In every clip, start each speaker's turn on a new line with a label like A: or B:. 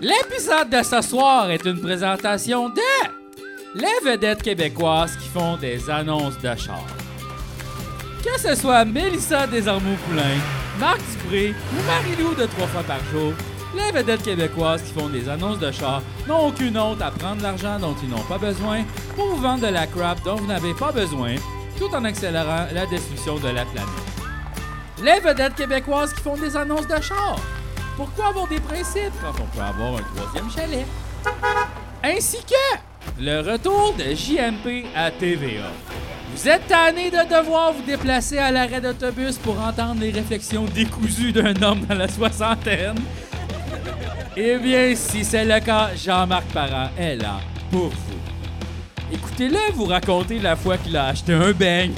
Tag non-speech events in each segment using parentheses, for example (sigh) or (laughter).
A: L'épisode de ce soir est une présentation de les vedettes québécoises qui font des annonces de char. Que ce soit Mélissa Desormeaux-Poulain, Marc Dupré ou Marie-Lou de trois fois par jour, les vedettes québécoises qui font des annonces de char n'ont aucune honte à prendre l'argent dont ils n'ont pas besoin pour vous vendre de la crap dont vous n'avez pas besoin, tout en accélérant la destruction de la planète. Les vedettes québécoises qui font des annonces de char. Pourquoi avoir des principes quand on peut avoir un troisième chalet? Ainsi que le retour de JMP à TVA. Vous êtes tanné de devoir vous déplacer à l'arrêt d'autobus pour entendre les réflexions décousues d'un homme dans la soixantaine? Eh bien, si c'est le cas, Jean-Marc Parent est là pour vous. Écoutez-le vous raconter la fois qu'il a acheté un beigne,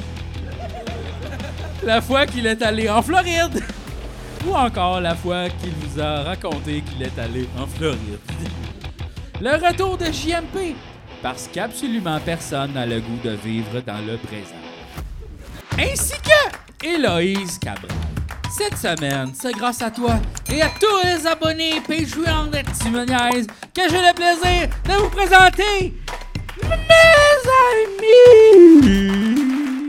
A: la fois qu'il est allé en Floride, ou encore la fois qu'il vous a raconté qu'il est allé en Floride. Le retour de JMP, parce qu'absolument personne n'a le goût de vivre dans le présent. Ainsi que Héloïse Cabral. Cette semaine, c'est grâce à toi et à tous les abonnés Patreon de Timoniaise que j'ai le plaisir de vous présenter mes amis!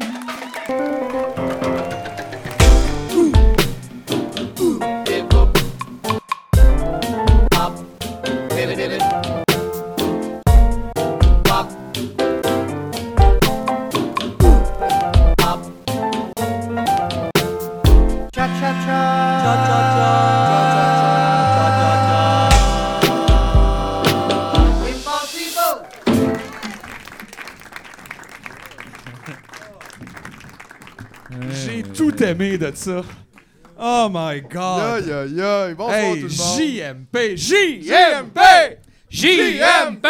B: J'ai tout aimé de ça. Oh my god.
C: Aïe, aïe, aïe. Bonsoir tout le
B: Hey,
C: monde.
B: JMP, JMP,
C: JMP,
B: JMP,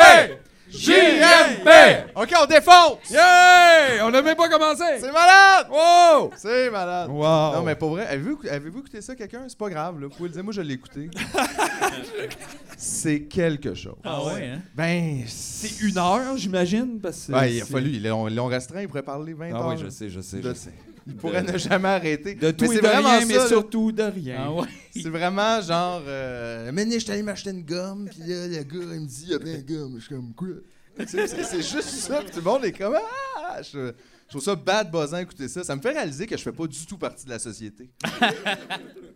B: JMP.
C: JMP. OK, on défonce.
B: Yeah! On n'a même pas commencé.
C: C'est malade.
B: Wow!
C: C'est malade.
B: Wow.
C: Non, mais pour vrai, avez-vous avez écouté ça, quelqu'un? C'est pas grave, là. Vous pouvez le dire, moi, je l'ai
B: (laughs)
C: écouté. c'est quelque chose.
A: Ah ouais, hein?
C: Ben,
B: C'est une heure, j'imagine, parce que
C: Ben, il a
B: c'est-
C: fallu, ils l'ont ils l'ont restreint, ils pourraient parler 20
B: Ah
C: heures.
B: oui, je sais, je sais, je
C: De-
B: sais.
C: Ils pourraient ne jamais arrêter.
B: De
C: mais
B: tout et
C: c'est
B: de
C: vraiment
B: rien,
C: ça,
B: mais
C: là.
B: surtout de rien.
A: Ah ouais.
C: C'est vraiment genre. Euh, Mené, je suis allé m'acheter une gomme, puis là, le gars, il me dit, il y a plein de gommes. Je suis comme, quoi? Tu sais, C'est c'est juste ça, puis tout le monde est comme, ah! Je, je trouve ça bad buzzant écouter ça. Ça me fait réaliser que je fais pas du tout partie de la société. Puis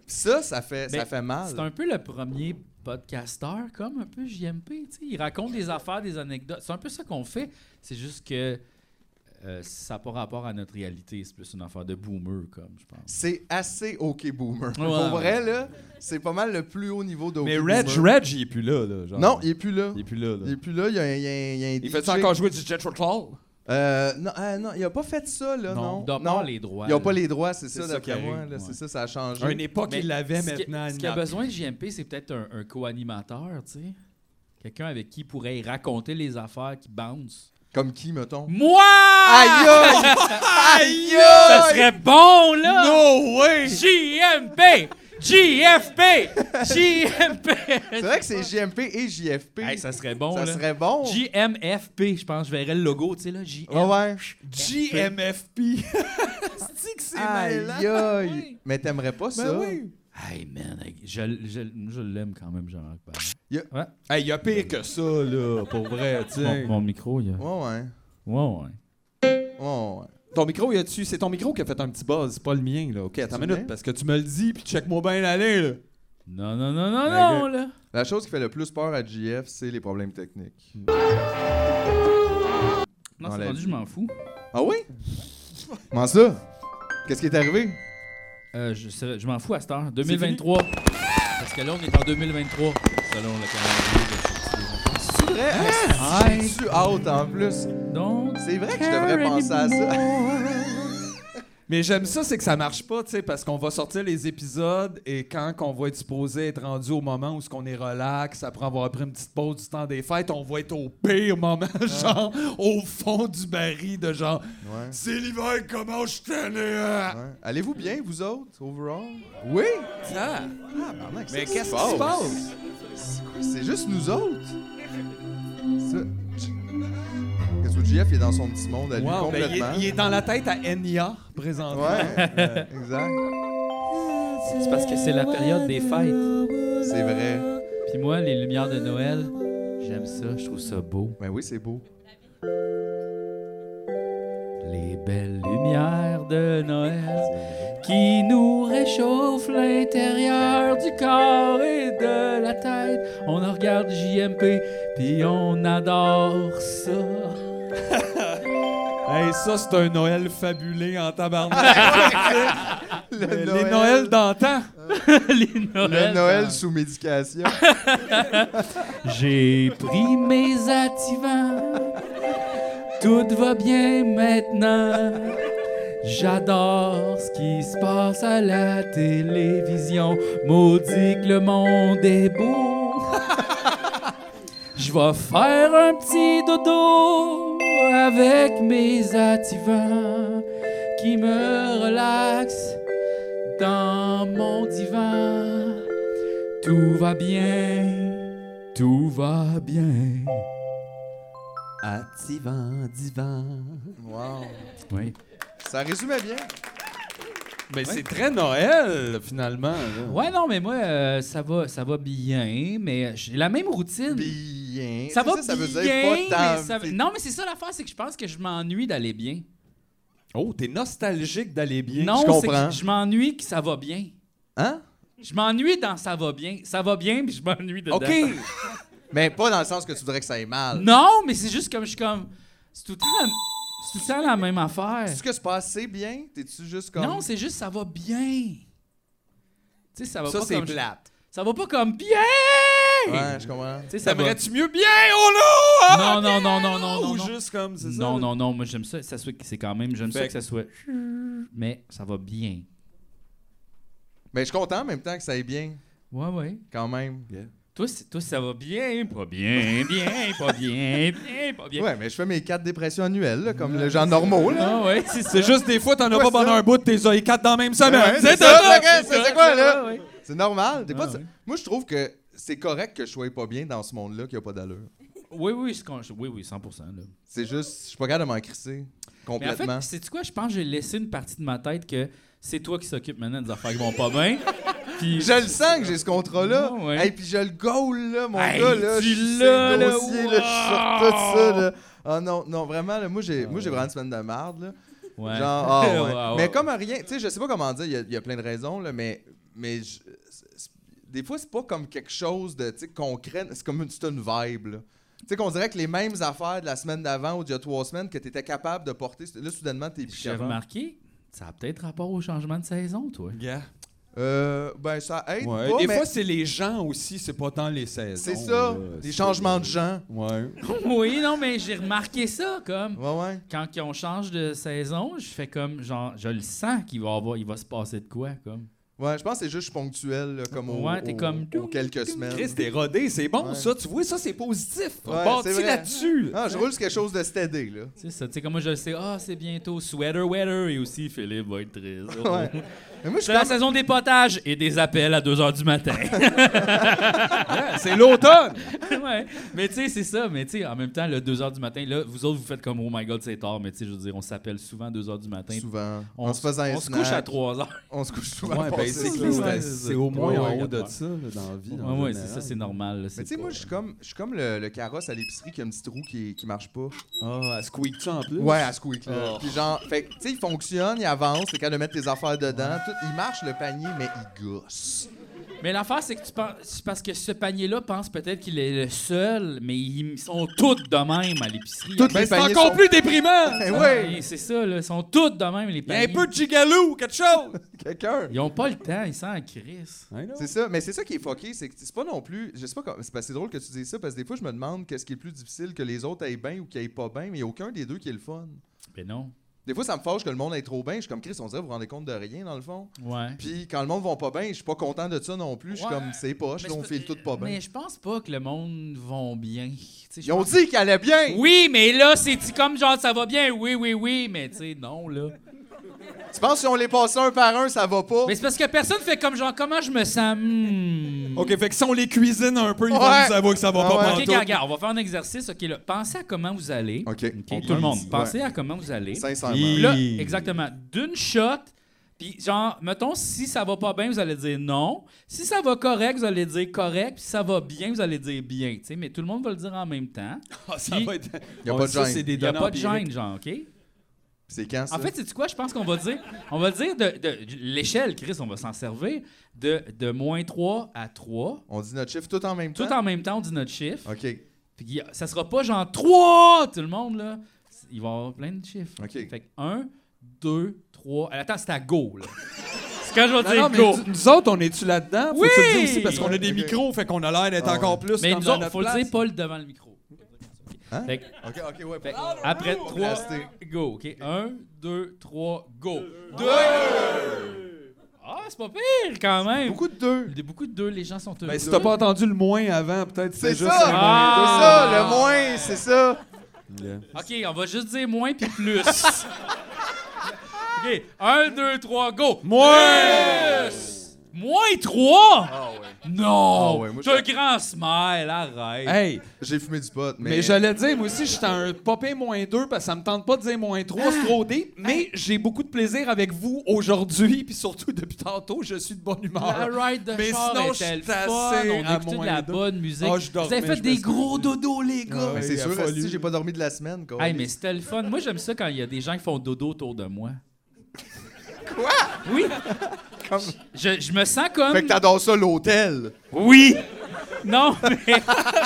C: ça, ça fait,
A: Ben,
C: ça fait
B: Ah
C: mal.
A: C'est un peu le premier podcasteur, comme un peu JMP. tu sais. Il raconte des affaires, des anecdotes. C'est un peu ça qu'on fait. C'est juste que euh, ça n'a pas rapport à notre réalité. C'est plus une affaire de boomer, comme je pense.
C: C'est assez OK Boomer.
A: Ouais.
C: Pour vrai, là, c'est pas mal le plus haut niveau de OK
B: Mais Reg,
C: Boomer.
B: Reg, il est plus là, là. genre.
C: Non, il est plus là.
B: il est plus là, là.
C: Il est plus là, il y a, un- il y a un- il y a un
B: Il fait
C: DJ.
B: encore jouer du Jet Troll?
C: Euh, non, ah, non, il a pas fait ça, là, non.
A: on doit
C: non.
A: pas les droits.
C: Ils n'ont
A: là.
C: pas les droits, c'est
B: C'est
C: ça,
B: ça
C: d'après
B: qui
C: moi.
B: arrive,
C: là,
B: ouais.
C: C'est ça, ça a changé.
B: À une époque,
A: Mais
B: il l'avait
A: ce qui-
B: maintenant.
A: Ce
B: il
A: qui a
B: n'a
A: besoin de JMP, c'est peut-être un, un co-animateur, tu sais. Quelqu'un avec qui il pourrait raconter les affaires qui bouncent.
C: Comme qui, mettons?
A: Moi!
C: Aïe! aïe! Aïe! aïe!
A: Ça serait bon,
B: Ah!
A: là!
B: No way!
A: JMP! JFP! JMP!
C: C'est vrai que c'est JMP et JFP.
A: Hey,
C: ça
A: ça serait bon, là.
C: serait bon.
A: JMFP, je pense. Je verrais le logo, tu sais, là. JM.
C: Ouais, ouais.
B: GMFP. C'est que c'est
C: Aïe,
B: malade.
C: aïe. Mais t'aimerais pas ça?
B: Ben oui.
A: Hey, man. hey, Je, je- je l'aime quand même, Jean-Marc Parent.
B: Hey, il y a pire que ça, là, pour vrai,
A: Mon,
B: tiens.
A: mon micro, il y a.
C: Ouais, ouais.
A: Ouais, ouais.
C: Ouais, ouais.
B: Ton micro, y a-tu... C'est ton micro qui a fait un petit buzz, c'est pas le mien, là. OK,
C: C'est
B: attends une
C: le
B: minute,
C: mien?
B: parce que tu me le dis, puis check-moi bien l'aller, là.
A: Non, non, non, non,
B: Ben,
A: non, là.
C: La chose qui fait le plus peur à JF, c'est les problèmes techniques.
B: Mm.
A: Non,
C: Dans
A: c'est
C: la
A: rendu,
C: vie.
A: je m'en fous.
C: Ah oui? Comment ça? Qu'est-ce qui est arrivé?
A: Euh, je sais- je m'en fous à cette heure. 2023. Parce que là, on est en 2023, selon le calendrier.
C: C'est vrai?
A: Aïe.
C: tu out Ah, en plus.
A: de- Donc,
C: C'est vrai que je devrais penser à ça.
B: Mais j'aime ça, c'est que ça marche pas, tu sais, parce qu'on va sortir les épisodes et quand on va être supposé être rendu au moment où ce qu'on est relax, après avoir pris une petite pause du temps des fêtes, on va être au pire moment, (laughs) genre au fond du baril de genre
C: Ouais.
B: C'est l'hiver, comment je t'en ai hein?
A: Ah,
C: Ouais. Allez-vous bien, vous autres, overall?
B: Oui! ça.
C: Ah, pardon,
B: Mais qu'est-ce qui se passe?
C: C'est juste nous autres. Ça. Qu'est-ce que JF il est dans son petit monde à lui
B: Wow, ben, il, est,
C: complètement.
B: (laughs) il est dans la tête à Enya présentement.
C: Ouais, exact.
D: C'est parce que c'est la période des fêtes.
C: C'est vrai.
A: Puis moi, les lumières de Noël, j'aime ça, je trouve ça beau.
C: Ben oui, c'est beau.
A: Les belles lumières de Noël
B: Mhm.
A: qui nous réchauffent l'intérieur du corps et de la tête. On en regarde JMP, puis on adore ça.
B: (laughs) Hey, ça, c'est un Noël fabulé en
C: Ah,
B: tabarnak.
C: Le
B: Les Noëls (laughs) d'antan.
A: les
C: Ah. Le
A: Noëls.
C: Noël sous médication.
A: J'ai pris mes attivants. Tout va bien maintenant. J'adore ce qui se passe à la télévision. Maudit que le monde est beau. (laughs) Je vais faire un petit dodo avec mes attivants qui me relaxent dans mon divan. Tout va bien. Tout va bien.
C: Activant, divan. Wow.
A: Oui.
C: Ça résumait bien.
B: Mais Ben, c'est très Noël, finalement. là.
A: Ouais, non, mais moi, euh, ça, va, ça va bien, mais j'ai la même routine.
C: Bien.
A: ça
C: C'est
A: va
C: ça veut
A: bien,
C: dire pas
A: mais
C: tant.
A: ça-
C: Fait-
A: Non, mais c'est ça l'affaire, c'est que je pense que je m'ennuie d'aller bien.
B: Oh, t'es nostalgique d'aller bien.
A: non,
C: je
A: c'est
C: comprends.
A: que je m'ennuie que ça va bien.
C: Hein?
A: Je m'ennuie dans ça va bien. Ça va bien, puis je m'ennuie dedans.
B: OK.
C: Mais pas dans le sens que tu voudrais que ça aille mal.
A: Non, mais c'est juste comme je suis comme... C'est tout le temps la, c'est tout le temps la même affaire.
C: Est-ce que c'est pas assez bien? T'es-tu juste comme.
A: Non, c'est juste ça va bien. Tu sais, ça va
C: ça,
A: pas
C: c'est
A: comme...
C: plate.
A: Ça va pas comme bien!
C: Ouais, je comprends.
A: Tu sais, ça va-
B: T'aimerais-tu mieux bien? Oh non! Ah,
A: Non, non, non, non,
B: bien!
A: non, non,
B: Ou
A: non.
B: juste comme, c'est ça?
A: Non, non, non, moi j'aime ça. Ça soit que c'est quand même, j'aime ça
B: Fait
A: que ça soit. Mais ça va bien.
C: Mais je suis content en même temps que ça aille bien,
A: Ouais, ouais.
C: quand même.
A: Toi, c'est- toi ça va bien, pas bien, bien, pas bien, bien, pas bien.
C: Ouais, mais je fais mes quatre dépressions annuelles, là, comme les gens normaux. Là.
A: Ah ouais, c'est ça.
B: C'est juste des fois, t'en as
C: Hein? Ouais,
B: pas pendant
C: ça.
B: un bout, t'es oeil quatre dans la même semaine.
C: Ouais,
B: c'est
C: Hein, c'est
B: ça!
C: ça, c'est- c'est c'est quoi, là?
A: Ouais, ouais.
C: C'est normal. T'es pas
A: Ah, ouais.
C: Moi, je trouve que c'est correct que je sois pas bien dans ce monde-là qui a pas d'allure.
A: Oui, oui, c'est con- oui, oui, 100%. Là.
C: C'est juste, je suis pas capable de m'en crisser
A: Mais en
C: complètement.
A: fait, c'est quoi? Je pense que j'ai laissé une partie de ma tête que c'est toi qui s'occupe maintenant des affaires qui vont pas bien. Puis
C: je le sens que j'ai ce contrat-là.
A: Ouais, ouais.
C: Et puis je le gaule, là, mon
A: Hey,
C: gars, là.
A: tu
C: je suis
A: l'as,
C: sur le
A: là,
C: dossier, là, je suis sur tout ça, là. Ah non, non, vraiment, là, moi, j'ai
A: Ah
C: moi, j'ai vraiment une semaine de merde, là.
A: Ouais.
C: Genre,
A: (laughs)
C: ah ouais.
A: Ouais, ouais.
C: Mais comme à rien, tu sais, je sais pas comment dire, il y a- il y, a plein de raisons, là, mais, mais je- c'est- c'est- des fois, c'est pas comme quelque chose de tu sais, concret, c'est comme une, c'est une vibe, là. Tu sais, qu'on dirait que les mêmes affaires de la semaine d'avant ou d'il y a trois semaines que tu étais capable de porter, là, soudainement, t'es plus
A: J'ai
C: capable.
A: remarqué, ça a peut-être rapport au changement de saison, toi.
B: Yeah.
C: Euh, ben, ça aide
B: Ouais.
C: pas,
B: des
C: mais
B: fois, c'est les gens aussi, c'est pas tant les saisons.
C: c'est ça,
B: là.
C: des
B: C'est-
C: changements de gens.
B: Ouais.
A: (laughs) oui, non, mais j'ai remarqué ça, comme.
C: Ouais, ouais.
A: quand on change de saison, je fais comme genre je le sens qu'il va avoir, il va se passer de quoi comme.
C: Ouais, je pense que c'est juste ponctuel, là, comme au-
A: Ouais, t'es
C: au-
A: comme-
C: aux quelques semaines.
B: Chris, t'es rodé, c'est bon
C: Ouais.
B: ça. Tu vois, ça, c'est positif.
C: Ouais,
B: On
C: c'est
B: bâtit
C: vrai.
B: là-dessus.
C: Ah, je roule sur quelque chose de steady, là.
A: Tu sais ça, tu sais comme moi je le sais, ah c'est bientôt sweater weather et aussi Philippe va être triste. Oh.
C: (laughs) Ouais. Mais moi, je suis
A: C'est la saison des potages et des appels à 2h du
C: (laughs)
A: matin. (laughs)
B: C'est l'automne.
A: ouais. Mais tu sais, c'est ça. Mais tu sais, en même temps, le 2h du matin, là, vous autres, vous faites comme Oh my god, c'est tard. Mais tu sais, je veux dire, on s'appelle souvent 2h du matin.
C: souvent.
A: On,
C: en se faisant un
A: On se couche à
C: snack.
A: 3h.
C: On se couche souvent.
B: Ouais,
C: passé
B: ben, c'est
C: ça.
B: que
A: ouais,
B: c'est-
A: ouais,
B: c'est
A: c'est-
B: au moins
A: ouais,
B: en
A: ouais,
B: haut de
A: ouais.
B: ça, là, dans la vie.
A: Ouais,
B: en
A: ouais, c'est
B: général.
A: ça, c'est normal. là, c'est
C: Mais tu sais,
A: pas-
C: moi, je suis comme, je suis comme le, le carrosse à l'épicerie qui a une petite roue qui, qui marche pas.
B: Ah, elle squeak ça en plus.
C: Ouais, à squeak, là.
B: Oh.
C: Puis genre, fait que, tu sais, il fonctionne, il avance, c'est quand de mettre tes affaires dedans. Tout, il marche le panier, mais il gosse.
A: Mais l'affaire, c'est que tu penses. c'est Parce que ce panier-là pense peut-être qu'il est le seul, mais ils sont tous de même à l'épicerie.
C: Toutes
B: Ben,
C: les
B: c'est
C: paniers
B: encore
C: sont-
B: plus
C: (laughs)
B: déprimant.
C: Eh
A: Ouais,
C: ouais!
A: c'est ça, là. Ils sont tous de même, les
B: Il y a un
A: paniers.
B: peu de gigalou,
C: (laughs)
B: quelque chose.
C: Quelqu'un!
A: Ils ont pas le temps, ils sont en crise.
C: C'est ça, mais c'est ça qui est fucké, c'est que c'est pas non plus. Je sais pas comment- C'est parce que c'est drôle que tu dises ça, parce que des fois, je me demande qu'est-ce qui est plus difficile que les autres aillent bien ou qu'ils aillent pas bien, mais il n'y a aucun des deux qui est le fun.
A: Ben non.
C: Des fois, ça me fâche que le monde aille trop bien. Je suis comme Chris, on dirait, vous vous rendez compte de rien, dans le fond.
A: Ouais.
C: Puis quand le monde va pas bien, je suis pas content de ça non plus. Je suis
A: Ouais.
C: comme, c'est poche, là, on file tout pas bien.
A: Mais je pense pas que le monde vont bien. Tu sais, je
C: Ils ont
A: pense-
C: dit qu'il allait bien!
A: Oui, mais là, c'est comme genre ça va bien, oui, oui, oui, mais tu sais, non, là.
C: Tu penses si on les passe un par un, ça va pas?
A: Mais c'est parce que personne fait comme genre comment je me sens. hmm.
B: OK, fait que si on les cuisine un peu, ils
C: Ouais.
B: vont nous avouer que ça va
C: Ah
B: pas
C: ouais.
A: Ok,
B: pantoute.
A: regarde, regarde, on va faire un exercice. Ok, là, pensez à comment vous allez.
C: OK.
A: Ok, tout le monde, pensez à comment vous allez.
C: Sincèrement.
B: Puis-
A: Puis là, exactement, d'une shot, Puis genre, mettons, si ça va pas bien, vous allez dire non. Si ça va correct, vous allez dire correct. Puis si ça va bien, vous allez dire bien. tu sais. Mais tout le monde va le dire en même temps.
B: Ah, ça
A: Puis-
B: va être...
C: Y a
B: Ouais,
C: pas de
B: ça,
C: gêne.
B: c'est des
A: Il n'y a
B: données
A: pas de gêne,
B: empiriques.
A: genre, OK?
C: C'est quand ça?
A: En fait, c'est quoi? Je pense qu'on va dire, on va dire de, de- de- l'échelle, Chris, on va s'en servir, de, de moins 3 à 3.
C: on dit notre chiffre tout en même
A: Tout
C: temps.
A: en même temps, on dit notre chiffre.
C: OK.
A: Puis il y a- ça sera pas genre 3, tout le monde, là. C'est- Il va y avoir plein de chiffres.
C: OK.
A: Fait que 1, 2, 3. Attends, c'est à go, là. c'est quand je vais dire
B: Non, mais
A: go.
B: tu- nous autres, on est-tu là-dedans? Faut que tu le
A: Oui!
B: dises aussi, parce qu'on a des
C: Ok.
B: micros, fait qu'on a l'air d'être
C: Ah ouais.
B: encore plus
A: Mais
B: comme
A: nous
B: dans
A: autres,
B: notre
A: faut le
B: place.
A: dire pas le devant le micro.
C: Hein?
A: Fait que-
C: OK, OK, ouais.
A: fait que
C: Ah,
A: après
C: Là,
A: 3,
C: c'était-
A: go. OK? 1, 2, 3, go. 2! Ah, c'est pas pire quand même.
C: Beaucoup de deux.
A: Il y a beaucoup de deux, les gens sont heureux.
B: Ben, si t'as pas entendu le moins avant, peut-être
C: C'est
B: c'est
C: ça!
B: juste...
C: C'est
A: Ah!
C: ça, le moins, c'est ça!
A: OK, on va juste dire moins puis plus. (laughs) OK, 1, 2, 3, go.
B: Moins!
A: Plus! Moins 3?
C: Ah ouais.
A: Non!
C: Ah ouais, moi,
A: T'as un grand smile, arrête.
B: Hey,
C: J'ai fumé du pot, mais.
B: mais j'allais dire, moi aussi, j'étais un popin moins 2 parce que ça me tente pas de dire moins 3, c'est trop deep,
A: Ah.
B: mais j'ai beaucoup de plaisir avec vous aujourd'hui, puis surtout depuis tantôt, je suis de bonne
A: La
B: humeur.
A: ride de
B: ah, Mais
A: char
B: sinon,
A: était
B: je
A: le
B: suis
A: fun,
B: assez
A: on
B: à
A: écoutait de
B: moins
A: la
B: deux.
A: bonne musique.
B: Ah, je
A: Vous avez
B: dormais,
A: fait
B: je
A: des
B: m'excuse.
A: gros dodos, les gars.
B: Ah
C: Mais
B: ouais,
C: c'est
B: il a
C: sûr,
B: fallu.
C: si
A: (laughs)
C: j'ai pas dormi de la semaine,
B: Ah
C: quoi.
A: Hey, mais c'était le fun. Moi, j'aime ça quand il y a des gens qui font dodo autour de moi. Quoi? Oui.
C: Comme-
A: Je, je me sens comme...
C: Fait que t'adores ça, l'hôtel!
A: Oui! (laughs) Non, mais...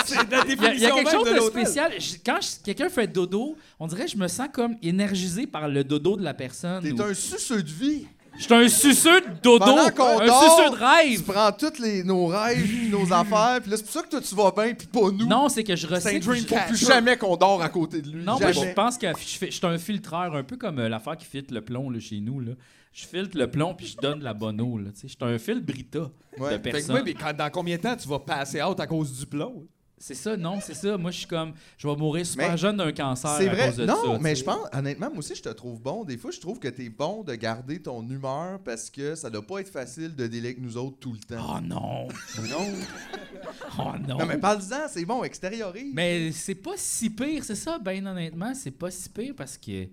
B: C'est la
A: Il y a- il y a,
B: définition
A: quelque
B: même
A: chose de,
B: l'hôtel.
A: spécial. Je- quand je- quelqu'un fait dodo, on dirait que je me sens comme énergisé par le dodo de la personne.
C: T'es
A: ou-
C: un suceux de vie!
A: Je suis un suceux de dodo,
C: Pendant
A: un
C: qu'on dort,
A: suceux de
C: Tu
A: rêve.
C: prends tous les, nos rêves, puis
A: (laughs)
C: nos affaires, puis là, c'est pour ça que toi, tu vas bien, puis pas nous.
A: Non, c'est que je
C: c'est un
A: recycle.
C: dream
A: je-
C: catcher. Plus jamais qu'on dort à côté de lui.
A: Non, moi,
C: jamais.
A: je pense que je, fais- je suis un filtreur, un peu comme euh, l'affaire qui filtre le plomb là, chez nous. Là. Je filtre le plomb puis je donne de la bonne eau. Là, tu sais. je suis un filtre Brita
C: Ouais.
A: de
B: Fait que
A: personne.
B: oui, mais quand- dans combien de temps tu vas passer out à cause du plomb?
A: C'est ça, non, c'est ça. Moi, je suis comme, je vais mourir super
C: Mais
A: jeune d'un cancer
C: C'est
A: à
C: vrai.
A: cause de ça.
C: non,
A: tu
C: mais
A: sais.
C: je pense, honnêtement, moi aussi, je te trouve bon. Des fois, je trouve que t'es bon de garder ton humeur parce que ça doit pas être facile de délai avec nous autres tout le temps.
A: Oh non!
C: non.
A: Oh non!
C: Non, mais parle-en, c'est bon, extériorise.
A: Mais c'est pas si pire, c'est ça, ben honnêtement, c'est pas si pire parce que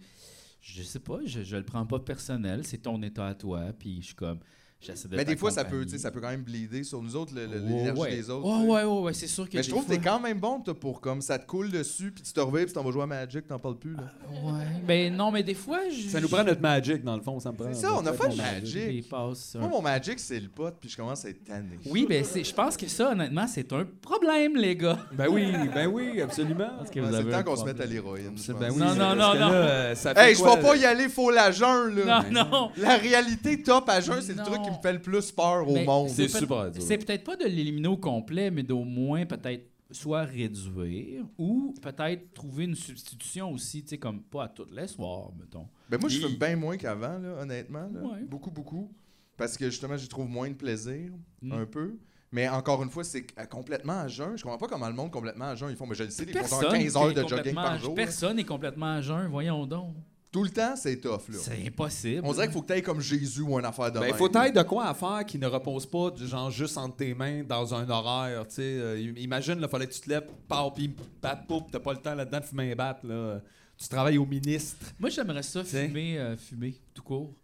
A: je sais pas, je, je le prends pas personnel, c'est ton état à toi, puis je suis comme j'essaie de
C: Mais des fois, ça
A: t'accompagner.
C: peut, tu sais, ça peut quand même bleeder sur nous autres, le- le-
A: Ouais,
C: l'énergie
A: ouais.
C: des autres.
A: Ouais,
C: tu sais.
A: ouais, ouais, ouais, c'est sûr que
C: Mais je
A: des
C: trouve que
A: fois-
C: t'es quand même bon, toi, pour comme ça te coule dessus, puis tu te revives, puis t'en vas jouer à Magic, t'en parles plus. Là.
A: Ouais. Ben non, mais des fois je
B: Ça nous prend notre magic, dans le fond, ça me prend...
C: C'est ça, on a fait le
B: notre
A: je- je
C: Magic.
A: dépasse ça.
C: Moi, mon Magic, c'est le pote, puis je commence à être tanné.
A: Ah, Oui, ben c'est- je pense que ça honnêtement, c'est un problème les gars.
B: Ben oui, ben oui, absolument.
A: Parce que
C: Ouais,
A: vous
C: c'est
A: avez
C: le
A: un
C: temps qu'on se
A: problème.
C: mette à l'héroïne. je
B: C'est-
C: pense.
B: ben oui,
A: Non,
B: c'est-
A: non,
B: parce
A: non,
B: que
A: non.
B: là, euh, ça fait
C: Hey, je
B: quoi,
C: vais
B: là?
C: pas y aller, faut la jeune, là.
A: Non, non.
C: La réalité top à jeun, c'est le
A: Non.
C: truc qui me fait le plus peur au
A: Mais
C: monde.
B: C'est
A: peut-
B: super dur.
A: C'est peut-être pas de l'éliminer au complet, mais d'au moins peut-être soit réduire ou peut-être trouver une substitution aussi, tu sais, comme pas à toutes les soirs, mettons.
C: Ben moi, je
A: Il-
C: fume bien moins qu'avant, là, honnêtement. là.
A: Ouais.
C: Beaucoup, beaucoup. Parce que justement, j'y trouve moins de plaisir,
A: Mm.
C: un peu. Mais encore une fois, c'est qu- à- complètement à jeun. Je comprends pas comment le monde complètement à jeun, ils font. Mais je le sais, ils font genre 15 heures
A: qui est
C: de jogging
A: complètement-
C: par jour.
A: Personne n'est complètement à jeun, voyons donc.
C: Tout le temps, c'est tough, là.
A: C'est impossible.
C: On dirait qu'il faut que t'ailles comme Jésus ou une affaire de
B: Ben,
C: même.
B: il faut être de quoi à faire qui ne repose pas du genre juste entre tes mains dans un horaire, tu sais. Euh, im- imagine, il fallait que tu te lèves, pars, puis bat, poup, t'as pas le temps là-dedans de fumer un bat, là. Tu travailles au ministre.
A: Moi, j'aimerais ça
B: Tiens.
A: fumer, euh, fumer, tout court.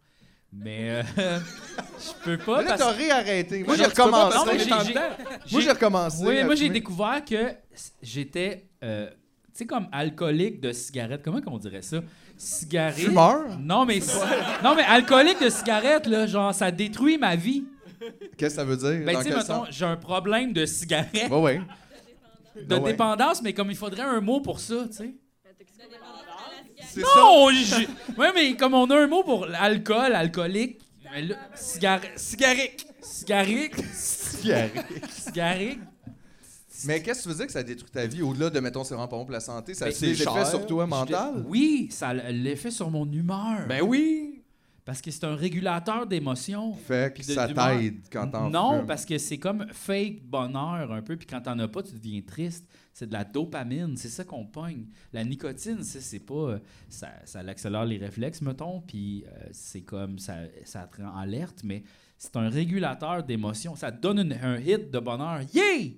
A: Mais euh, (laughs) je peux pas
C: Mais là,
A: parce
C: t'as réarrêté. Moi,
B: Non,
C: j'ai
B: tu peux pas
C: recommencé.
A: Non, mais
B: parce
A: j'ai-
B: que t'es en
A: j'ai-
B: dedans.
C: Moi, j'ai recommencé.
A: Oui,
C: à
A: moi, j'ai
C: fumer.
A: découvert que c- j'étais, euh, tu sais, comme alcoolique de cigarette. Comment qu'on dirait ça? Cigarette.
C: Fumeur?
A: Non, mais, non, mais alcoolique de cigarette, là, genre, ça détruit ma vie.
C: Qu'est-ce que ça veut dire?
A: Ben,
C: Dans
A: tu sais,
C: quel
A: mettons,
C: sens?
A: j'ai un problème de cigarette,
C: Ouais, ouais.
A: de
C: ouais.
A: dépendance, mais comme il faudrait un mot pour ça, tu sais.
C: C'est ça.
A: Non! j'ai- Ouais, mais comme on a un mot pour l'alcool, alcoolique, mais là, cigarette. Cigarique! Cigarique!
C: Cigarette.
A: Cigarique!
C: Mais qu'est-ce que tu veux dire que ça détruit ta vie au-delà de, mettons, c'est vraiment pas bon pour la santé? Ça a
B: Mais
C: des
B: c'est
C: effets
B: cher.
C: sur toi mental?
A: Oui, ça a l'effet sur mon humeur.
B: Ben oui!
A: Parce que c'est un régulateur d'émotions.
C: Fait que
A: Puis de-
C: ça
A: d'humeur.
C: t'aide quand t'en
A: Non,
C: fumes.
A: parce que c'est comme fake bonheur un peu, puis quand t'en as pas, tu deviens triste. C'est de la dopamine, c'est ça qu'on pogne. La nicotine, ça, c'est pas. euh, Ça, ça accélère les réflexes, mettons, puis euh, c'est comme. Ça, ça te rend alerte, mais c'est un régulateur d'émotions. Ça te donne une- un hit de bonheur. Yeah!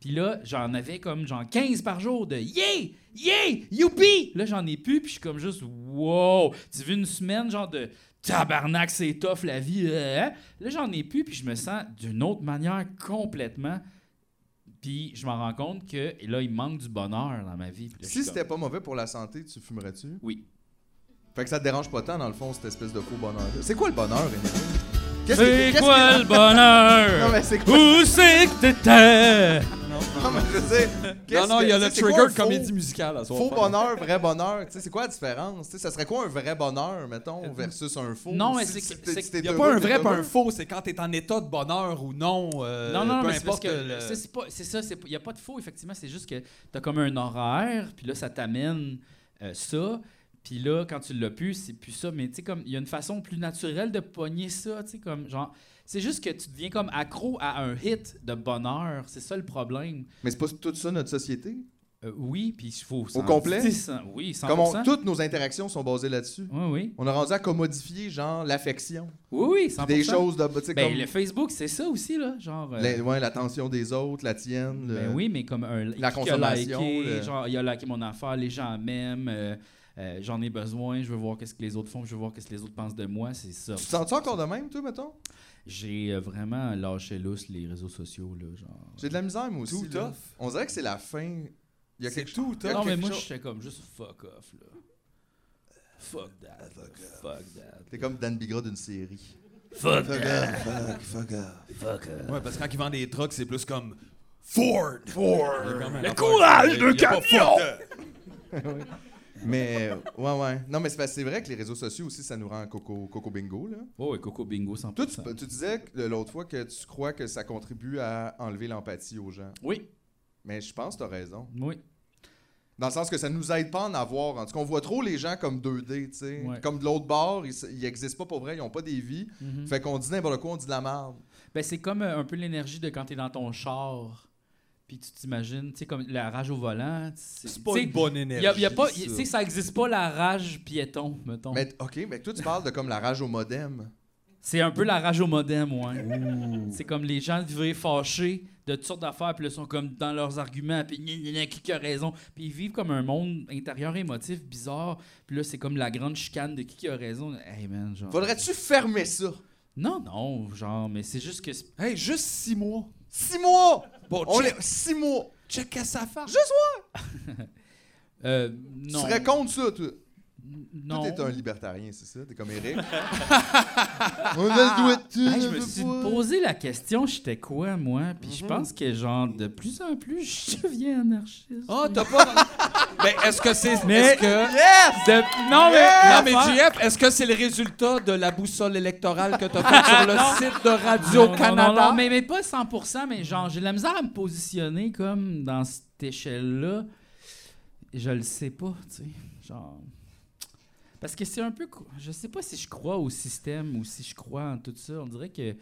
A: Puis là, j'en avais comme genre 15 par jour de yeah, yeah, youpi. Là, j'en ai plus, puis je suis comme juste wow. Tu veux une semaine genre de tabarnak, c'est tough la vie. euh, hein? Là, j'en ai plus, puis je me sens d'une autre manière complètement. Puis je m'en rends compte que et là, il me manque du bonheur dans ma vie. Puis là, je suis
C: Si c'était
A: comme,
C: pas mauvais pour la santé, tu fumerais-tu?
A: Oui.
C: Fait que ça te dérange pas tant, dans le fond, cette espèce de faux bonheur. C'est quoi le bonheur, Émilie? Qu'est-ce que-
A: C'est
C: qu'est-ce
A: quoi
C: que-
A: le bonheur?
C: (laughs) Non, mais c'est quoi?
A: Où c'est que t'étais?
C: Non, mais je veux dire,
B: Non,
C: qu'est-ce
B: non, il y a
C: que-
B: le
C: c'est quoi
B: trigger
C: faux-
B: comédie musicale à soir.
C: Faux bonheur, vrai bonheur, tu sais, c'est quoi la différence? Tu sais, ça serait quoi un vrai bonheur,
B: Euh,
C: mettons, versus un faux?
A: non, mais
C: Si-
A: c'est
C: si
A: que-
C: t'es-
A: c'est
C: si
A: que-
C: t'es
B: Il n'y a
C: heureux,
B: pas un
C: t'es
B: vrai pas un
C: heureux.
B: faux, c'est quand t'es en état de bonheur ou non. euh,
A: Non, non, non,
B: peu
A: mais c'est parce
B: importe
A: que
B: le-
A: ça, c'est pas, c'est ça, c'est il y a pas de faux effectivement, c'est juste que t'as comme un horaire, puis là ça t'amène euh, ça, puis là quand tu l'as plus, c'est plus ça, mais tu sais comme il y a une façon plus naturelle de pogner ça, tu sais comme genre c'est juste que tu deviens comme accro à un hit de bonheur, c'est ça le problème.
C: Mais c'est pas tout ça notre société?
A: Euh, oui, puis il faut
C: Au complet?
A: 110, oui, 100%.
C: Comme on- toutes nos interactions sont basées là-dessus.
A: Oui, oui.
C: On a rendu à commodifier, genre, l'affection.
A: Oui, oui, 100%.
C: Des choses de. tu sais,
A: ben,
C: comme
A: le Facebook, c'est ça aussi là, genre euh,
C: la- ouais, l'attention des autres, la tienne. le-
A: Ben oui, mais comme un
C: La
A: qui a
C: consommation,
A: liké,
C: le-
A: genre il a liké mon affaire, les gens m'aiment, euh, euh, j'en ai besoin, je veux voir qu'est-ce que les autres font, je veux voir qu'est-ce que les autres pensent de moi, c'est ça.
C: Tu te sens-tu encore de même, toi, mettons?
A: J'ai euh, vraiment lâché lousse les réseaux sociaux là, genre.
C: J'ai de la misère, moi aussi.
B: Tout
C: là.
B: off.
C: On dirait que c'est la fin. Il y a
B: C'est
C: quelque
B: tout
C: il y a
A: Non mais
C: quelque
A: moi
C: chose-
A: j'étais comme juste fuck off là. Fuck that. là. Fuck that.
C: T'es comme Dan Bigra d'une série.
A: Fuck that.
C: fuck, fuck off.
A: Fuck off.
B: Ouais, parce que quand ils vendent des trucks, c'est plus comme Ford. Ford.
A: Le courage d'un camion.
C: Mais, euh, ouais, ouais. Non, mais c'est parce que c'est vrai que les réseaux sociaux aussi, ça nous rend coco, coco bingo, là.
A: Oh et Coco Bingo 100%.
C: Toi, tu, tu disais que euh, l'autre fois que tu crois que ça contribue à enlever l'empathie aux gens.
A: Oui,
C: Mais je pense que t'as raison.
A: oui.
C: Dans le sens que ça nous aide pas à en avoir. En tout cas, on voit trop les gens comme 2D, tu sais.
A: Ouais.
C: Comme de l'autre bord, ils s- ils existent pas pour vrai, ils ont pas des vies.
A: Mhm.
C: Fait qu'on dit n'importe quoi, on dit de la merde.
A: Ben, c'est comme euh, un peu l'énergie de quand t'es dans ton char, puis tu t'imagines, tu sais, comme la rage au volant. C'est
B: C'est pas
A: tu sais,
B: une bonne
A: y
B: énergie.
A: a, y a pas,
B: ça.
A: y- tu sais, ça existe pas la rage piéton, mettons.
C: Mais OK, mais toi, tu parles de comme la rage
A: (laughs)
C: au modem.
A: C'est un peu la rage au modem, ouais. C'est comme les gens vivent fâchés de toutes sortes d'affaires, puis là, sont comme dans leurs arguments, puis gna, gna, gna, qui qui a raison. Puis ils vivent comme un monde intérieur émotif bizarre, puis là, c'est comme la grande chicane de qui qui a raison. Hey man, genre.
C: Faudrait-tu fermer ça?
A: Non, non, genre, mais c'est juste que. c'est-
B: Hey, juste six mois.
C: Six
A: Oh,
C: mois!
B: Bon,
C: On
B: check,
C: est... Six mois!
B: check à sa face.
A: Euh, non.
C: Tu serais contre ça, toi?
A: Non.
C: Toi, t'es un libertarien, c'est ça? T'es comme Eric?
A: (laughs)
C: On va se douer dessus,
A: Hey, je
C: on
A: me
C: peut
A: suis
C: pas.
A: posé la question, j'étais quoi, moi? Puis je pense que, genre, de plus en plus, je deviens anarchiste.
B: Ah, t'as pas. ben, est-ce que c'est.
A: Mais-
B: Est-ce que.
C: Yes!
A: De- Non, mais...
B: Non, mais
A: l'affaire-
B: JF, est-ce que c'est le résultat de la boussole électorale que t'as faite sur le site de
A: Non, non, non, non,
B: Radio-Canada?
A: mais, mais pas 100%, mais genre, j'ai de la misère à me positionner, comme, dans cette échelle-là. Je le sais pas, tu sais, genre... Parce que c'est un peu... co- Je sais pas si je crois au système ou si je crois en tout ça. On dirait que...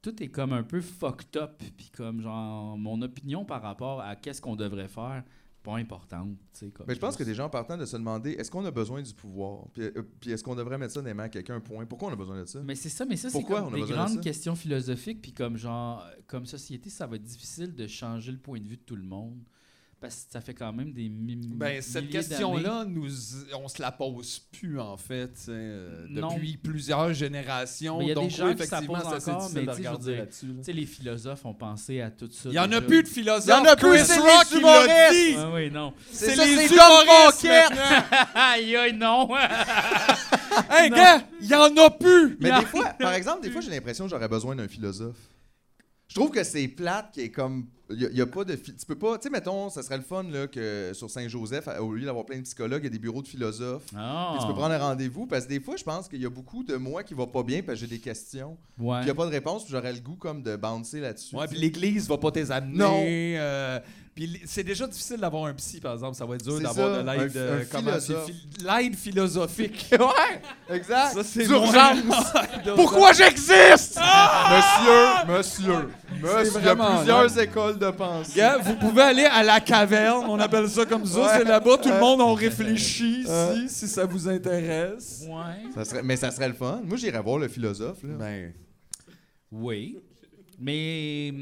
A: Tout est comme un peu fucked up, puis comme genre mon opinion par rapport à qu'est-ce qu'on devrait faire, pas importante, tu sais comme.
C: Mais je pense que déjà en partant de se demander est-ce qu'on a besoin du pouvoir? Puis, euh, puis est-ce qu'on devrait mettre ça dans les mains à quelqu'un, point? Pourquoi on a besoin de ça?
A: Mais c'est ça, mais ça, c'est
C: Pourquoi
A: comme
C: on a
A: des
C: besoin de
A: grandes
C: ça?
A: questions philosophiques, puis comme genre, euh, comme société, ça va être difficile de changer le point de vue de tout le monde, parce que ça fait quand même des mi-
B: Ben, cette
A: milliers d'années.
B: question-là, nous, on se la pose plus, en fait, tu sais, euh,
A: Non.
B: depuis plusieurs générations.
A: Mais il y a des
B: donc, oui,
A: gens qui
B: effectivement,
A: s'en posent
B: ça, c'est
A: encore,
B: difficile
A: mais
B: de
A: tu sais, je veux
B: regarder
A: dire,
B: là-dessus. là.
A: Tu sais, les philosophes ont pensé à tout ça.
B: Il y en a
A: déjà.
B: plus de philosophes.
C: Il y en a plus,
B: Chris
C: c'est
B: Rock,
C: les
B: il l'a
C: humoristes.
B: dit.
A: Ah oui,
B: (laughs)
A: non.
B: C'est
C: ça,
B: les
C: c'est
B: humoristes
C: Jean Conquête.
B: maintenant.
A: Aïe, aïe, (laughs) non!
B: Hey, gars, il y en a plus.
C: Mais des fois, par exemple, des fois, j'ai l'impression que j'aurais besoin d'un philosophe. Je trouve que c'est plate qui est comme. Il n'y a, pas de. phi- Tu peux pas. Tu sais, mettons, ça serait le fun là, que sur Saint-Joseph, à- au lieu d'avoir plein de psychologues, il y a des bureaux de philosophes.
A: Ah.
C: Puis tu peux prendre un rendez-vous parce que des fois, je pense qu'il y a beaucoup de moi qui va pas bien parce que j'ai des questions.
A: Ouais.
C: Puis il n'y a pas de réponse, puis j'aurais le goût comme de bouncer là-dessus.
B: Ouais,
C: tu
B: puis
C: sais.
B: l'église va pas t'es amener.
C: Non.
B: euh, puis li- c'est déjà difficile d'avoir un psy, par exemple. Ça va être dur
C: C'est
B: d'avoir
C: ça,
B: de l'aide
C: un-
B: euh,
C: un
B: comment c'est,
C: philosophe.
B: phil-
C: (laughs)
B: l'aide philosophique.
C: Exact.
B: Ça, c'est
C: D'urgence. (laughs)
B: mon-
C: Pourquoi j'existe? Ah! monsieur, monsieur, monsieur, il y a
B: vraiment
C: plusieurs écoles de pensée.
B: Gars, vous pouvez aller à la caverne, on appelle ça comme ça, c'est là-bas, tout le monde on réfléchit
C: Euh.
B: si, si ça vous intéresse.
A: Ouais.
C: Ça serait- mais ça serait le fun. Ben, Moi, j'irais voir le philosophe. Là.
B: Ben,
A: Oui. Mais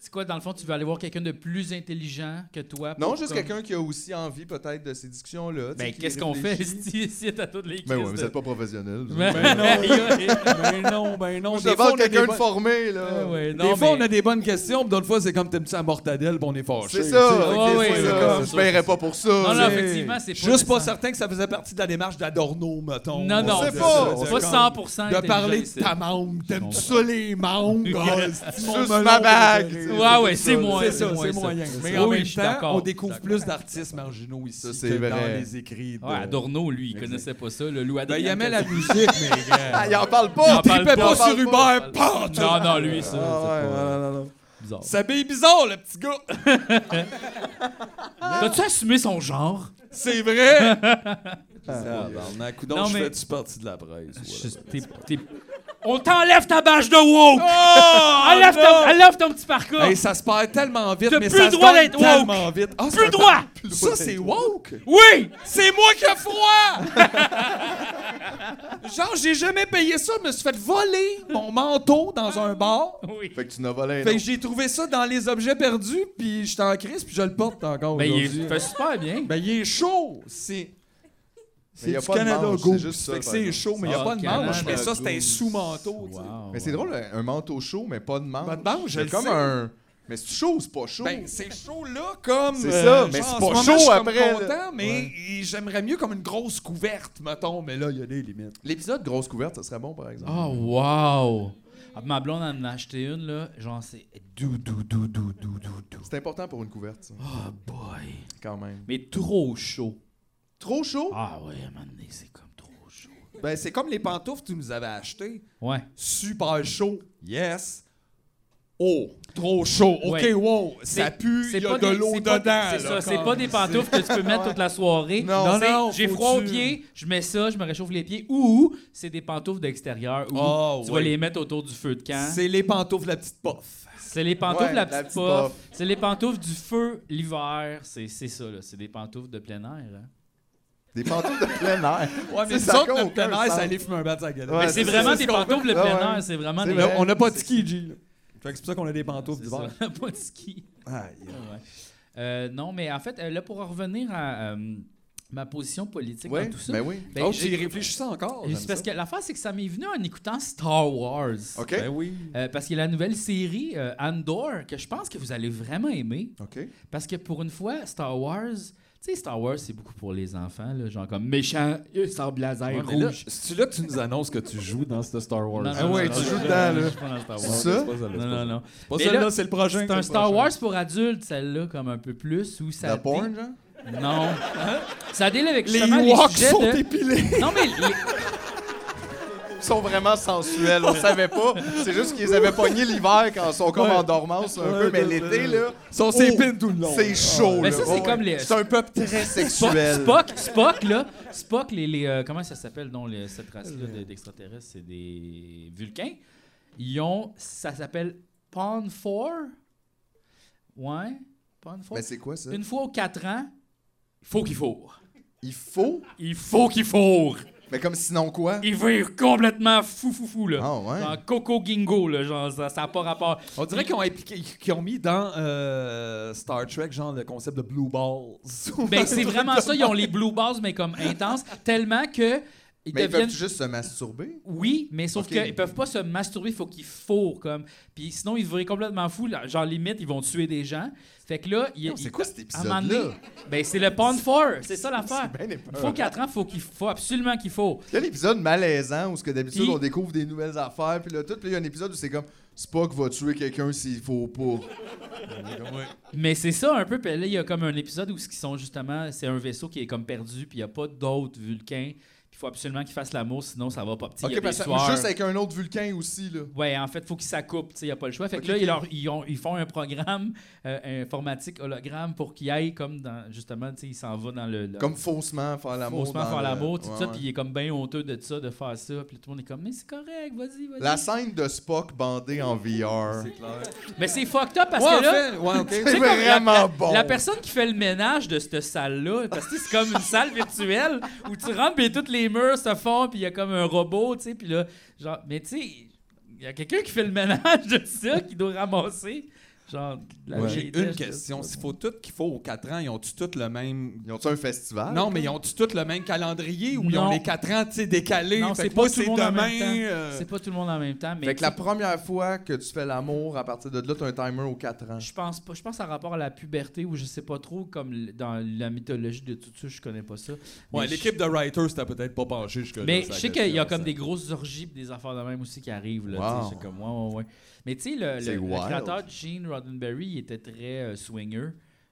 A: C'est quoi, dans le fond, tu veux aller voir quelqu'un de plus intelligent que toi? pour
C: Non, juste
A: comme-
C: quelqu'un qui a aussi envie peut-être de ces discussions-là. tu sais,
A: Ben,
C: qui
A: qu'est-ce qu'on fait
C: réfléchit.
A: (laughs) ici, ici, à toutes les
C: Ben ouais, mais vous
A: crises de-
C: êtes pas professionnel. vous.
A: Ben,
B: Ben
A: ouais, ouais.
B: ben non, ben non.
C: Moi, je
B: Des fois,
C: demande
B: on a des
C: quelqu'un de
B: bonnes-
C: formé, là.
A: Ben ouais,
B: des
A: non,
B: fois,
A: mais-
B: on a des bonnes questions, puis d'autres fois, c'est comme t'aimes-tu la mortadelle, puis on est fâché.
C: C'est ça.
B: tu
A: Ouais,
C: fait que des
B: sais.
A: ouais,
C: fois,
A: ouais,
C: c'est
A: ouais,
C: comme,
A: c'est
C: je
A: ça,
C: paierais
A: c'est
C: pas pour ça.
A: Non,
C: tu
A: non,
C: sais.
A: effectivement, c'est pas
B: Juste pas
A: nécessaire.
B: certain que ça faisait partie de la démarche d'Adorno, mettons.
A: Non, non,
C: On sait
A: c'est
C: pas,
A: ça,
C: on
A: c'est
C: sait
A: pas
B: pas.
A: 100%
B: De parler de
A: intelligent,
B: ta mangue. T'aimes-tu
A: Je
B: ça, les (laughs) Ah, mangues?
C: Suce ma bague.
A: c'est- Ouais, ouais, c'est moins.
B: C'est ça,
A: moins
B: c'est moyen.
A: ça.
B: Mais en
A: Oui,
B: même
A: je suis
B: temps,
A: d'accord,
B: on
A: je suis
B: découvre
A: d'accord.
B: plus d'artistes marginaux ici
C: Ça, c'est
B: que
C: vrai.
B: dans les écrits. de-
A: Ouais, Adorno, lui, il connaissait pas ça. Le Louis
B: Ben, il
A: Adrien
B: aimait la
A: Casablanca.
B: (laughs) musique, mais... gars,
C: Ah, il en parle
A: Il
C: pas!
A: en parle
B: Tripait Oh,
C: parle
B: pas sur
C: pas.
B: (laughs) Uber, pas!
A: Non, non, lui, ça. c'est
C: Ah,
A: pas-
C: ouais, non, non, non, non.
A: Bizarre.
B: S'habille bizarre, le petit gars!
A: T'as-tu assumé son genre?
B: (laughs) C'est vrai! (laughs) Ah,
A: Non,
B: Donc,
A: mais-
B: je fais-tu partie de la presse?
A: Je- t'es- t'es- On t'enlève ta bâche de woke! enlève,
B: non!
A: ton, enlève ton petit parcours!
B: Hey, ça se perd tellement vite,
A: T'as
B: mais
A: plus
B: ça
A: le
B: se
A: droit
B: gagne
A: d'être
B: tellement vite. Ah,
A: Plus
B: c'est
A: le droit!
B: un- Ça, c'est woke!
A: Oui!
B: C'est moi qui ai froid! (laughs) Genre, j'ai jamais payé ça, je me suis fait voler mon manteau dans un bar.
A: Oui.
C: Fait que tu n'as volé un
B: Fait que
C: autre.
B: j'ai trouvé ça dans les objets perdus, puis j'étais en crise, puis je le porte encore
A: Ben,
B: aujourd'hui.
A: il fait super bien.
B: Ben, il est chaud! C'est... C'est
C: il y a
B: du
C: pas de
B: Canada
C: manche,
B: Goose.
C: c'est juste ça,
B: Fait que
C: par
B: c'est
C: exemple.
B: chaud, mais il n'y
A: Ah,
B: a pas de
A: Canada
B: manche. Mais ça, c'est un
A: Goose.
B: sous-manteau. tu sais.
C: Mais ben, c'est drôle, un un manteau chaud, mais pas de manche.
B: Pas de manche, je
C: C'est
B: le
C: comme
B: sais.
C: un. Mais c'est chaud, c'est pas chaud.
B: Ben, c'est chaud là, comme.
C: C'est
B: euh,
C: ça, mais
B: genre,
C: c'est
B: en
C: pas
B: ce moment,
C: chaud
B: je suis
C: après,
B: Comme
C: là.
B: content, mais
C: Ouais.
B: il- j'aimerais mieux comme une grosse couverte, mettons. Mais là, il y a des limites.
C: L'épisode grosse couverte, ça serait bon, par exemple.
A: Oh, wow! Ah, ma blonde, elle en a acheté une, là. Genre, c'est dou, dou, dou, dou, dou, dou, dou.
C: C'est important pour une couverte, ça,
A: Oh, boy!
C: quand même.
A: Mais trop chaud.
C: Trop chaud?
A: Ah, ouais, à un moment donné, c'est comme trop chaud.
B: Ben, c'est comme les pantoufles que tu nous avais achetées.
A: Ouais.
B: Super chaud. Yes. Oh, trop chaud. OK,
A: Ouais.
B: wow. Ça
A: C'est-
B: pue,
A: c'est
B: il y a
A: pas
B: de
A: des-
B: l'eau
A: c'est
B: dedans.
A: pas- C'est ça,
B: là,
A: c'est
B: comme-
A: pas des pantoufles que tu peux mettre toute la soirée.
C: Non.
B: Non,
A: C'est-
B: non,
A: J'ai
B: faut
A: froid aux
B: tu-
A: pieds, je mets ça, je me réchauffe les pieds. Ou c'est des pantoufles d'extérieur. Ou
B: Oh,
A: tu vas
B: oui.
A: les mettre autour du feu de camp.
B: C'est les pantoufles, la petite puff.
A: C'est les pantoufles
C: Ouais,
A: la
C: la
A: petite,
C: petite
A: puff.
C: puff.
A: C'est les pantoufles du feu l'hiver. C'est c'est ça, là. C'est des pantoufles de plein air. hein.
C: Des pantoufles de plein air.
B: Ouais, mais
C: C'est
B: nous
C: ça
B: autres,
C: qu'a
B: notre plein
C: aucun
B: air,
C: sens.
B: ça allait fumer un bat de sa gueule.
C: Ouais,
A: Mais c'est
C: c'est
A: vraiment
C: ça,
A: des
C: c'est ce qu'on
A: pantoufles de
C: fait.
A: plein
C: Ah Ouais,
A: air.
C: ouais.
A: C'est vraiment
C: C'est
A: des.
C: vrai.
B: On n'a pas de ski, G. là. Fait que c'est pour ça qu'on a des pantoufles
A: C'est
B: d'hiver. Oh,
A: ça, (laughs) pas de ski. Ah
B: Aïe.
A: Ouais. Euh, non, mais en fait, euh, là, pour en revenir à euh, ma position politique
C: Ouais,
A: dans tout ça.
C: ben oui.
A: ben,
B: oh,
A: j'ai-
B: j'y réfléchis ça encore.
A: c'est
B: j'aime
A: parce
B: ça.
A: que l'affaire, c'est que ça m'est venu en écoutant Star Wars.
C: OK.
B: Ben oui.
A: Euh, parce qu'il y a la nouvelle série euh, Andor que je pense que vous allez vraiment aimer.
C: OK.
A: Parce que pour une fois, Star Wars, tu sais, Star Wars, c'est beaucoup pour les enfants, là, genre comme méchant, euh, sans blazer,
B: Ouais, mais là,
A: rouge.
B: C'est-tu là que tu nous annonces que tu joues dans ce Star Wars?
C: Ah ouais, tu
A: non,
C: joues
A: non, non,
C: dedans, là.
A: je suis pas dans Star Wars.
C: C'est ça?
A: Non, non, non.
B: Pas
A: Mais
B: celle-là,
A: là,
B: c'est le prochain.
A: C'est un Star Wars pour adultes, celle-là, comme un peu plus, où ça.
C: La
A: dé-
C: porn, genre?
A: Non. Ça délire avec
B: Les
A: justement Hein? les
B: Ewoks
A: sujets
B: sont
A: de-
B: épilés.
A: Non, mais les-
C: Ils sont vraiment sensuels, on savait pas. C'est juste qu'ils avaient pogné l'hiver quand ils sont comme
B: Ouais.
C: en dormance un peu, mais l'été, là, oh,
B: Ils sont s'épilent tout le long.
C: c'est chaud,
A: Ah, Mais
C: là.
A: ben ça, c'est
C: Ouais,
A: comme
C: ouais.
A: les-
C: C'est un peuple très
A: Spock,
C: sexuel.
A: Spock, Spock, là. Spock, les. les, euh, comment ça s'appelle, donc, les- cette race-là de- d'extraterrestres C'est des Vulcains. Ils ont. Ça s'appelle Pawn 4. Ouais. Pawn 4.
C: Mais Ben, c'est quoi, ça?
A: Une fois aux 4 ans, il faut qu'il fourre.
C: Il faut...
A: Il faut qu'il fourre.
C: Mais comme sinon quoi?
A: Il vire complètement fou, fou, fou, là.
C: Ah ouais?
A: Genre Coco Gingo, là. Genre, ça n'a pas rapport.
B: On dirait qu'ils ont, impliqué- qu'ils ont mis dans euh, Star Trek, genre, le concept de Blue Balls.
A: (laughs) Ben, c'est vraiment ça. Ils ont les blue balls, mais comme intenses, tellement que. Ils
C: Mais ils
A: deviennent
C: peuvent juste se masturber?
A: Oui, mais sauf
C: Ok.
A: qu'ils peuvent pas se masturber, il faut qu'ils fourrent comme. Puis sinon ils devraient complètement fous, là. genre limite ils vont tuer des gens. Fait que là, il y a-
C: Non,
A: il-
C: C'est quoi cet
A: à un moment donné-
C: épisode-là?
A: ben c'est le porn four, c'est ça l'affaire.
C: Ben, épeurant.
A: Il faut 4 ans, faut qu'il faut absolument qu'il faut.
C: Quel épisode malaisant où ce que d'habitude
A: Puis-
C: on découvre des nouvelles affaires puis là tout puis il y a un épisode où c'est comme Spock va tuer quelqu'un s'il faut pas.
A: Mais c'est ça un peu. Puis là il y a comme un épisode où ce qui sont justement, c'est un vaisseau qui est comme perdu, puis il y a pas d'autres vulcains. Puis il faut absolument qu'ils fassent l'amour, sinon ça va pas petit. il y a
C: OK
A: des
C: parce que
A: sueurs.
C: juste avec un autre vulcain aussi là.
A: Ouais, en fait, faut qu'ils s'accoupent, tu sais, y a pas le choix. Fait que
C: Ok,
A: là,
C: ok.
A: ils, leur- ils ont- ils font un programme euh, informatique hologramme pour qu'ils aillent comme dans justement, tu sais, il s'en va dans le, le-
C: Comme faussement faire l'amour.
A: faussement
C: dans
A: faire
C: le-
A: l'amour, tout
C: Ouais,
A: ça,
C: ouais.
A: puis il est comme bien honteux de ça, de faire ça, puis tout le monde est comme mais c'est correct, vas-y, vas-y.
C: La scène de Spock bandé en VR.
A: Mais c'est fucked up parce
B: Ouais, en
A: que là,
B: fait, ouais, ok.
A: tu sais, comme la-
C: vraiment
A: la,
C: bon.
A: La personne qui fait le ménage de cette salle-là, parce que c'est comme une salle virtuelle où tu rentres et tous les murs se font, puis il y a comme un robot, tu sais, puis là, genre, mais tu sais, il y a quelqu'un qui fait le ménage de ça, qui doit ramasser. Genre, (laughs) la
C: Ouais.
A: vieille
B: J'ai une
A: dish,
B: question.
A: là.
B: S'il faut tout qu'il faut aux 4 ans, ils ont-tu tous le même.
C: Ils ont-tu un festival?
B: Non, mais ils ont-tu tous le même calendrier ou ils
A: Non.
B: ont les 4 ans, tu sais, décalés?
A: Non,
B: Fait
A: c'est
B: que
A: pas
B: moi,
A: tout le monde en même temps.
B: euh,
A: C'est pas tout le monde en même temps, mais
C: Fait que la première fois que tu fais l'amour, à partir de là, t'as un timer aux 4 ans.
A: je pense pas. Je pense en rapport à la puberté ou je sais pas trop, comme l- dans la mythologie de tout ça, je connais pas ça.
B: Ouais,
A: Mais
B: l'équipe de writers, t'as peut-être pas penché jusque-là.
A: Mais
B: sur
A: je
B: la
A: sais qu'il y a
B: question,
A: comme
B: ça. (laughs)
A: des grosses orgies pis des affaires de même aussi qui arrivent. Là,
C: Wow.
A: tu sais, c'est comme, ouais, ouais, ouais. Mais tu sais, le,
C: C'est
A: le- le
C: wild.
A: créateur Gene Roddenberry, il était très euh, swinger.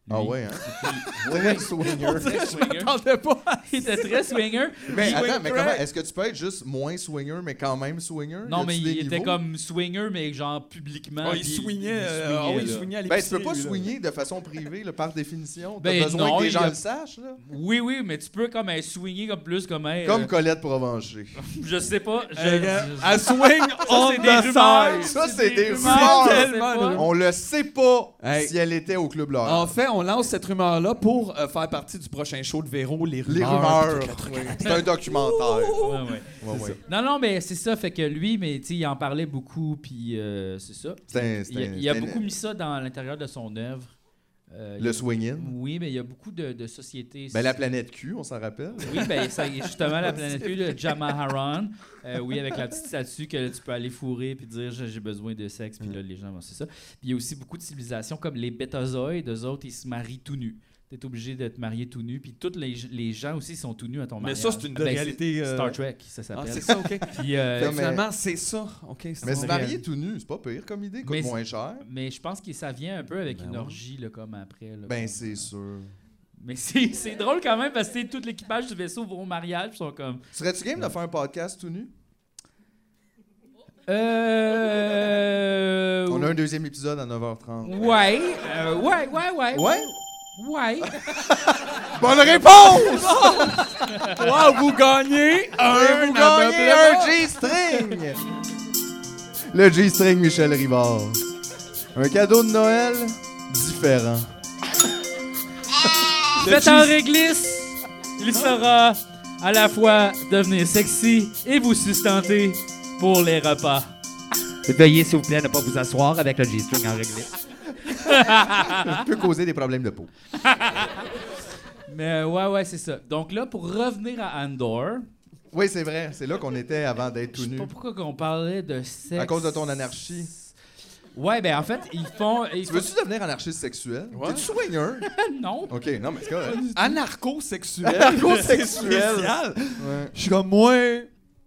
C: Ah
A: lui.
C: ouais, hein? (laughs) Très swinger.
A: Très
C: (laughs)
A: swinger.
B: Attendez pas.
A: il était très swinger.
C: Mais attends,
B: Swing
C: mais comment
B: track.
C: est-ce que tu peux être juste moins swinger, mais quand même swinger? Y
A: Non,
C: a-tu
A: mais il
C: des
A: était
C: niveaux?
A: comme swinger, mais genre publiquement.
B: Oh, il
A: puis
B: swingait.
A: il
B: euh, ah oui, il
A: là.
B: swingait à
C: Ben, tu peux pas
B: lui, là.
C: swinguer de façon privée, là, par définition. T'as
A: Ben,
C: besoin
A: non,
C: que
A: il
C: les gens
A: a-
C: le sachent, là.
A: Oui, oui, mais tu peux comme euh, swinger comme plus, comme. hey,
C: Comme
A: euh,
C: Colette Provencher.
A: je sais pas. Je,
B: Hey, gars,
A: je-
B: à swing on
A: c'est
B: the
A: des rumeurs,
B: side.
C: Ça, c'est des
A: rumeurs,
C: rumeurs.
A: je sais
B: Tellement
A: pas.
B: drôle.
C: On le sait pas
B: Hey.
C: si elle était au Club Laurent.
B: En fait, on lance cette rumeur-là pour euh, faire partie du prochain show de Véro, les rumeurs.
C: Les rumeurs. oui. C'est un documentaire.
A: Ah Ouais, ouais.
C: (laughs) Ouais, ouais.
A: Non, non, mais c'est ça. Fait que lui, mais tu sais, il en parlait beaucoup, puis euh, c'est ça.
C: C'est un- c'est
A: Il, a-
C: un-
A: il a
C: c'est un-
A: beaucoup mis ça dans l'intérieur de son œuvre. Euh, il y
C: Le
A: a-
C: swing-in.
A: Oui, mais il y a beaucoup de, de sociétés.
C: Ben, la planète Q, on s'en rappelle.
A: Oui, ben, ça, justement,
C: (laughs)
A: la planète Q, le Jamaharan. Euh, oui, avec la petite statue que tu peux aller fourrer puis dire j'ai j'ai besoin de sexe, puis là,
C: Mm.
A: les gens vont, c'est ça. Puis il y a aussi beaucoup de civilisations comme les bétazoïdes, eux autres, ils se marient tout nus. T'es obligé de te marier tout nu, puis tous les, les gens aussi sont tout nus à ton
B: Mais
A: mariage.
B: ça, c'est une
A: Ah, ben,
B: réalité. euh,
A: Star Trek, ça
B: Ah,
A: s'appelle.
B: c'est ça, OK.
A: Puis, euh,
B: (laughs) Fait que
C: mais-
B: Finalement, c'est ça. OK, c'est
C: Mais
B: bon.
C: se marier tout nu, c'est pas pire comme idée, coûte
A: Mais c'est-
C: moins cher.
A: mais je pense que ça vient un peu avec
B: Ben
A: une
B: ouais.
A: orgie, là, comme après. là,
C: Ben,
A: comme-
C: c'est sûr.
A: Mais c'est c'est drôle quand même parce que tu sais, tout l'équipage du vaisseau va au mariage ils sont comme.
C: Serais-tu game de faire un podcast tout nu?
A: Euh.
C: On a un deuxième épisode à 9h30.
A: Ouais, euh, ouais, ouais, ouais.
C: Ouais? (laughs)
A: Ouais.
C: Bonne (laughs) réponse!
B: Wow, vous gagnez
A: Ah,
B: un,
C: Et vous gagnez un G-string! (laughs) Le G-string Michel Rivard. Un cadeau de Noël différent.
A: Faites en réglisse. Il saura à la fois devenir sexy et vous sustenter pour les repas.
E: Veuillez, s'il vous plaît, ne pas vous asseoir avec le G-string en réglisse.
C: Ça peut causer des problèmes de peau.
A: Mais euh, ouais, ouais, c'est ça. Donc là, pour revenir à Andor,
C: Oui, c'est vrai. C'est là qu'on était avant d'être
A: je
C: tout
A: sais
C: nu.
A: pas pourquoi qu'on parlait de sexe.
C: À cause de ton anarchie.
A: Ouais, ben en fait, ils font. Ils
C: Tu
A: font-
C: veux-tu devenir anarchiste sexuel? T'es-tu soigneur?
A: non.
C: OK, non, mais c'est (laughs) correct.
B: Anarcho-sexuel.
C: Anarcho-sexuel.
B: (laughs) Spécial.
C: Ouais.
B: Je suis comme, moi,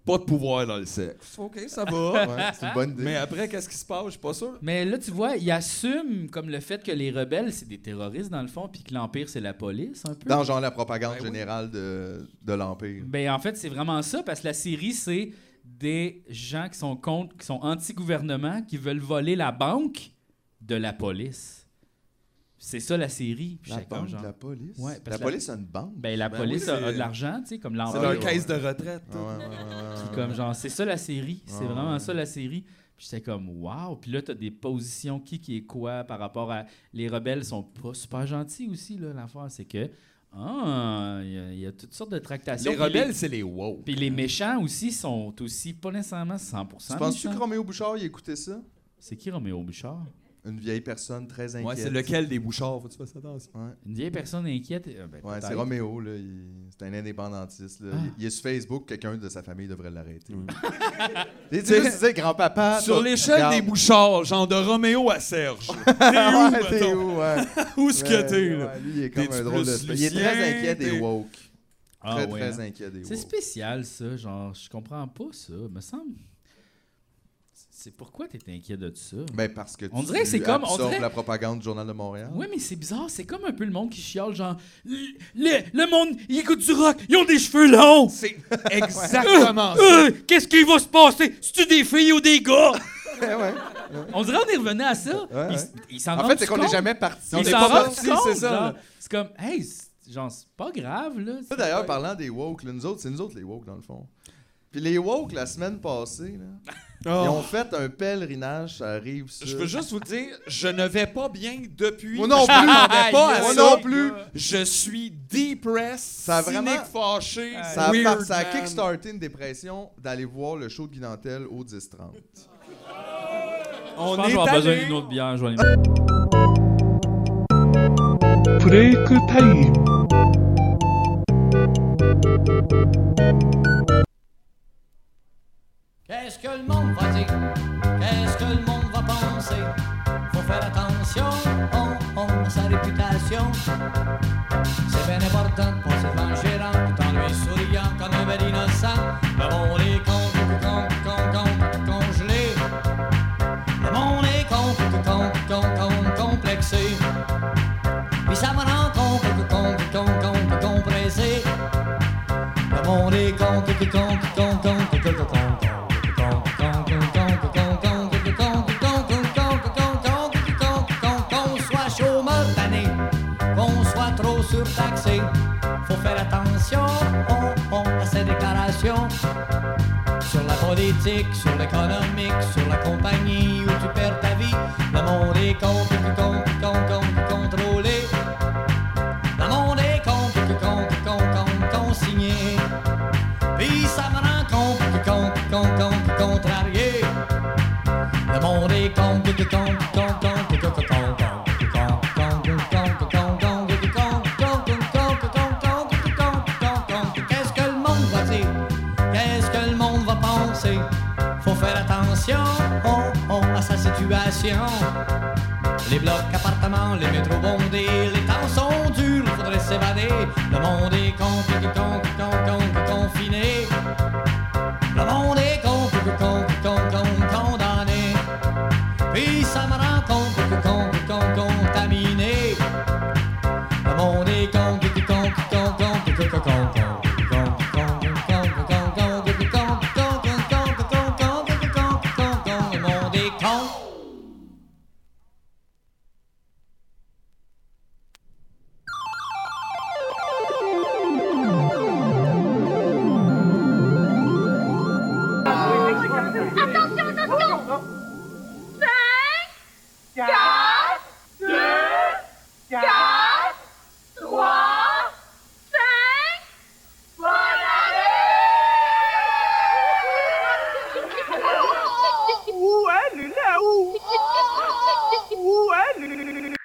B: pas de pouvoir dans le sexe. OK, ça va.
C: Ouais,
A: Ah.
C: c'est une bonne idée.
B: Mais euh, après, qu'est-ce qui se passe? Je suis pas sûr.
A: Mais là, tu vois, ils assument comme le fait que les rebelles, c'est des terroristes dans le fond, puis que l'Empire, c'est la police un peu.
C: Dans genre la propagande
B: Ben oui.
C: générale de, de l'Empire.
A: Ben, en fait, c'est vraiment ça, parce que la série, c'est des gens qui sont contre, qui sont anti-gouvernement, qui veulent voler la banque de la police. C'est ça la série. Puis j'étais comme genre-
C: police?
A: Ouais, parce
C: la
A: que
C: police a une banque.
A: Ben, la
B: Ben
A: police
B: oui,
A: a, a
B: c'est-
A: de l'argent, tu sais, comme
B: C'est
A: l'Empire.
B: leur
C: Ah, ouais, Ah,
B: caisse de retraite.
C: Ouais, ouais, ouais, ouais, ouais,
A: Puis
C: ouais.
A: comme genre, c'est ça la série. C'est
C: Ouais,
A: vraiment
C: ouais.
A: ça la série. Puis j'étais comme, waouh. Puis là, t'as des positions qui qui est quoi par rapport à. Les rebelles sont pas super gentils aussi, là. L'affaire, c'est que. Ah, il y a- il y, a toutes sortes de tractations.
B: Les
A: Puis
B: rebelles, c'est les wow.
A: Puis les méchants aussi sont aussi pas nécessairement 100%
C: Tu penses-tu que
A: méchants.
C: Roméo Bouchard, il écoutait ça?
A: C'est qui Roméo Bouchard?
C: Une vieille personne très inquiète.
B: Ouais, c'est lequel des bouchards? Faut-tu faire attention?
A: Une vieille personne inquiète? euh, ben,
C: Ouais, c'est
A: peut-être. Ah.
C: Roméo, là. il- C'est un indépendantiste. là. Il, il est sur Facebook, quelqu'un de sa famille devrait l'arrêter. (laughs) Et tu sais, tu disais, grand-papa.
B: Sur
C: Ah, toi,
B: l'échelle
C: regarde.
B: des bouchards, genre de Roméo à Serge.
C: (laughs)
B: T'es où,
C: Ah Ouais, t'es
B: mettons?
C: où, ouais.
B: Où (laughs) ce que
C: Ouais,
B: t'es,
C: ouais,
B: là?
C: Lui, il est comme
B: T'es-tu
C: un drôle de.
B: plus
C: Il est très
B: Lucien,
C: inquiet des
B: t'es-
C: woke.
A: Ah
C: très,
A: ouais, hein?
C: très inquiet des
A: C'est
C: woke.
A: spécial, ça. Genre, je comprends pas ça, me semble. C'est pourquoi t'es inquiet de ça?
C: Ben, parce que
A: On
C: tu
A: dirait que c'est comme- on
C: absorbes
A: dirait-
C: la propagande du Journal de Montréal.
A: Ouais, mais c'est bizarre, c'est comme un peu le monde qui chiale, genre, le, le- le monde, il écoute du rock, ils ont des cheveux longs!
B: C'est (laughs) exactement ça.
A: Euh, Qu'est-ce qui va se passer? C'est-tu des filles ou des gars?
C: Ouais, ouais.
A: On dirait on est revenu à ça.
C: Ouais,
A: Ils-
C: ouais.
A: Ils s'en
C: En fait,
A: rendent
C: c'est qu'on n'est
A: compte.
C: jamais parti.
A: Ils
B: n'est
A: s'en
B: pas
A: rendent
B: partis,
A: compte,
B: c'est ça,
A: genre.
B: là.
A: C'est comme, hey, c'est- genre, c'est pas grave, là.
C: Ça, d'ailleurs, parlant des woke, là, nous autres, c'est nous autres les woke, dans le fond. Puis les woke, la semaine passée, là,
A: Oh.
C: ils ont fait un pèlerinage à rive
B: Oh. Je veux juste vous dire, je ne vais pas bien depuis.
C: Moi non
B: Je
C: plus.
B: m'attendais pas à
C: Moi
B: ça.
C: non plus.
B: Je suis depressed,
C: Ça a vraiment-
B: cynique, fâché,
C: Ça a,
B: weird
C: par- ça a
B: man.
C: kickstarté une dépression d'aller voir le show de Guy Nantel au 10-30.
B: On
A: Je pense que je vais
B: est
A: avoir besoin
B: allé-
A: d'une autre bière, je vais aller-
F: préoccupé.
G: Qu'est-ce que le monde va dire? Qu'est-ce que le monde va penser? Faut faire attention, on, on, à sa réputation. C'est bien important pour se venger en tout en lui souriant comme un bel innocent. Le monde est con, tout con, tout con, con, tout congelé. Le monde est con, tout con, tout con, con, complexé. Puis ça me rend con, tout con, tout con, con, tout compressé. Le monde est con, tout con, tout con, con, tout con, tout con. Qu'on soit chômeur tanné, qu'on soit trop surtaxé, faut faire attention on, on, à ses déclarations sur la politique, sur l'économique, sur la compagnie où tu perds ta vie. Le monde est con, tout con, tout con, con, tout contrôlé. Le monde est con, tout con, tout con, con, consigné. Puis ça me rend con, tout con, tout con, con, tout contrarié. Le monde est con, tout con, tout con, con, tout con, tout con, con, tout con, con, tout con, tout con, con, tout con, con, tout con, tout con, con, tout con, con, con, con. Qu'est-ce que le monde va dire? Qu'est-ce que le monde va penser? Faut faire attention, on, on, à sa situation. Les blocs, appartements, les métros bondés, les temps sont durs, faudrait s'évader. Le monde est con, con, con, con, con, confiné. Le monde est con, con, con, con, con, condamné. Puis ça me rend con, con, con, con, con, contaminé. Le monde est con, con, con, con, con, con, con, con, con. Le monde est con.
H: Attention, attention 5, 4, 2, 4, 3, 5, bonne année Où elle est là-haut Où elle est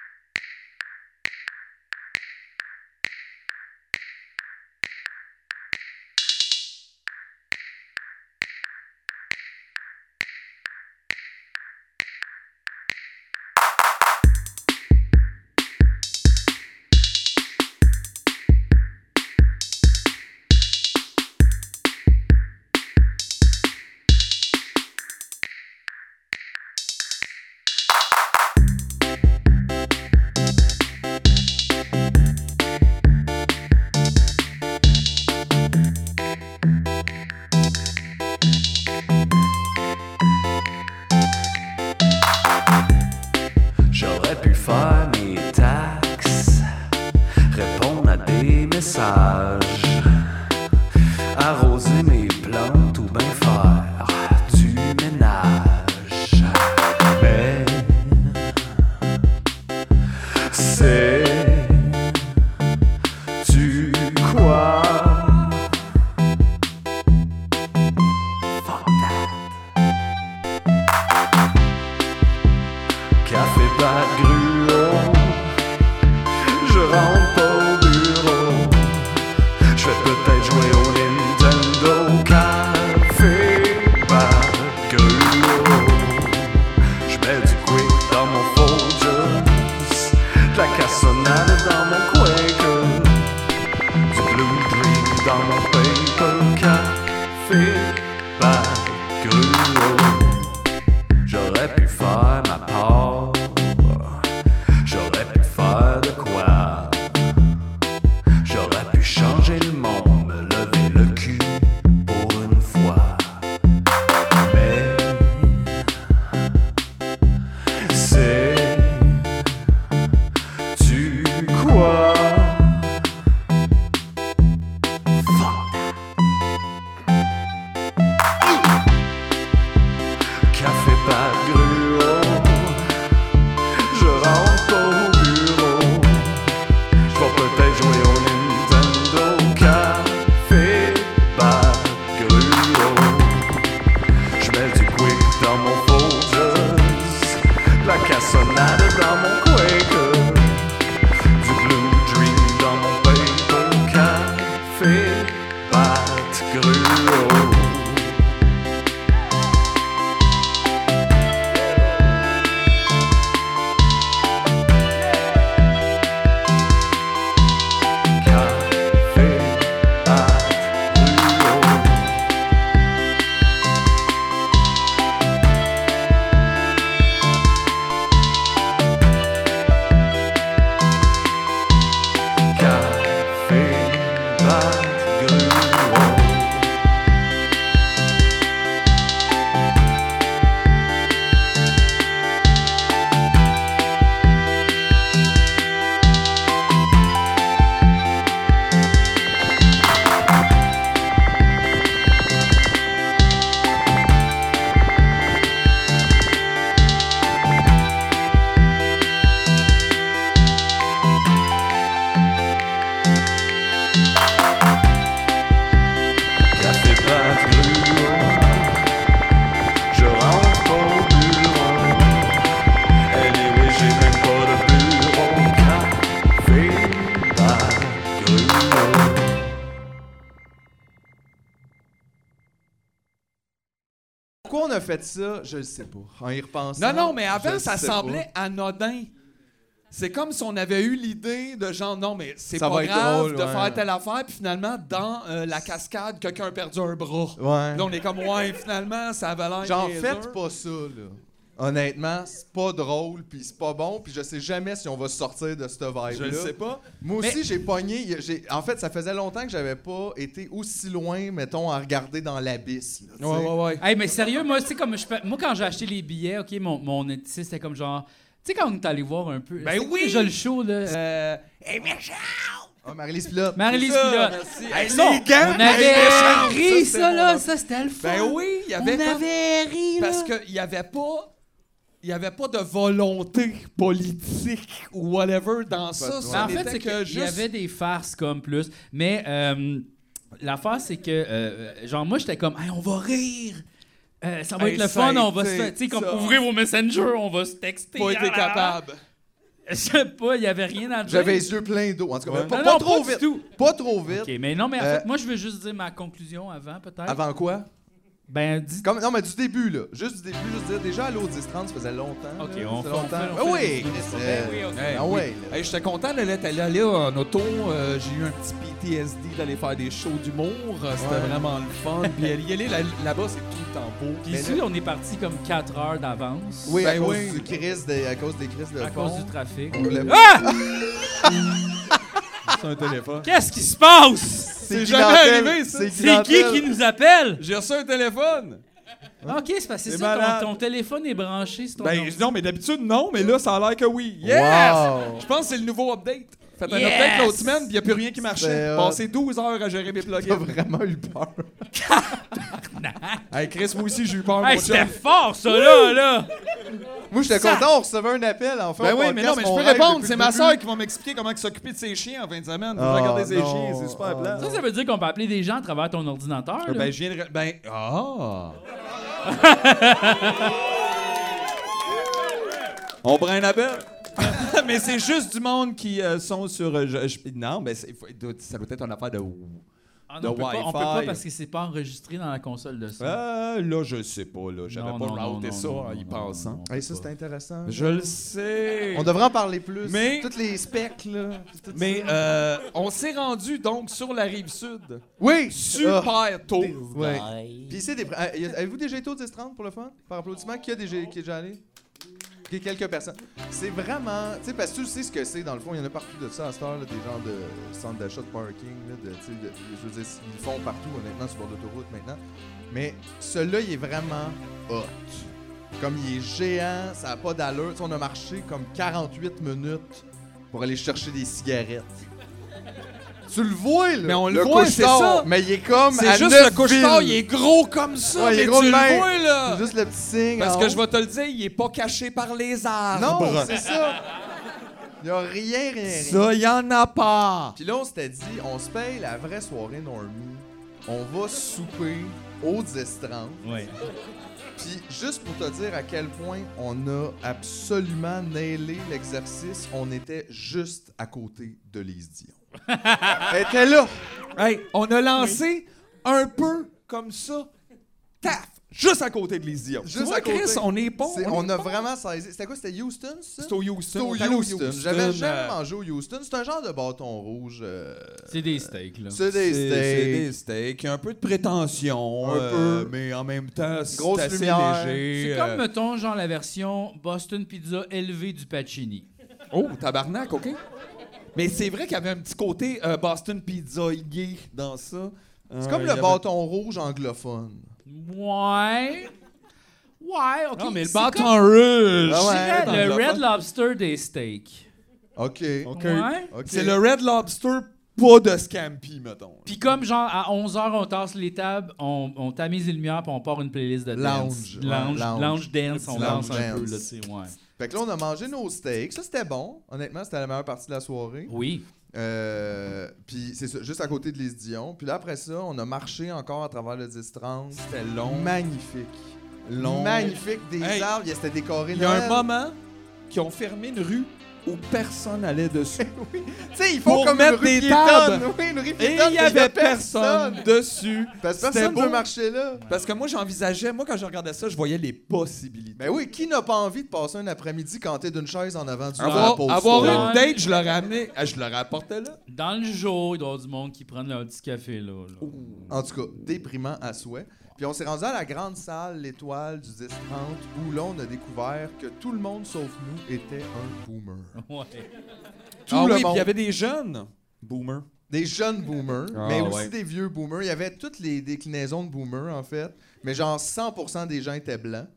I: J'aurais pu faire mes taxes, répondre à des messages, arroser mes plantes ou bien faire du ménage. Mais c'est tu quoi? Fuck that. Café pas gruau, je rentre pas au bureau.
C: Pourquoi on a fait ça, je le sais pas. En y repensant.
B: Non, non, mais
C: je
B: avant, ça
C: sais pas.
B: semblait anodin. C'est comme si on avait eu l'idée de genre, non, mais c'est
C: Ça
B: pas
C: va être
B: grave
C: drôle,
B: de
C: ouais.
B: faire telle affaire, puis finalement, dans euh, la cascade, quelqu'un a perdu un bras.
C: Ouais.
B: Là, on est comme, ouais, finalement, ça avait l'air.
C: Genre,
B: niaiseux.
C: faites pas ça, là. Honnêtement, c'est pas drôle, puis c'est pas bon, puis je sais jamais si on va sortir de cette vibe-là.
B: Je le sais pas.
C: Moi aussi, j'ai pogné. j'ai- En fait, ça faisait longtemps que j'avais pas été aussi loin, mettons, à regarder dans l'abysse. là, tu sais.
B: Ouais, ouais, ouais.
A: Hey, mais sérieux, moi, tu sais, comme je fais- Moi, quand j'ai acheté les billets, OK, mon, mon éthiciste, c'était comme genre. Tu sais, quand on est allé voir un peu. Ben oui! Déjà le show, là. Euh,
C: Ah, Marie-Lise Pilote.
A: Marie-Lise
B: ça,
A: Pilotte.
B: merci.
A: Hey,
B: Hey,
A: ça,
B: les gants,
A: on avait
B: hey, les
A: ri, ça,
B: chances, ça, c'est
A: là.
B: mon-
A: Ça, c'était le fun.
B: Ben oui, il y avait
A: on
B: comme-
A: avait ri, là.
B: Parce qu'il n'y avait pas. Il y avait pas de volonté politique ou whatever dans ça.
A: Mais
B: ça
A: en fait,
B: n'était
A: c'est
B: que
A: qu'il y avait des farces comme plus. Mais euh, l'affaire, c'est que, euh, genre, moi, j'étais comme, Hey, on va rire. Euh, ça va
B: Hey,
A: être le
B: ça
A: fun,
B: a
A: on va se.
B: été
A: faire- Tu sais, comme,
B: ça.
A: ouvrez vos messengers, on va se texter.
B: pas été
A: Ah, là, là.
B: capable.
A: (laughs) Je sais pas, il y avait rien dans le
C: J'avais
A: jeu.
C: les yeux pleins d'eau. En tout cas,
A: Ouais.
C: mais pas,
A: Non,
C: pas
A: non,
C: trop
A: pas du
C: vite.
A: tout.
C: Pas trop vite.
A: OK, mais non, mais en
C: Euh,
A: fait, moi, je veux juste dire ma conclusion avant, peut-être.
C: Avant quoi?
A: Ben, dis
C: Comme, non, mais du début, là. Juste du début, juste dire, déjà à l'eau 10-30, ça faisait longtemps.
A: Ok,
C: là,
A: on
C: ça
A: fait- on
C: longtemps.
A: fait- on
C: Ah
A: fait
C: oui,
A: le-
C: Chris,
A: Ben oui,
C: euh,
A: ok.
C: ah ouais, là.
B: Hey, j'étais content d'être allé aller en auto. Euh, j'ai eu un petit PTSD d'aller faire des shows d'humour. Euh, C'était
C: Ouais.
B: vraiment le fun. Puis y aller là- là-bas, c'est tout le temps beau.
A: Puis ici, on est parti comme 4 heures d'avance
C: Oui, à,
B: Ben
C: cause
B: oui.
C: du Chris de- à cause des crises de
A: à
C: fond.
A: cause du trafic.
C: On voulait-
B: Ah! c'est un téléphone.
A: Qu'est-ce qui se (laughs) passe?
C: C'est
B: jamais
C: clientèle,
B: arrivé, ça.
A: C'est qui
C: clientèle.
A: qui nous appelle?
B: J'ai reçu un téléphone.
A: Ah, OK, c'est parce que c'est
B: C'est
A: ça,
B: malade.
A: ton, ton téléphone est branché sur ton
B: Ben
A: ordi.
B: non, mais d'habitude, non. Mais là, ça a l'air que oui. Yes!
C: Wow.
B: Je pense que c'est le nouveau update. Fait un
A: Yes!
B: update l'autre semaine, puis il n'y a plus rien qui
C: C'est
B: marchait.
C: hot.
B: Passé 12 heures à gérer mes
C: Ben, T'as
B: plugins.
C: vraiment eu peur.
B: Hey Chris, moi aussi, j'ai eu peur.
A: Hey,
B: mon
A: c'était
B: chum.
A: fort, ça, là, là!
C: Moi, j'étais
A: Ça-
C: content, on recevait un appel, enfin.
B: Ben
C: au
B: oui,
C: podcast,
B: mais non, mais je
C: mon
B: peux
C: rêve
B: répondre.
C: depuis
B: C'est
C: le
B: ma
C: début.
B: soeur qui va m'expliquer comment s'occuper de ses chiens en fin de semaine. Faut
C: Ah,
B: regarder ses
C: non.
B: chiens, c'est super
C: Ah,
B: plat.
A: Ça, ça veut dire qu'on peut appeler des gens à travers ton ordinateur, là.
B: Ben, je viens de. re- Ben.
C: (laughs)
B: Ah! On prend un appel? (laughs) mais c'est juste du monde qui euh, sont sur. euh, je- je- non, mais c'est- faut- ça doit être une affaire de.
A: Ah
B: de
A: non, on, peut pas, on peut
B: Wi-Fi.
A: pas parce que c'est pas enregistré dans la console de ça.
B: Euh, là, je sais pas, là. J'avais
A: Non,
B: pas
A: non, non,
B: routé
A: non,
B: ça
A: non,
B: en
A: non, non,
B: y pensant.
A: non,
C: Hey, ça, c'est intéressant.
B: Je le sais.
C: On devrait en parler plus.
B: Mais-
C: Toutes les specs, là. tout ça.
B: Mais euh, on s'est rendu donc sur la rive sud.
C: Oui! Ah,
B: Super tôt.
C: ouais. Puis c'est des. ah, y a- Avez-vous déjà été au 10-30 pour le fun? Par applaudissement, qui, a déjà, qui est déjà allé? Qui- Quelques personnes. C'est vraiment. Tu sais, parce que tu le sais ce que c'est, dans le fond, il y en a partout de ça à cette heure, là, des genres de centres d'achat de parking. Là, de, tu sais, de- je veux dire, ils le font partout, honnêtement, sur le bord d'autoroute maintenant. Mais celui-là, il est vraiment hot. Comme il est géant, ça n'a pas d'allure. Tu sais, on a marché comme 48 minutes pour aller chercher des cigarettes. tu le vois, là.
B: Mais on le voit, c'est
C: couche-tard.
B: ça.
C: Mais il est comme. à
B: C'est juste
C: neuf
B: le couche-tard,
C: villes.
B: il est gros comme ça.
C: Ouais, il est
B: mais
C: gros
B: tu
C: de
B: le
C: même.
B: vois, là.
C: Juste le petit signe.
B: Parce
C: en
B: que
C: haut.
B: je vais te le dire, il est pas caché par les arbres.
C: Non, c'est ça. Il y a rien, rien, rien.
B: Ça, y en a pas.
C: Puis là, on s'était dit, on se paye la vraie soirée normie. On va souper au 10-30.
A: Ouais.
C: Puis juste pour te dire à quel point on a absolument nailé l'exercice, on était juste à côté de Lise Dion. Elle était là.
B: Hey, on a lancé un peu comme ça. Taf! Juste à côté de Lisium.
C: Juste à côté.
B: Chris, on est bon.
C: C'est-
B: on
C: on
B: est
C: a
B: bon.
C: vraiment saisi. C'était quoi? C'était Houston, ça?
B: C'est au Houston.
C: C'était au
B: On est allé
C: Houston. J'avais
B: euh,
C: jamais mangé au Houston. C'est un genre de bâton rouge. euh,
A: C'est des steaks, là.
C: C'est
B: C'est
C: des
B: c'est
C: steaks.
B: des steaks. Il y a un peu de prétention.
C: Un
B: euh,
C: peu.
B: Mais en même temps, c'est
C: Grosse
B: assez
C: lumière.
B: léger.
A: C'est comme,
B: euh.
A: mettons, genre la version Boston Pizza élevée du Pacini.
B: Oh, tabarnak, OK. Mais c'est vrai qu'il y avait un petit côté euh, Boston Pizza gay dans ça. Euh,
C: C'est comme le bâton rouge anglophone.
A: Ouais. Ouais, OK.
B: Non, mais le
A: c'est
B: bâton
A: comme-
B: rouge.
C: Ah ouais.
A: Je dirais le
B: anglophone.
A: Red Lobster des steaks.
C: OK.
B: OK.
A: Ouais.
C: OK.
B: C'est le Red Lobster, pas de Scampi, mettons.
A: Puis comme genre à 11h on tasse les tables, on, on tamise les lumières puis on part une playlist de dance.
C: Lounge, ouais,
A: Lounge,
C: lounge.
A: lounge dance, on
C: Lounge
A: danse un
C: dance.
A: peu là, tu sais, ouais.
C: Fait que là, on a mangé nos steaks. Ça, c'était bon. Honnêtement, c'était la meilleure partie de la soirée.
A: Oui.
C: Euh, puis c'est ça, juste à côté de l'Ise Dion. Puis là, après ça, on a marché encore à travers le 10-30.
B: C'était long.
C: Magnifique.
B: Long.
C: Magnifique. Des
B: Hey.
C: arbres. Il y a- C'était décoré.
B: Il y a un
C: Noël.
B: moment qui ont fermé une rue où personne allait dessus. (laughs)
C: Tu sais, ils font
B: Pour
C: comme
B: mettre
C: une rue
B: des
C: piétonne.
B: tables.
C: (laughs) Oui, une rue
B: Et
C: piétonne,
B: il y
C: mais
B: avait personne dessus.
C: Parce que
B: C'était
C: personne ne
B: beau.
C: veut marcher là.
B: Parce que moi, j'envisageais, moi, quand je regardais ça, je voyais les possibilités.
C: Ben oui, qui n'a pas envie de passer un après-midi canté d'une chaise en avant du
B: Avoir,
C: drapeau?
B: avoir
A: soir.
B: une date, je l'aurais amené, ah, je l'aurais apporté là.
A: Dans le jour, il doit y avoir du monde qui prend leur petit café, là. là.
C: En tout cas, déprimant à souhait. Puis on s'est rendu à la grande salle, l'étoile du 10-30, où l'on a découvert que tout le monde sauf nous était un boomer.
A: (laughs) Ouais.
C: Tout
B: ah
C: le
B: oui, puis
C: monde.
B: il y avait des jeunes boomers.
C: Des jeunes boomers,
B: Ah,
C: mais aussi
B: ouais.
C: des vieux boomers. Il y avait toutes les déclinaisons de boomers, en fait. Mais genre, 100% des gens étaient blancs.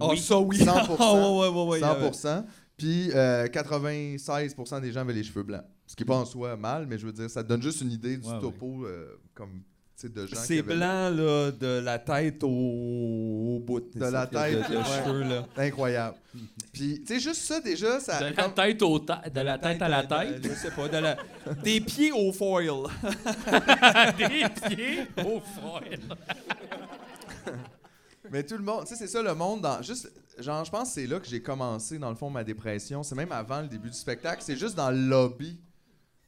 B: Ah ça oui.
C: 100%.
B: (laughs) Ah, ouais, ouais, ouais, ouais, il y avait-
C: 100%. Puis euh, 96% des gens avaient les cheveux blancs. Ce qui est pas en soi mal, mais je veux dire, ça te donne juste une idée du
A: Ouais,
C: topo euh, comme, tu sais, de gens qui
B: C'est
C: avaient-
B: blanc, là, de la tête au, au bout.
C: De la
B: C'est ça, de-
C: tête,
B: de, de
C: ouais.
B: cheveux, là.
C: Incroyable. Puis, tu sais, juste ça, déjà, ça...
A: De la tête au ta- de la tête à la tête.
B: Euh, Je sais pas, de la- des pieds au foil.
A: (laughs) Des pieds Oh, au foil.
C: Mais tout le monde, tu sais, c'est ça le monde. Dans, juste, genre, je pense que c'est là que j'ai commencé, dans le fond, ma dépression. C'est même avant le début du spectacle. C'est juste dans le lobby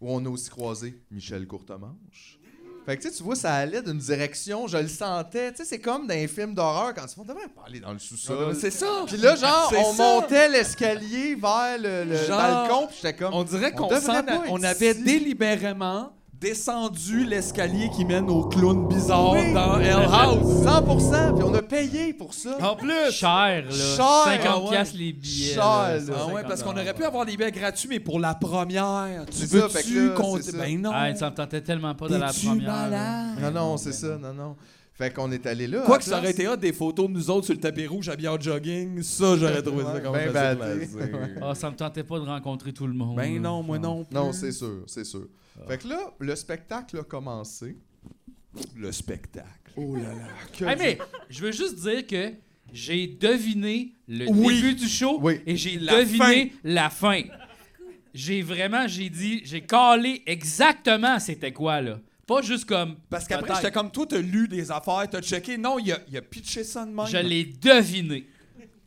C: où on a aussi croisé Michel Courtemanche. Fait que, tu sais, tu vois, ça allait d'une direction, je le sentais. Tu sais, c'est comme dans un film d'horreur quand ils se font devrait parler dans le sous-sol.
B: C'est ça.
C: Puis là, genre,
B: C'est
C: on
B: ça.
C: montait l'escalier vers le, le
B: Genre,
C: balcon, puis j'étais comme.
B: On dirait
C: On
B: qu'on
C: devrait
B: s'en a-
C: pas être
B: on avait
C: ici.
B: délibérément descendu l'escalier qui mène au clown bizarre
C: Oui.
B: dans Hell House.
C: 100%, puis on a payé pour ça.
A: En plus! Cher, là.
C: Cher,
A: 50
C: ah ouais.
A: piastres les billets.
C: Cher,
A: là,
C: là.
B: Ah ouais,
A: 150
B: parce qu'on aurait pu avoir des billets gratuits, mais pour la première, tu
C: C'est ça, fait que
B: veux-tu
C: là,
B: qu'on...
C: c'est ça.
B: Ben non,
A: Ah, ça me tentait tellement pas de la
B: t'es-tu
A: première. là.
B: malade?
C: Non, non, c'est ça, non, non. Fait qu'on est allé là.
B: Quoi
C: à
B: que ça
C: place.
B: aurait été hot, des photos de nous autres sur le tapis rouge habillés en jogging, ça j'aurais trouvé ça
C: Ouais,
B: comme
C: ben
B: facile
C: batté.
B: placé.
A: Ah, ça me tentait pas de rencontrer tout le monde.
B: Ben
A: là.
B: non, moi non. plus.
C: Non, c'est sûr, c'est sûr.
B: Ah.
C: Fait que là, le spectacle a commencé.
B: le spectacle.
C: Oh là là, que
A: Hey, mais je veux juste dire que j'ai deviné le
B: Oui.
A: début du show
C: Oui.
A: et j'ai
B: La
A: deviné la fin. J'ai vraiment, j'ai dit, j'ai calé exactement c'était quoi, là. Pas juste comme.
B: Parce qu'après,
A: peut-être.
B: j'étais comme toi, t'as lu des affaires, t'as checké. Non, il a, il a pitché ça de même.
A: Je l'ai deviné.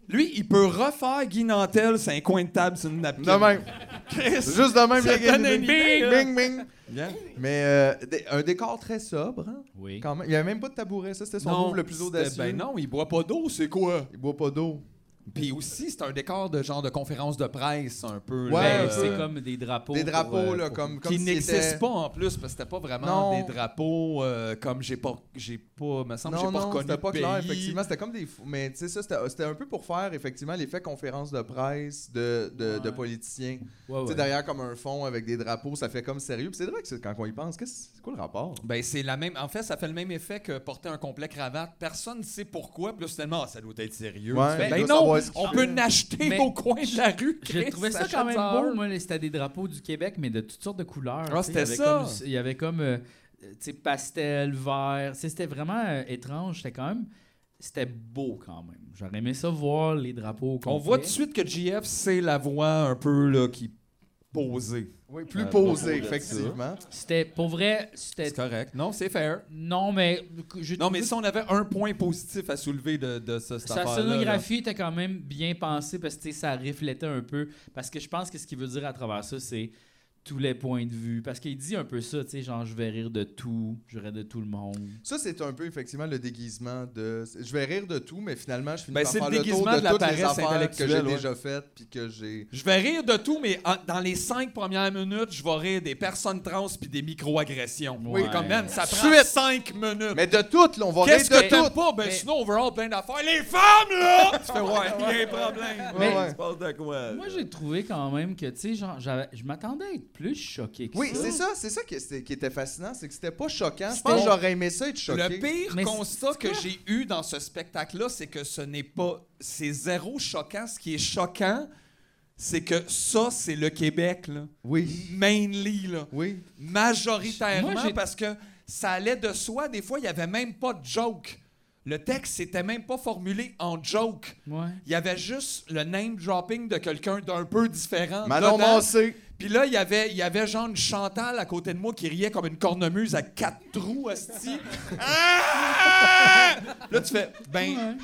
B: Lui, il peut refaire Guy Nantel sur un coin de table sur une napkin.
C: De même,
B: Chris.
C: juste de même,
B: Ça
C: il y a
B: donne
C: gagné.
B: une idée, là.
C: bing, bing. Mais euh, dé- un décor très sobre, hein,
A: Oui.
C: quand même. Il n'y avait même pas de tabouret, ça, c'était son
B: Non,
C: move le plus
B: c'était-
C: audacieux.
B: Ben non, il boit pas d'eau, c'est quoi?
C: Il boit pas d'eau.
B: Puis aussi, c'est un décor de genre de conférence de presse un peu.
C: Ouais,
B: là,
A: Ben,
C: un
B: euh,
A: c'est comme des drapeaux.
C: Des
A: pour,
C: drapeaux,
A: euh,
C: là,
A: pour-
C: comme. comme
B: qui
C: s'il
B: n'existe
C: était-
B: pas en plus parce que c'était pas vraiment
C: Non.
B: des drapeaux euh, comme j'ai pas j'ai pas me semble
C: Non,
B: j'ai pas
C: non,
B: reconnu
C: c'était pas
B: le
C: clair,
B: pays.
C: effectivement. C'était comme des. fou- Mais tu sais, ça, c'était c'était un peu pour faire, effectivement, l'effet conférence de presse de, de, de
A: Ouais.
C: politiciens.
A: Ouais,
C: Tu sais,
A: ouais.
C: derrière, comme un fond avec des drapeaux, ça fait comme sérieux. Puis c'est vrai que c'est- quand on y pense, qu'est-ce- c'est quoi le rapport?
B: Ben c'est la même en fait ça fait le même effet que porter un complet cravate, personne ne sait pourquoi, plus tellement ah, ça doit être sérieux.
C: Ouais,
B: Ben,
C: il doit
B: non,
C: savoir ce qu'il
B: on
C: fait.
B: peut l'acheter
A: Mais
B: au coin de la rue.
A: J'ai
B: Chris,
A: trouvé ça
B: achète
A: quand même
B: ça.
A: beau. Moi, là, c'était des drapeaux du Québec, mais de toutes sortes de couleurs.
B: Ah,
A: tu sais. Il y
B: c'était
A: avait
B: ça.
A: comme- Il y avait comme, euh, euh, tu sais, pastel, vert. Tu sais, C'était vraiment euh, étrange. C'était quand même... C'était beau quand même. J'aurais aimé ça voir les drapeaux. au
B: On
A: complet.
B: voit tout de suite que JF c'est la voix un peu là qui posée.
C: Oui, plus
B: Euh,
C: posé,
B: propos de
C: effectivement.
A: C'était, pour vrai, c'était...
B: C'est correct. Non, c'est fair.
A: Non, mais... j'ai
B: Non, mais
A: trouvé
B: si on avait un point positif à soulever de, de ça, cette
A: Sa
B: affaire-là, là.
A: scénographie était quand même bien pensée parce que tu sais, ça reflétait un peu. Parce que je pense que ce qu'il veut dire à travers ça, c'est tous les points de vue. Parce qu'il dit un peu ça, tu sais, genre, je vais rire de tout, je rire de tout le monde.
C: Ça, c'est un peu effectivement le déguisement de. Je vais rire de tout, mais finalement, je finis
B: Ben,
C: par
B: c'est le
C: faire le tour
B: déguisement
C: de,
B: de la
C: toutes les
B: paresse
C: affaires que j'ai
B: intellectuelle, ouais.
C: déjà faites puis que j'ai.
B: Je vais rire de tout, mais en- dans les cinq premières minutes, je vais rire des personnes trans puis des micro-agressions.
A: Oui.
B: Oui, comme même, ça prend
C: Suite.
B: cinq minutes.
C: Mais de toutes, là, on va rire
B: Qu'est-ce que
C: de
B: t'as
C: toutes.
B: pas? Ben
A: Mais-
B: sinon, overall, plein d'affaires. Les femmes, là! tu fais, ouais, il y a un problème.
C: Mais-
B: Ouais, ouais. Tu parles de quoi?
A: Moi, j'ai trouvé quand même que, tu sais, genre, j'avais- je m'attendais à être plus choqué que
C: Oui,
A: ça.
C: c'est ça, c'est ça qui, c'est- qui était fascinant, c'est que c'était pas choquant. Je
A: C'était-
C: pense que j'aurais aimé ça être choqué.
B: Le pire
A: Mais c'est-
B: constat que j'ai eu dans ce spectacle-là, c'est que ce n'est pas. C'est zéro choquant. Ce qui est choquant, c'est que ça, c'est le Québec, là.
C: Oui,
B: Mainly, là.
C: oui.
B: majoritairement
A: Moi, j'ai-
B: parce que ça allait de soi. Des fois, il n'y avait même pas de joke. Le texte n'était même pas formulé en joke.
A: Ouais.
B: Il y avait juste le name dropping de quelqu'un d'un peu différent.
C: Manon
B: dedans.
C: Massé.
B: Puis là, il y avait, il y avait genre une Chantal à côté de moi qui riait comme une cornemuse à quatre trous,
C: (laughs)
B: hostie. Ah! là, tu fais, ben,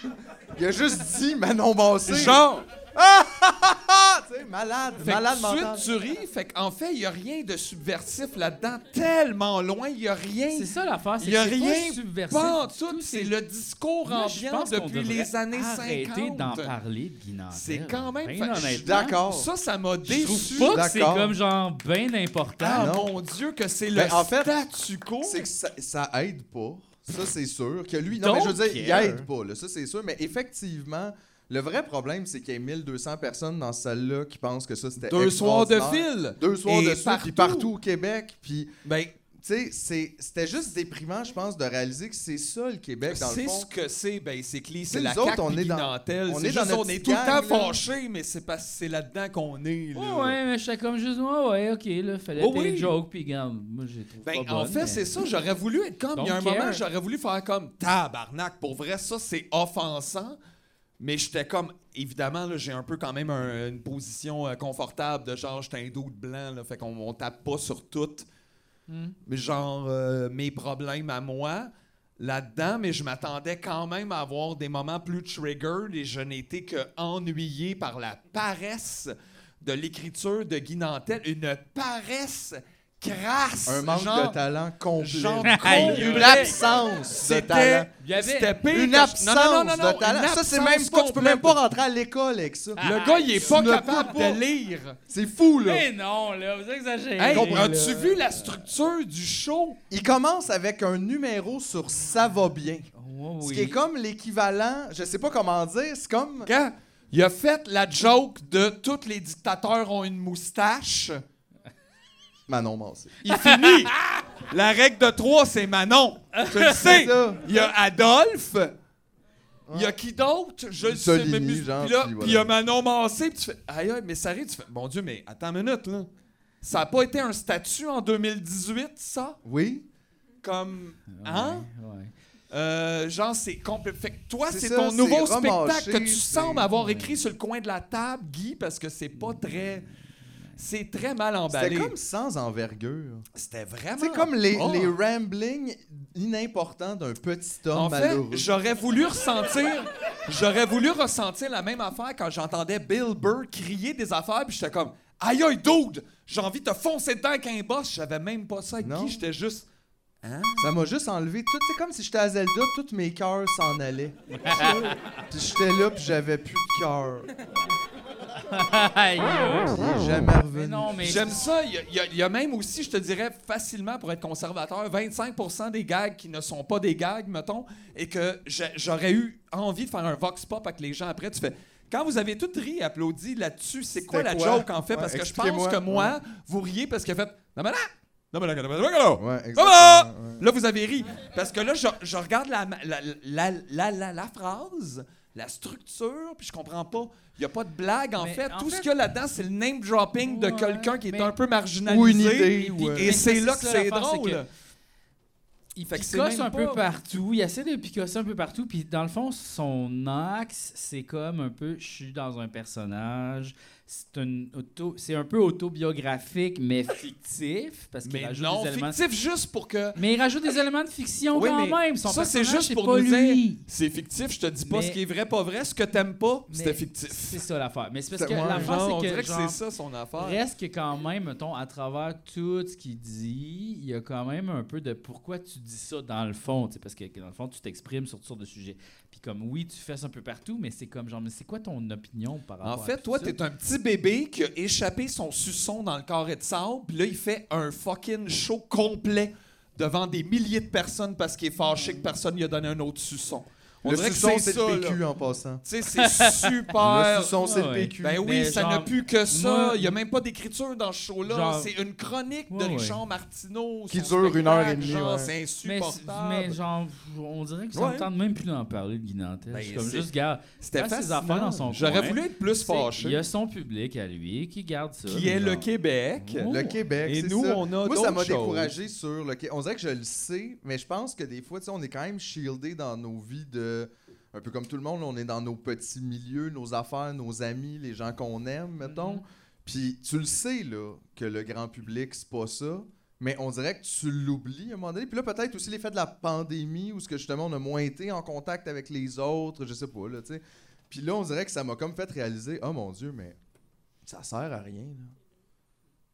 C: Il a juste dit Manon Massé.
B: genre,
C: Ah, (laughs) Tu sais, malade,
B: Fait que
C: malade
B: tout de
C: mental.
B: suite, tu ris. Fait qu'en fait, il n'y a rien de subversif là-dedans. Tellement loin, il n'y a rien.
A: C'est ça l'affaire, c'est
B: Il n'y a
A: que c'est
B: rien.
A: pas subversif.
B: Pas en tout. C'est le discours
A: Moi, je
B: ambiant
A: pense qu'on
B: depuis
A: devrait
B: les années
A: arrêter
B: 50.
A: d'en parler de Guy Nantel.
B: C'est quand même-
A: Ben
B: Fait que je suis
A: honnêtement,
C: D'accord.
B: Ça, ça m'a
A: Je trouve
B: déçu.
A: pas que c'est
C: D'accord.
A: comme genre bien important.
B: Ah
C: non.
B: mon Dieu, que c'est
C: Ben,
B: le
C: en fait,
B: statu quo.
C: C'est que ça, ça aide pas. Ça, c'est sûr. Que lui, non, mais je veux
A: Don't
C: dire,
A: care.
C: il aide pas. là. Ça, c'est sûr. Mais effectivement, le vrai problème, c'est qu'il y a 1200 personnes dans cette salle-là qui pensent que ça, c'était
B: Deux soirs de
C: extraordinaire.
B: fil.
C: Deux soirs
B: Et
C: de suite, puis partout au Québec. Puis,
B: Ben,
C: tu sais, c'est- c'était juste déprimant, je pense, de réaliser que c'est ça, le Québec, dans le
B: C'est
C: fond.
B: ce que c'est, ben, c'est que les-
C: Nous
B: c'est la
C: autres,
B: CAQ
C: on
B: puis
C: est dans-
B: Guinantel.
C: on
B: C'est
C: est dans
B: juste, on
C: notre
B: est
C: petite
B: tout le temps
C: gang, là.
B: fâchés, mais c'est parce que c'est là-dedans qu'on est. là.
A: Ouais, ouais, mais j'étais comme juste, ouais, ouais, ok, là, fallait
B: Oh
A: être
B: oui.
A: une joke, pis gamme, moi, j'ai trouvé
B: Ben,
A: pas
B: en
A: bonne,
B: fait,
A: mais-
B: c'est ça. J'aurais voulu être comme. Il y a un
A: Don't care.
B: moment, j'aurais voulu faire comme tabarnak. Pour vrai, ça, c'est offensant. Mais j'étais comme. Évidemment, là, j'ai un peu quand même un- une position euh, confortable de genre, j'étais un doute blanc, là, fait qu'on on tape pas sur tout.
A: Hmm.
B: Mais Genre, euh, mes problèmes à moi là-dedans, mais je m'attendais quand même à avoir des moments plus triggered et je n'étais que ennuyé par la paresse de l'écriture de Guy Nantel. Une paresse crasse.
C: Un manque
B: genre-
C: de talent complet.
B: Genre
A: Aïe,
C: une
B: complet.
C: absence de
B: C'était
C: talent.
A: Il y avait-
B: c'était pire
C: Une
B: que-
C: absence
B: non, non, non, non,
C: de talent.
B: une
C: Ça, c'est
B: absence
C: même pas. Tu peux même pas
B: complète.
C: rentrer à l'école avec ça.
B: Le gars, il est pas
C: Tu ne
B: capable
C: peux pas.
B: de lire.
C: C'est fou, là.
A: Mais non, là, vous exagérez.
B: Hey,
A: là.
B: as-tu vu la structure du show?
C: Il commence avec un numéro sur ça va bien.
A: Ouais, oui.
C: Ce qui est comme l'équivalent, je sais pas comment dire, c'est comme.
B: Quand il a fait la joke de tous les dictateurs ont une moustache,
C: Manon Massé.
B: il finit. la règle de trois, c'est Manon. (laughs) Je le sais.
C: C'est ça.
B: Il y a Adolphe. Il y a qui d'autre? Je le sais.
C: Mussolini,
B: mais puis
C: genre,
B: là,
C: puis
B: puis il y a
C: voilà.
B: Manon Massé. Puis tu fais, aïe, aïe, mais ça arrive. Tu fais, mon Dieu, mais attends une minute, là. Ça n'a pas été un statut en 2018, ça?
C: Oui.
B: Comme,
C: Ah,
B: hein?
A: Ouais. (laughs)
B: Euh, genre, c'est complet. Fait que toi,
C: C'est
B: c'est
C: ça,
B: ton
C: c'est
B: nouveau
C: remâché,
B: spectacle que tu
C: c'est-
B: sembles avoir écrit sur le coin de la table, Guy, parce que c'est pas très. C'est très mal
C: C'était
B: emballé.
C: comme sans envergure.
B: C'était vraiment.
C: C'est comme les,
B: Oh.
C: les ramblings inimportants d'un petit homme
B: En fait,
C: malheureux.
B: j'aurais voulu ressentir. J'aurais voulu ressentir la même affaire quand j'entendais Bill Burr crier des affaires, puis j'étais comme. Aïe, aïe, dude! J'ai envie de te foncer dedans avec un boss. Je savais même pas ça avec
C: Non.
B: Guy, j'étais juste.
C: Ça m'a juste enlevé tout. C'est comme si j'étais à Zelda, tous mes cœurs s'en
B: (laughs)
C: allaient. puis j'étais là, puis j'avais plus de cœur.
A: Aïe, aïe.
C: Il
B: Ah.
C: est jamais
A: Mais
C: revenu.
A: non, mais.
B: J'aime ça. Il y a- il y, a- il y a même aussi, je te dirais facilement, pour être conservateur, 25 des gags qui ne sont pas des gags, mettons, et que j'a- j'aurais eu envie de faire un vox pop avec les gens après. Tu fais. Quand vous avez tout ri, applaudi là-dessus, c'est quoi la
C: C'était quoi?
B: joke en fait?
C: Ouais,
B: parce que je pense
C: expliquez-moi.
B: que moi, vous riez parce que fait. Non, mais là! Non, mais là, non, mais là, non, mais là.
C: Ouais,
B: Ah!
C: exactement. ouais.
B: Là, vous avez ri. Parce que là, je, je regarde la, la, la, la, la- la phrase, la structure, puis je comprends pas. Il n'y a pas de blague, en
A: Mais
B: fait.
A: en
B: Tout
A: fait-
B: ce qu'il y a là-dedans, c'est le name-dropping de
A: Ouais,
B: quelqu'un qui est
A: mais-
B: un peu marginalisé.
C: Ou une idée,
A: Puis-
C: ouais.
A: puis-
B: Et c'est
A: mais
B: là
A: ça,
B: que c'est
A: l'affaire, c'est
B: drôle.
A: Il
B: Fait que c'est
A: picosse
B: même
A: un peu
B: pas-
A: partout, il essaie de picosser un peu partout, puis dans le fond, son axe, c'est comme un peu, je suis dans un personnage, c'est une auto, c'est un peu autobiographique,
B: (laughs)
A: mais fictif, parce qu'il
B: Mais
A: rajoute
B: non,
A: des éléments...
B: fictif juste pour que.
A: Mais il rajoute des éléments de fiction
B: Oui,
A: quand
B: mais
A: même, son
B: ça, c'est
A: personnage,
B: juste pour
A: pas
B: nous
A: lui.
B: dire c'est fictif, je te dis pas
A: Mais-
B: ce qui est vrai, pas vrai, ce que t'aimes pas,
A: Mais
B: c'était fictif.
A: C'est ça l'affaire. Mais c'est parce que
C: C'est- ouais,
A: l'affaire,
B: Genre, on
A: c'est
B: dirait
A: que
B: que
A: genre,
B: c'est ça son affaire.
A: Reste que quand même, mettons, à travers tout ce qu'il dit, il y a quand même un peu de pourquoi tu dis ça dans le fond, tu sais, parce que dans le fond, tu t'exprimes sur toutes sortes de sujets. Puis comme oui, tu fais ça un peu partout, mais c'est comme genre, mais c'est quoi ton opinion par rapport
B: En
A: à
B: fait,
A: tout
B: toi,
A: ça?
B: t'es un petit bébé qui a échappé son suçon dans le carré de sable, puis là, il fait un fucking show complet devant des milliers de personnes parce qu'il est fâché que personne lui a donné un autre suçon. On
C: Le
B: dirait que
C: suçon,
B: c'est
C: c'est
B: ça,
C: le
B: là.
C: PQ
B: Tu
C: en passant.
B: sais, c'est
C: Le
B: super...
C: suçon, c'est le
A: Ah ouais.
C: PQ.
B: Ben oui,
A: Mais
B: ça
A: genre,
B: n'a plus que ça.
A: moi-
B: Il n'y a même pas d'écriture dans ce show-là.
A: Genre-
B: C'est une chronique
A: Ouais,
B: de
A: ouais.
B: Richard Martineau.
C: Qui
B: son
C: dure une heure et
B: spectacle,
C: demie,
B: genre,
C: ouais.
B: C'est
A: mais,
B: insupportable.
A: mais genre, on dirait que ça
B: Ouais.
A: me tente même plus d'en parler de Guy Nantel.
B: Ben,
A: Je suis comme
B: c'est-
A: juste, gars,
B: C'était
A: fais ah, ses
B: fascinant.
A: affaires dans son
B: J'aurais
A: coin.
B: voulu être plus
A: il y
B: fâché.
A: a son public à lui qui garde ça.
B: Qui
A: mais
B: est le
A: genre-
B: Québec.
A: Ouais.
C: Le Québec,
B: Et
C: c'est
B: nous,
C: ça.
B: on a
C: Moi, ça
B: d'autres
C: m'a
B: choses.
C: découragé sur le Qué- On dirait que je le sais, mais je pense que des fois, tu sais, on est quand même shieldé dans nos vies de. Un peu comme tout le monde, là, on est dans nos petits milieux, nos affaires, nos amis, les gens qu'on aime, mettons.
A: Mhm.
C: Puis tu le sais, là, que le grand public, c'est pas ça. Mais on dirait que tu l'oublies à un moment donné. Puis là, peut-être aussi l'effet de la pandémie où ce que justement on a moins été en contact avec les autres, je sais pas, là, tu sais. Puis là, on dirait que ça m'a comme fait réaliser, oh mon Dieu, mais ça sert à rien. là.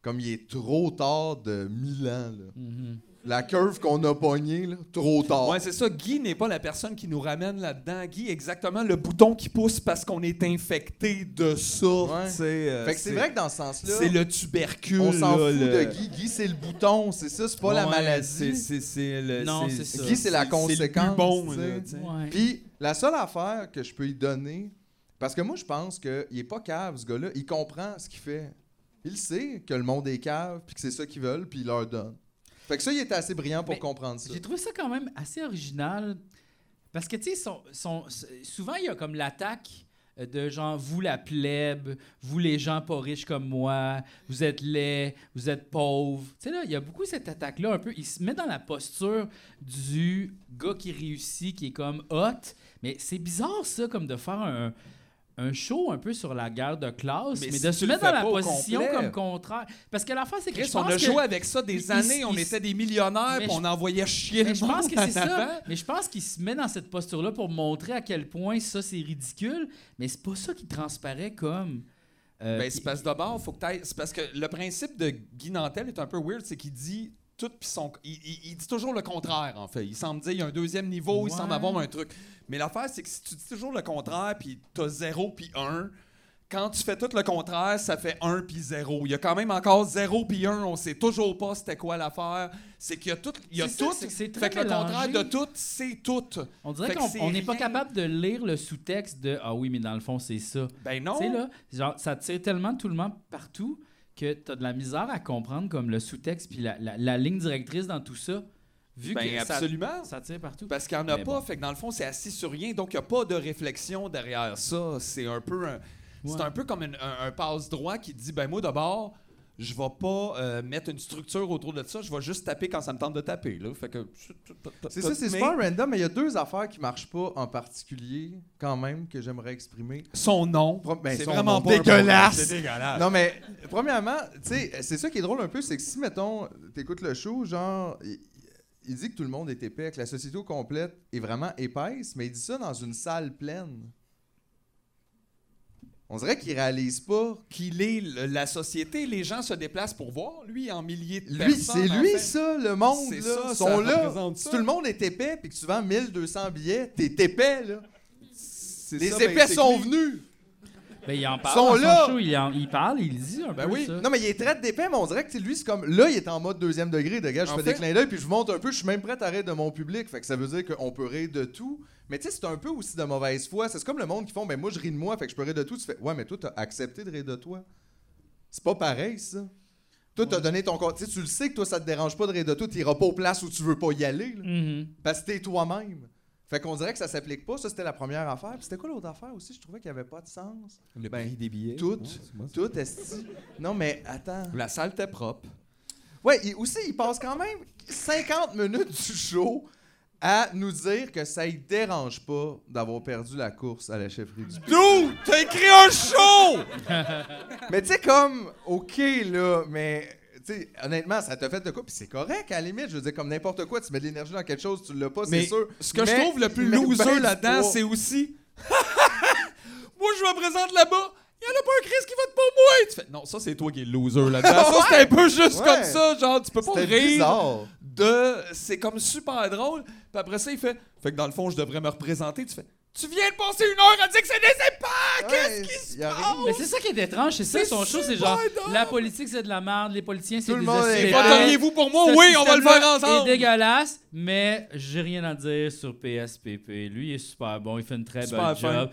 C: Comme il est trop tard de mille ans. Là.
A: Mhm.
C: La curve qu'on a pognée, là, trop tard.
B: Ouais, c'est ça. Guy n'est pas la personne qui nous ramène là-dedans. Guy, exactement le bouton qui pousse parce qu'on est infecté de ça.
C: Ouais.
B: tu sais, euh,
C: fait que c'est vrai que dans ce sens-là,
B: c'est le tubercule.
C: on s'en
B: là,
C: fout de
B: le-
C: Guy. Guy, c'est le bouton, c'est ça, c'est pas la
B: Ouais, c'est-
C: maladie.
B: c'est- c'est le-
A: Non, c'est ça.
C: Guy, c'est la
B: C'est le plus
C: conséquence.
B: bon,
C: tu
B: là,
C: sais.
B: tu sais.
A: Ouais.
C: Puis la seule affaire que je peux y donner, parce que moi je pense qu'il est pas cave ce gars-là, il comprend ce qu'il fait. Il sait que le monde est cave, puis que c'est ça qu'ils veulent, puis il leur donne. Fait que ça, il était assez brillant pour
A: Mais
C: comprendre ça.
A: J'ai trouvé ça quand même assez original. Parce que, tu sais, son- son- s- souvent, il y a comme l'attaque euh, de genre, vous la plèbe, vous les gens pas riches comme moi, vous êtes laids, vous êtes pauvres. Tu sais, là, il y a beaucoup cette attaque-là un peu. Il se met dans la posture du gars qui réussit, qui est comme hot. Mais c'est bizarre, ça, comme de faire un, un show un peu sur la guerre de classe,
B: Mais
A: mais,
B: si
A: de
B: tu
A: se
B: le
A: mettre
B: fais
A: dans la
B: pas au
A: position
B: complet.
A: comme contraire. Parce que la l'affaire, c'est que
B: Chris,
A: je
B: on
A: pense
B: a
A: que-
B: joué avec ça des
A: il-
B: années,
A: il-
B: on
A: il-
B: était des millionnaires,
A: Mais
B: puis on
A: je-
B: envoyait chier le
A: Mais je
B: monde
A: pense que
B: en
A: c'est
B: avant.
A: ça. Mais je pense qu'il se met dans cette posture-là pour montrer à quel point ça, c'est ridicule. Mais c'est pas ça qui transparaît comme. euh,
B: Ben,
A: qui-
B: c'est parce que d'abord, faut que t'ailles- C'est parce que le principe de Guy Nantel est un peu weird, c'est qu'il dit tout puis son. Il, il- il dit toujours le contraire, en fait. Il semble dire il y a un deuxième niveau, il
A: Ouais.
B: semble avoir un truc. Mais l'affaire, c'est que si tu dis toujours le contraire, puis t'as 0 puis 1, quand tu fais tout le contraire, ça fait 1 puis 0. Il y a quand même encore 0 puis 1, on sait toujours pas c'était quoi l'affaire. C'est qu'il y a tout. Il y a
A: C'est ça,
B: tout.
A: c'est que c'est très
B: fait que le contraire
A: mélangé.
B: de tout, c'est tout.
A: on dirait
B: fait que
A: qu'on
B: c'est
A: on n'est pas
B: rien.
A: capable de lire le sous-texte de Ah oui, mais dans le fond, c'est ça.
B: Ben non.
A: Tu sais, là, genre, ça tire tellement tout le monde partout que t'as de la misère à comprendre comme le sous-texte puis la, la- la ligne directrice dans tout ça. Vu
B: Ben,
A: que ça-
B: absolument.
A: Ça, tire partout.
B: Parce qu'il n'y en a
A: Mais
B: pas,
A: bon.
B: fait que dans le fond, c'est assis sur rien, donc il n'y a pas de réflexion derrière ça. C'est un peu un, c'est
A: Ouais.
B: un peu comme une- un, un passe-droit qui dit ben moi d'abord, je vais pas euh, mettre une structure autour de ça, je vais juste taper quand ça me tente de taper. Là. Fait que.
C: C'est ça, c'est
B: Mais
C: super random, mais il y a deux affaires qui marchent pas en particulier, quand même, que j'aimerais exprimer.
B: Son nom.
C: Pro- ben,
B: c'est
C: son
B: vraiment
C: nom
B: pas un
C: dégueulasse.
B: bon- C'est dégueulasse.
C: Non, mais premièrement, tu sais, c'est ça qui est drôle un peu, c'est que si, mettons, t'écoutes le show, genre, il, il dit que tout le monde est épais, que la société au complète est vraiment épaisse, mais il dit ça dans une salle pleine. On dirait qu'il réalise pas.
B: Qu'il est le- la société, les gens se déplacent pour voir, lui, en milliers de
C: Lui,
B: personnes.
C: c'est
B: en
C: lui,
B: fait.
C: ça, le monde,
B: C'est
C: là.
B: ça, ça
C: sont là.
B: représente
C: Si
B: ça.
C: tout le monde est épais puis que tu vends 1200 billets, t'es épais, là.
B: C'est
C: Les
B: ça, ben,
C: épais
B: c'est
C: sont
B: que lui-
C: venus.
A: Ben, il en parle.
C: Sont
A: dans son
C: là!
A: show, il, en- il parle, il dit un
C: Ben
A: peu
C: oui.
A: ça.
C: Non, mais il est très d'épais, mais on dirait que tu sais, lui, c'est comme. Là, il est en mode deuxième degré. De gars, je
B: En
C: fais
B: fait-
C: des clins d'œil, puis je vous montre un peu. Je suis même prêt à rire de mon public. Fait que ça veut dire qu'on peut rire de tout. Mais tu sais, c'est un peu aussi de mauvaise foi. C'est comme le monde qui font, ben moi, je ris de moi, fait que je peux rire de tout. Tu fais, ouais, mais toi, t'as accepté de rire de toi. C'est pas pareil, ça. Toi, t'as donné ton corps. Tu sais, tu le sais que toi, ça te dérange pas de rire de tout. T'iras pas aux places où tu veux pas y aller, là,
A: Mhm.
C: Parce que t'es toi-même. Fait qu'on dirait que ça s'applique pas. Ça, c'était la première affaire. Puis c'était quoi l'autre affaire aussi? Je trouvais qu'il y avait pas de sens.
B: Le
C: Ben,
B: prix des billets.
C: tout.
B: Ouais, c'est moi, ça.
C: Tout, est Non, mais attends.
B: La salle était propre.
C: Ouais, et aussi, il passe quand même 50 minutes du show à nous dire que ça ne dérange pas d'avoir perdu la course à la chefferie du pays.
B: D'où t'as écrit un show?
C: Mais tu sais, comme, OK, là, mais. tu sais, honnêtement, ça t'a fait de quoi? Puis c'est correct, à la limite. Je veux dire, comme n'importe quoi, tu mets de l'énergie dans quelque chose, tu l'as pas, c'est
B: Mais
C: sûr.
B: Ce que je
C: (laughs) Mais
B: trouve le plus
C: il met
B: loser
C: ben du
B: là-dedans,
C: poids.
B: c'est aussi. (laughs) moi, je me présente là-bas. Il n'y en a pas un Chris qui vote pour moi. Tu fais, non, ça, c'est toi qui es le
C: (laughs)
B: loser là-dedans. ça, c'est un peu juste
C: Ouais.
B: comme ça. Genre, tu peux pas
C: C'était
B: rire
C: bizarre.
B: de. C'est comme super drôle. Puis après ça, il fait. Fait que dans le fond, je devrais me représenter. Tu fais, tu viens de passer une heure à dire que c'est des épais. Ah, Qu'est-ce
C: Ouais,
B: qui se
C: y a rien.
B: passe?
A: Mais c'est ça qui est étrange, c'est ça
B: C'est
A: son show, c'est
B: super
A: genre
B: drôle.
A: la politique c'est de la merde, les politiciens c'est
C: Tout le
A: des
C: monde est
A: estimes.
C: pas-
B: Voteriez-vous pour moi?
A: Ce
B: Oui, on va le faire
A: système-là
B: ensemble.
A: est dégueulasse, mais j'ai rien à dire sur PSPP. Lui, il est super bon, il fait une très
B: Super
A: bonne
B: fin.
A: job.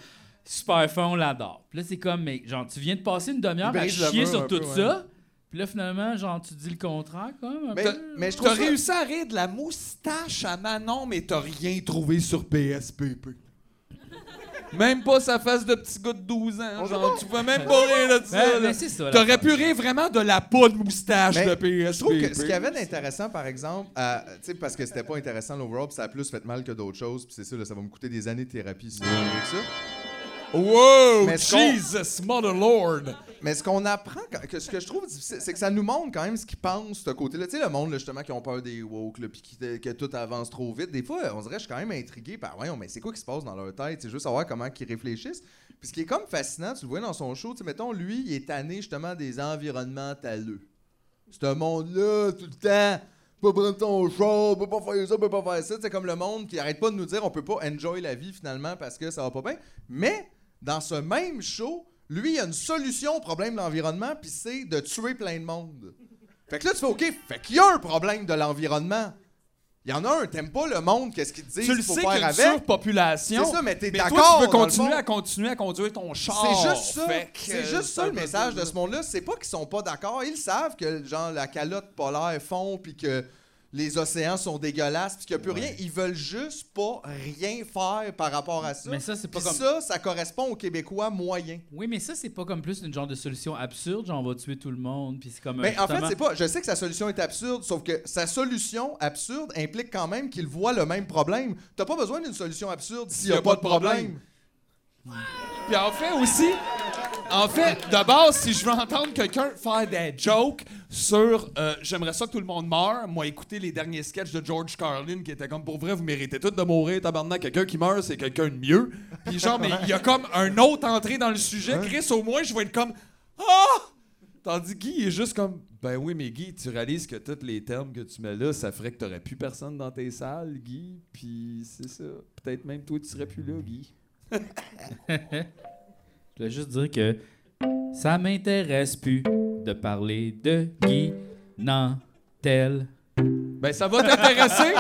A: Super fin, on l'adore. Puis là, c'est comme, mais genre, tu viens de passer une demi-heure
C: Il
A: à
C: brise le
A: chier
C: mur
A: sur
C: Ben, un
A: tout
C: peu, ouais. Ben
A: ça. Puis là, finalement, genre, tu dis le contraire, comme. un
C: Mais,
A: peu.
C: mais je
B: T'as
C: trouve ça-
B: réussi à rire de la moustache à Manon, mais t'as rien trouvé sur PSPP. Même pas sa face de petit gars de 12 ans. Genre, tu pouvais même pas rire de ça.
A: Ben,
B: là.
A: mais c'est ça. là.
B: T'aurais pu rire vraiment de la peau de moustache
C: Mais
B: de PSPP.
C: Ben, Je trouve que ce qu'il y avait d'intéressant, par exemple, à- tu sais, parce que c'était pas intéressant l'overall, puis ça a plus fait mal que d'autres choses, puis c'est ça, là, ça va me coûter des années de thérapie si je veux avec ça.
B: Wow!
C: Mais ce qu'on-
B: Jesus, Mother Lord!
C: Mais ce qu'on apprend, quand- que ce que je trouve difficile, c'est que ça nous montre quand même ce qu'ils pensent, ce côté-là. Tu sais, le monde, là, justement, qui ont peur des woke, là, puis qui- que tout avance trop vite. Des fois, on dirait, je suis quand même intrigué par, voyons, mais c'est quoi qui se passe dans leur tête? C'est juste savoir comment ils réfléchissent. Puis ce qui est comme fascinant, tu le vois dans son show, tu sais, mettons, lui, il est tanné, justement, des environnements taleux. C'est un monde-là, tout le temps. Pas prendre ton char, peut pas faire ça, peut pas faire ça. C'est comme le monde qui arrête pas de nous dire on peut pas enjoy la vie finalement parce que ça va pas bien. Mais dans ce même show, lui, il a une solution au problème de l'environnement, puis c'est de tuer plein de monde. Fait que là, tu fais OK, fait qu'il y a un problème de l'environnement. Il y en a un, t'aimes pas le monde, qu'est-ce qu'ils te disent
B: Tu le
C: qu'il faut
B: sais qu'il y
C: faire
B: a une
C: avec.
B: surpopulation.
C: C'est ça, mais t'es
B: toi,
C: d'accord,
B: tu veux
C: dans le
B: continuer
C: fond.
B: à continuer à conduire ton char.
C: C'est juste ça.
B: Fait que,
C: C'est
B: euh,
C: juste Oh, ça le
B: un peu
C: message
B: ça.
C: de ce monde-là. C'est pas qu'ils sont pas d'accord. Ils savent que genre la calotte polaire fond puis que les océans sont dégueulasses puis qu'il n'y a plus rien. Ils veulent juste pas rien faire par rapport à ça.
A: Mais ça, c'est pas
C: Puis
A: comme.
C: ça, ça correspond aux Québécois moyens.
A: Oui, mais ça, c'est pas comme plus une genre de solution absurde, genre on va tuer tout le monde, puis c'est comme.
C: Mais Ben, en fait,
A: justement-
C: c'est pas. Je sais que sa solution est absurde, sauf que sa solution absurde implique quand même qu'il voit le même problème. T'as pas besoin d'une solution absurde s'il n'y a, pas de problème.
B: Puis en fait aussi, en fait, de base, si je veux entendre quelqu'un faire des jokes sur euh, J'aimerais ça que tout le monde meure, moi écouter les derniers sketchs de George Carlin qui était comme pour vrai, vous méritez tous de mourir, tabarnak, quelqu'un qui meurt, c'est quelqu'un de mieux. Puis genre, mais il y a comme un autre entrée dans le sujet. Chris, au moins, je vais être comme Ah! Tandis que Guy il est juste comme Ben oui, mais Guy, tu réalises que tous les termes que tu mets là, ça ferait que t'aurais plus personne dans tes salles, Guy. Puis c'est ça. Peut-être même toi, tu serais plus là, Guy.
A: Je voulais juste dire que ça m'intéresse plus de parler de Guy Nantel.
B: Ben, ça va t'intéresser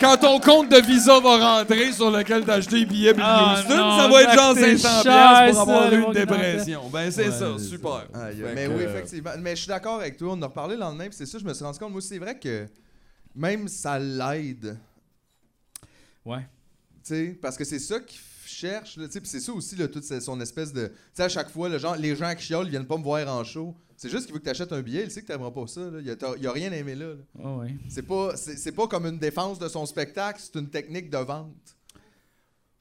B: quand ton compte de Visa va rentrer sur lequel t'as acheté les billets Bill
A: Ah
B: Houston,
A: non,
B: ça va être genre
A: c'est
B: 500
A: cher,
B: piastres pour avoir
A: ça,
B: eu
A: mon
B: une
A: grand-père.
B: dépression. Ben, c'est
A: Ouais,
B: ça,
A: c'est
B: super.
C: Aïe,
B: Fait
C: mais
B: que,
C: oui,
B: euh,
C: effectivement. Mais je suis d'accord avec toi. On en a reparlé le lendemain, puis c'est ça, je me suis rendu compte. Moi aussi, c'est vrai que même ça l'aide.
A: Ouais.
C: Tu sais, parce que c'est ça qu'ils f- cherchent. là, tu sais, Puis c'est ça aussi, là, toute sa- son espèce de. Tu sais, à chaque fois, le genre, les gens qui chiolent, ils viennent pas me voir en show. C'est juste qu'il veut que tu achètes un billet, il sait que t'aimeras pas ça. là. Il, y a, t'as- il y a rien aimé là. là.
A: Oh, ouais.
C: C'est pas, c'est, c'est pas comme une défense de son spectacle, c'est une technique de vente.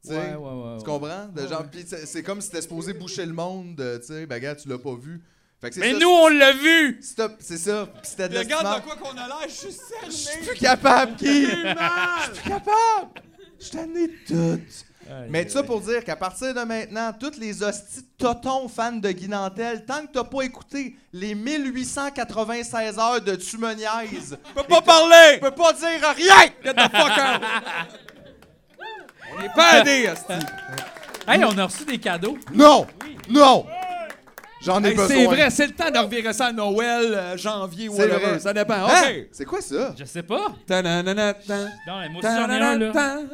C: Tu sais,
A: Ouais, ouais, ouais,
C: Tu
A: ouais.
C: comprends? De genre, puis c'est, c'est comme si t'étais supposé boucher le monde, de, tu sais, ben gars, tu l'as pas vu. Fait que c'est
A: Mais
C: ça,
A: nous, on l'a vu!
C: Stop, c'est ça. Puis c'était de
B: Regarde
C: l'estimant.
B: de quoi qu'on a l'air, je suis cerné.
C: Je suis plus capable, Guy! Je suis plus capable! Je t'en ai toutes. Mais tout ça pour dire qu'à partir de maintenant, toutes les hosties de totons fans de Guy Nantel, tant que t'as pas écouté les 1896 heures de Tu me niaises,
B: peux pas parler!
C: tu peux pas dire rien!
B: Get the fuck out! On est pas aidé, Asti.
A: Hey, on a reçu des cadeaux.
C: Non! Non! J'en ai
B: Hey,
C: besoin.
B: c'est vrai, c'est le temps de revirer ça à Noël, euh, janvier,
C: C'est
B: whatever.
C: vrai.
B: Ça dépend.
C: Hein?
B: OK!
C: C'est quoi ça?
A: Je sais pas.
B: Ta-na-na-na-tan,
A: Non, mais moi aussi, j'en ai un, là.
B: ta-na-na-tan.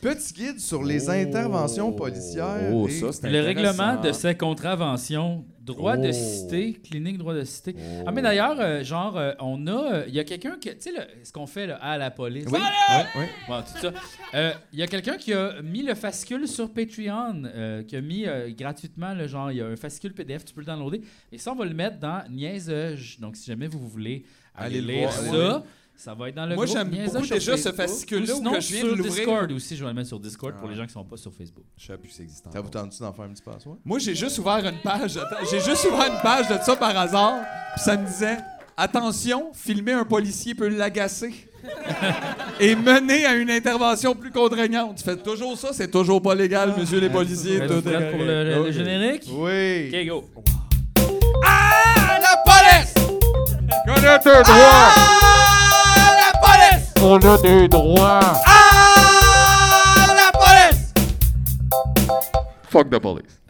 C: Petit guide sur les interventions policières.
B: Oh,
C: et-
B: ça, c'est
A: Le règlement
B: intéressant.
A: de ces contraventions, droit
C: Oh.
A: de cité, clinique droit de cité. Ah, mais d'ailleurs, euh, genre, euh, on a. Il y a quelqu'un qui. Tu sais, le- ce qu'on fait là, à la police.
C: Oui, oui, oui.
A: Bon, tout ça. Il y a quelqu'un qui a mis le fascicule sur Patreon, euh, qui a mis euh, gratuitement, le genre, il y a un fascicule PDF, tu peux le downloader. Et ça, on va le mettre dans Niaiseuge. Donc, si jamais vous voulez aller
B: Allez le
A: lire
B: voir,
A: ça, ça va être dans le
B: Moi,
A: groupe
B: j'aime
A: Niaiseuge
B: beaucoup
A: sur
B: déjà ce
A: Facebook.
B: fascicule-là
A: Ou
B: où
A: sinon,
B: que je viens de
A: sur
B: l'ouvrir.
A: Discord aussi, je vais le mettre sur Discord pour les gens qui sont pas sur Facebook.
B: Je sais plus si c'est existant.
C: Ça vous tente-tu d'en faire un petit passoire?
B: Moi, j'ai juste ouvert une page. attends, J'ai juste ouvert une page de ça par hasard. Puis ça me disait Attention, filmer un policier peut
I: (laughs)
B: l'agacer et mener à une intervention plus contraignante. Tu fais toujours ça, c'est toujours pas légal, monsieur les policiers.
A: Êtes-vous
B: tout Oh, est
A: prêts pour le, le- le
B: correct.
A: générique?
C: Oui!
A: Ok, go.
B: À Ah, la police
I: Connais tes droits!
B: À Ah, la police
I: On a des droits!
B: À Ah, la police
I: Fuck the police.